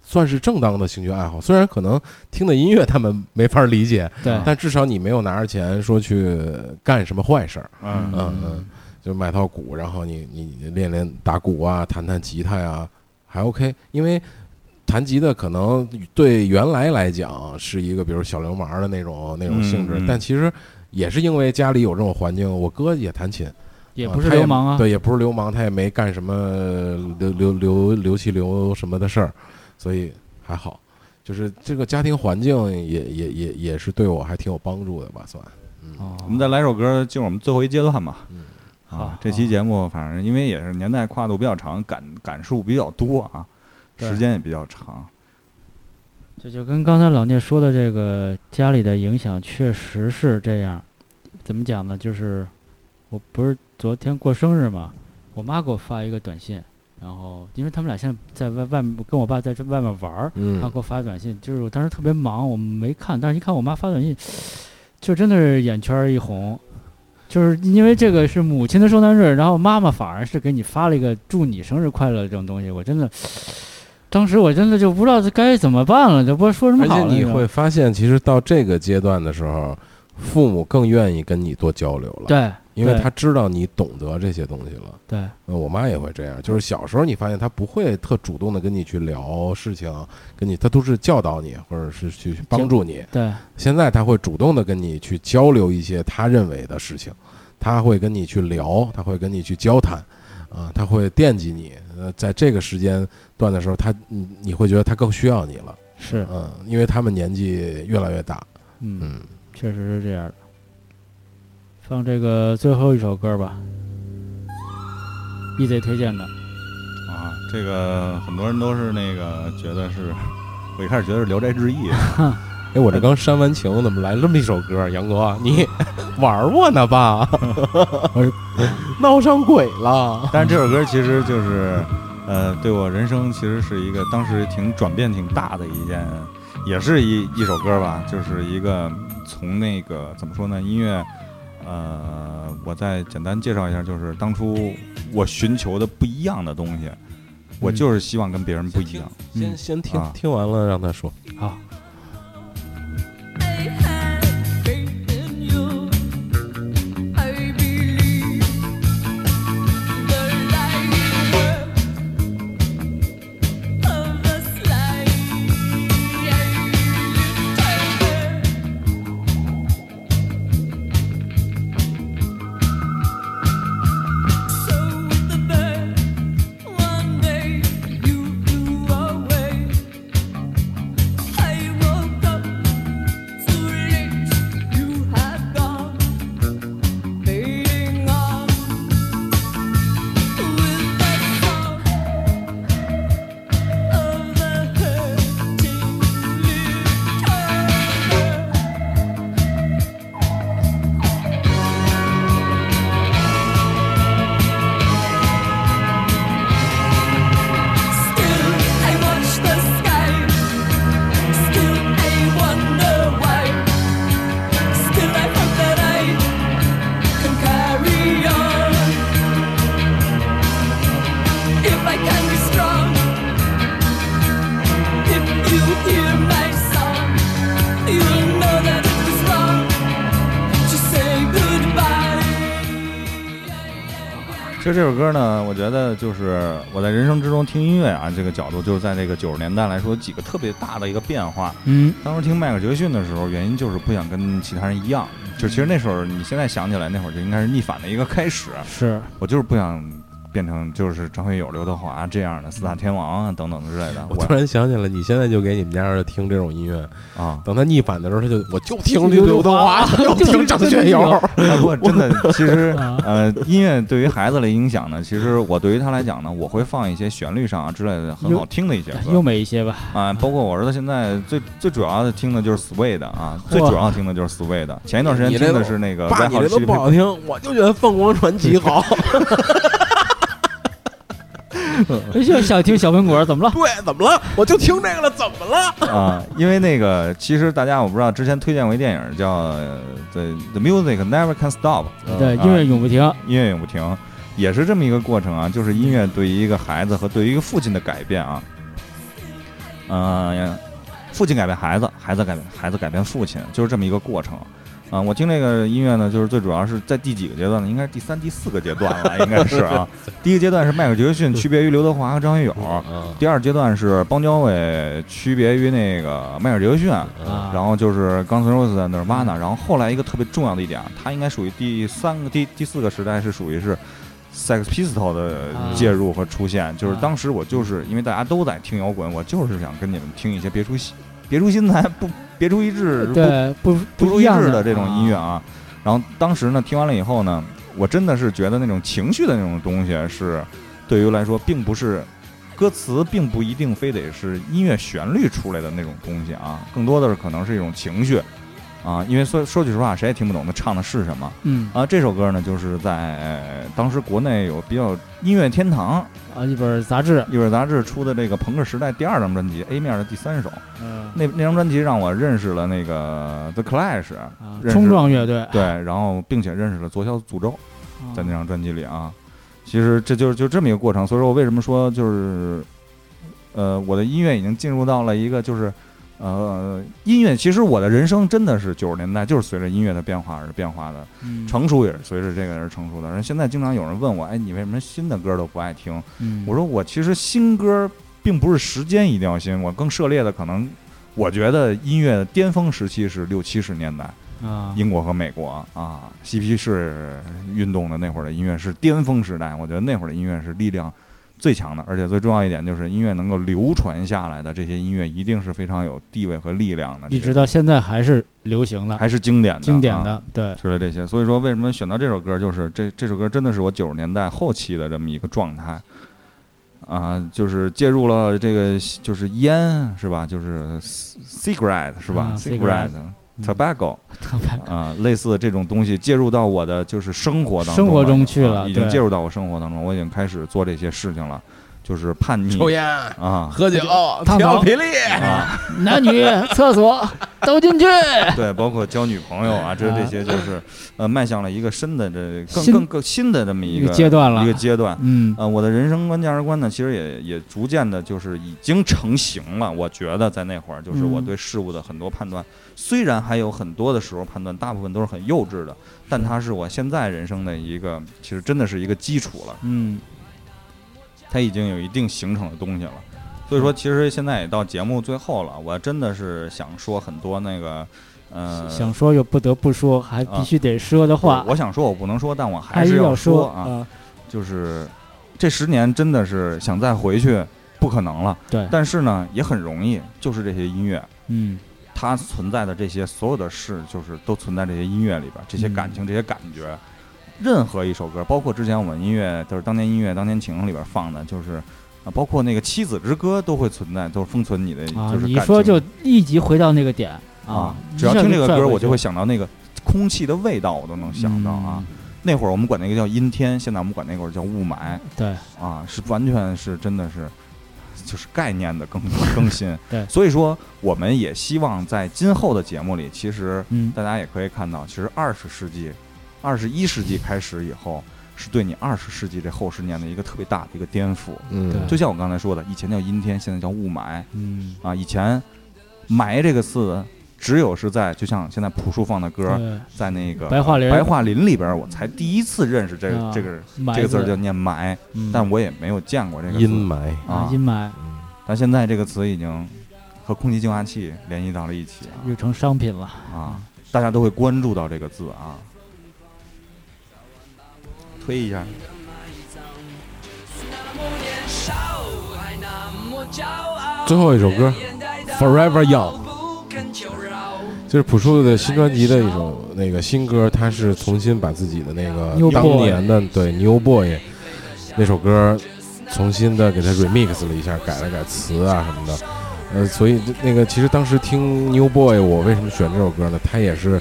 G: 算是正当的兴趣爱好，虽然可能听的音乐他们没法理解，
A: 对，
G: 但至少你没有拿着钱说去干什么坏事儿。
C: 嗯
G: 嗯嗯，就买套鼓，然后你你练练打鼓啊，弹弹吉他呀、还 OK。因为弹吉他可能对原来来讲是一个比如小流氓的那种那种性质，
C: 嗯嗯
G: 但其实也是因为家里有这种环境，我哥也弹琴。
A: 也
G: 啊
A: 不是
G: 他
A: 流氓
C: 呃
A: 啊，
G: 对，也不是流氓，他也没干什么流流流流气流什么的事儿，所以还好。就是这个家庭环境也也也也是对我还挺有帮助的吧，算。
A: 哦
C: 我们再来首歌进入我们最后一阶段吧。
G: 嗯
A: 好
C: 啊，这期节目反正因为也是年代跨度比较长，感感触比较多啊，
A: 对
C: 时间也比较长。
A: 这就跟刚才老聂说的这个家里的影响，确实是这样。怎么讲呢？就是我不是昨天过生日嘛，我妈给我发一个短信，然后因为他们俩现在在外外面跟我爸在这外面玩儿，
G: 嗯
A: 她给我发短信，就是我当时特别忙，我没看，但是一看我妈发短信， 就真的是眼圈儿一红。就是因为这个是母亲的圣诞日，然后妈妈反而是给你发了一个祝你生日快乐这种东西，我真的， 当时我真的就不知道这该怎么办了，这不知道说什么
G: 而且
A: 好了。
G: 你
A: 知道吗
G: 会发现，其实到这个阶段的时候，父母更愿意跟你多交流了，
A: 对，
G: 因为
A: 对
G: 他知道你懂得这些东西了。
A: 对
G: 呃我妈也会这样，就是小时候你发现她不会特主动的跟你去聊事情，跟你她都是教导你或者是去去帮助你。
A: 对
G: 现在她会主动的跟你去交流一些她认为的事情，她会跟你去聊，她会跟你去交谈，啊、她会惦记你。呃，在这个时间段的时候，她你你会觉得她更需要你了，
A: 是，
G: 嗯，因为他们年纪越来越大，
A: 嗯，
G: 嗯，
A: 确实是这样的。放这个最后一首歌吧，EZ 推荐的，
C: 啊，这个很多人都是那个觉得是， 我一开始觉得是《聊斋志异》
G: 哎，我这刚煽完情，怎么来这么一首歌？杨哥， 你玩我呢吧？闹上鬼 了。
C: 但是这首歌其实就是，呃，对我人生其实是一个当时挺转变挺大的一件，也是一一首歌吧，就是一个从那个怎么说呢，音乐，呃，我再简单介绍一下，就是当初我寻求的不一样的东西，我就是希望跟别人不一样。
G: 先先听
C: 啊
G: 听完了，让他说。
A: 好，
I: I woke up too late. You had gone, fading on with the song of the hurting little girl. Still, I watch the sky. Still, I wonder why. Still, I hope that I can carry on. If I can be strong, if you hear my song, you'll know that it was wrong to say goodbye.
C: 其实这首歌呢，我觉得就是我在人生之中听音乐啊，这个角度就是在这个九十年代来说几个特别大的一个变化。
A: 嗯，
C: 当时听迈克尔·杰克逊的时候，原因就是不想跟其他人一样。就其实那时候，你现在想起来，那会儿就应该是逆反的一个开始。
A: 是
C: 我就是不想变成就是张学友、刘德华这样的四大天王啊等等之 类的。
E: 我突然想起来，你现在就给你们家儿子听这种音乐，
C: 我啊，
E: 等他逆反的时候，他就我就听刘德华，就听张学友。
C: 啊不过真的，其实
A: 啊
C: 呃，音乐对于孩子的影响呢，其实我对于他来讲呢，我会放一些旋律上啊之类的很好听的一些歌
A: 优美一些吧。
C: 啊，包括我儿子现在最最主要的听的就是 Sway 的啊，最主要听的就是 Sway 的。前一段时间
E: 你这
C: 听的
E: 都
C: 是那个
E: 爸，
C: 外
E: 你
C: 号
E: 这都
C: Chili
E: 不
C: Pepper
E: 好听，我就觉得凤凰传奇好。
A: 哎就想听小苹果，怎么了？
E: 对，怎么了？我就听这个了，怎么了？
C: 啊，因为那个其实大家我不知道之前推荐过一电影叫呃《The The Music Never Can Stop》，
A: 对，
C: 啊
A: 音乐永不停。
C: 音乐永不停，也是这么一个过程啊，就是音乐对于一个孩子和对于一个父亲的改变啊，嗯，父亲改变孩子，孩子改变孩子改变父亲，就是这么一个过程。啊、我听这个音乐呢，就是最主要是在第几个阶段呢？应该是第三、第四个阶段了，应该是啊。第一个阶段是迈克尔·杰克逊区别于刘德华和张学友，第二阶段是邦交委区别于那个迈克尔·杰克逊，
A: 啊
C: 嗯然后就是刚 u n s N' Roses 那儿挖
A: 嗯
C: 呢，然后后来一个特别重要的一点啊，它应该属于第三个、第第四个时代是属于是 Sex Pistol 的
A: 啊
C: 介入和出现，就是
A: 啊
C: 当时我就是因为大家都在听摇滚，我就是想跟你们听一些别出心、别出心裁、不别出一致、不
A: 对，不
C: 不
A: 不
C: 出
A: 一
C: 一
A: 样
C: 致的这种音乐
A: 啊
C: 啊。然后当时呢，听完了以后呢，我真的是觉得那种情绪的那种东西是对于我来说，并不是歌词，并不一定非得是音乐旋律出来的那种东西啊，更多的是可能是一种情绪啊。因为说说句实话，谁也听不懂他唱的是什么
A: 嗯
C: 啊。这首歌呢，就是在、呃当时国内有比较音乐天堂
A: 啊，一本杂志，
C: 一本杂志出的这个朋克时代第二张专辑 A 面的第三首，
A: 嗯
C: 那那张专辑让我认识了那个 The Clash。
A: 啊，
C: 认识嗯
A: 冲撞乐队，
C: 对，然后并且认识了左小诅咒，
A: 啊
C: 在那张专辑里啊。其实这就是就这么一个过程，所以说我为什么说就是，呃，我的音乐已经进入到了一个就是，呃，音乐其实我的人生真的是九十年代就是随着音乐的变化而变化的，
A: 嗯
C: 成熟也是随着这个而成熟的。人现在经常有人问我，哎，你为什么新的歌都不爱听？
A: 嗯
C: 我说我其实新歌并不是时间一定要新，我更涉猎的可能，我觉得音乐的巅峰时期是六七十年代。
A: 啊，
C: 英国和美国啊，嬉皮士运动的那会儿的音乐是巅峰时代，我觉得那会儿的音乐是力量最强的，而且最重要一点就是音乐能够流传下来的这些音乐一定是非常有地位和力量的，
A: 一直到现在还是流行的，
C: 还是经典的
A: 经典
C: 啊
A: 的，对，
C: 之类这些。所以说，为什么选到这首歌，就是这这首歌真的是我九十年代后期的这么一个状态。啊，就是介入了这个，就是烟是吧？就是 cigarette 是吧
A: 啊
C: ？cigarette、
A: 嗯
C: tobacco，啊、类似这种东西介入到我的就是生活当中了，
A: 生活中去
C: 啊
A: 了
C: 已经
A: 对
C: 介入到我生活当中，我已经开始做这些事情了，就是 叛逆
G: 嗯
E: 抽烟、
C: 啊，
E: 哦喝酒、
A: 烫
E: 跳
A: 头
E: 霹雳，
C: 啊，
A: 男女厕所都进去，
C: 对，包括交女朋友啊，这
A: 啊
C: 这些就是呃，迈向了一个新的这更
A: 新
C: 更更新的这么一
A: 一
C: 个
A: 个阶段了
C: 一个阶段。
A: 嗯
C: 呃，我的人生观、价值观呢，其实也也逐渐的，就是已经成型了。我觉得在那会儿，就是我
A: 嗯
C: 对事物的很多判断，虽然还有很多的时候判断，大部分都是很幼稚的，但它是我现在人生的一个，其实真的是一个基础了。
A: 嗯，
C: 它已经有一定形成的东西了。所以说，其实现在也到节目最后了，我真的是想说很多那个，呃，
A: 嗯想说又不得不说，还必须得说的话
C: 我，我想说，我不能说，但我还
A: 还
C: 是
A: 要
C: 说啊，
A: 啊，
C: 就是这十年真的是想再回去不可能了，
A: 对，
C: 但是呢也很容易，就是这些音乐。
A: 嗯
C: 它存在的这些所有的事，就是都存在这些音乐里边儿，这些感情、这些感觉。任何一首歌，包括之前我们音乐，就是当年音乐、当年情里边放的，就是啊，包括那个《妻子之歌》都会存在，都是封存你的，
A: 啊
C: 就，是
A: 你
C: 感
A: 说
C: 情
A: 就立即回到那个点
C: 啊，
A: 一
C: 只要
A: 下
C: 听这个
A: 拽
C: 歌，
A: 回
C: 我
A: 去
C: 就会想到那个空气的味道，我都能想到啊。，那会儿我们管那个叫阴天，现在我们管那会儿叫雾霾
A: 嗯对，
C: 啊，是完全是真的是。就是概念的更 更新，
A: 对
C: 所以说我们也希望在今后的节目里，其实
A: 嗯
C: 大家也可以看到，其实二十世纪、二十一世纪开始以后，是对你二十世纪这后十年的一个特别大的一个颠覆。
E: 嗯
A: 对
C: 就像我刚才说的，以前叫阴天，现在叫雾霾
A: 嗯，
C: 啊。以前“霾”这个词，只有是在就像现在朴树放的歌，
A: 对
C: 在那个
A: 白桦林
C: 白桦林里边，我才第一次认识这个
A: 啊
C: 这个
A: 霾
C: 这个字儿
A: 字
C: 叫念霾，
A: 嗯
C: 但我也没有见过这个字
E: 阴霾。
A: 啊
C: 啊，
A: 阴。霾
C: 但现在这个词已经和空气净化器联系到了一起啊
A: 又成商品了，
C: 啊，大家都会关注到这个字啊。推一下，
H: 我
G: 最后一首歌《Forever Young》，这是朴树的新专辑的一首那个新歌，他是重新把自己的那个
A: New
G: 当
A: Boy
G: 年的对《New Boy》那首歌重新的给他 remix 了一下，改了改词啊什么的。呃，所以这那个其实当时听《New Boy》，我为什么选这首歌呢？它也是，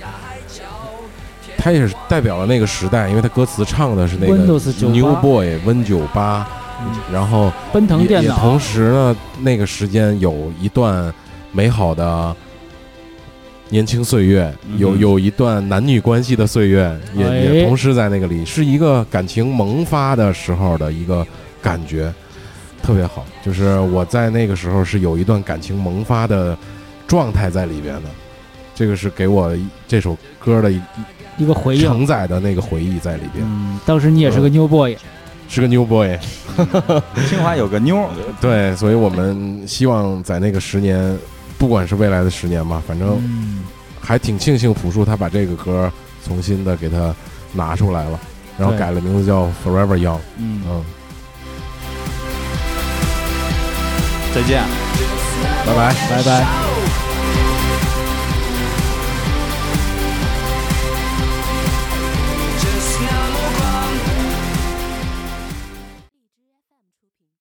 G: 它也是代表了那个时代，因为它歌词唱的是那个
A: Windows 98
G: New Boy Win 九八
A: 嗯，
G: 然后
A: 奔腾
G: 也
A: 电
G: 也
A: 脑
G: 同时呢，那个时间有一段美好的年轻岁月，
C: 嗯
G: 有有一段男女关系的岁月，也、
A: 哎
G: 也同时在那个里，是一个感情萌发的时候的一个感觉，特别好。就是我在那个时候是有一段感情萌发的状态在里边的，这个是给我这首歌的一
A: 一个回应。
G: 承载的那个回忆在里边，
A: 嗯，当时你也是个 New Boy，
G: 是个 new boy。
C: 清华有个妞儿，
G: 对，所以我们希望在那个十年，不管是未来的十年吧，反正
A: 嗯，
G: 还挺庆幸朴树他把这个歌重新的给他拿出来了，然后
A: 对
G: 改了名字叫 Forever Young。
C: 嗯，
G: 嗯，
C: 再见。
G: 拜拜，
A: 拜拜。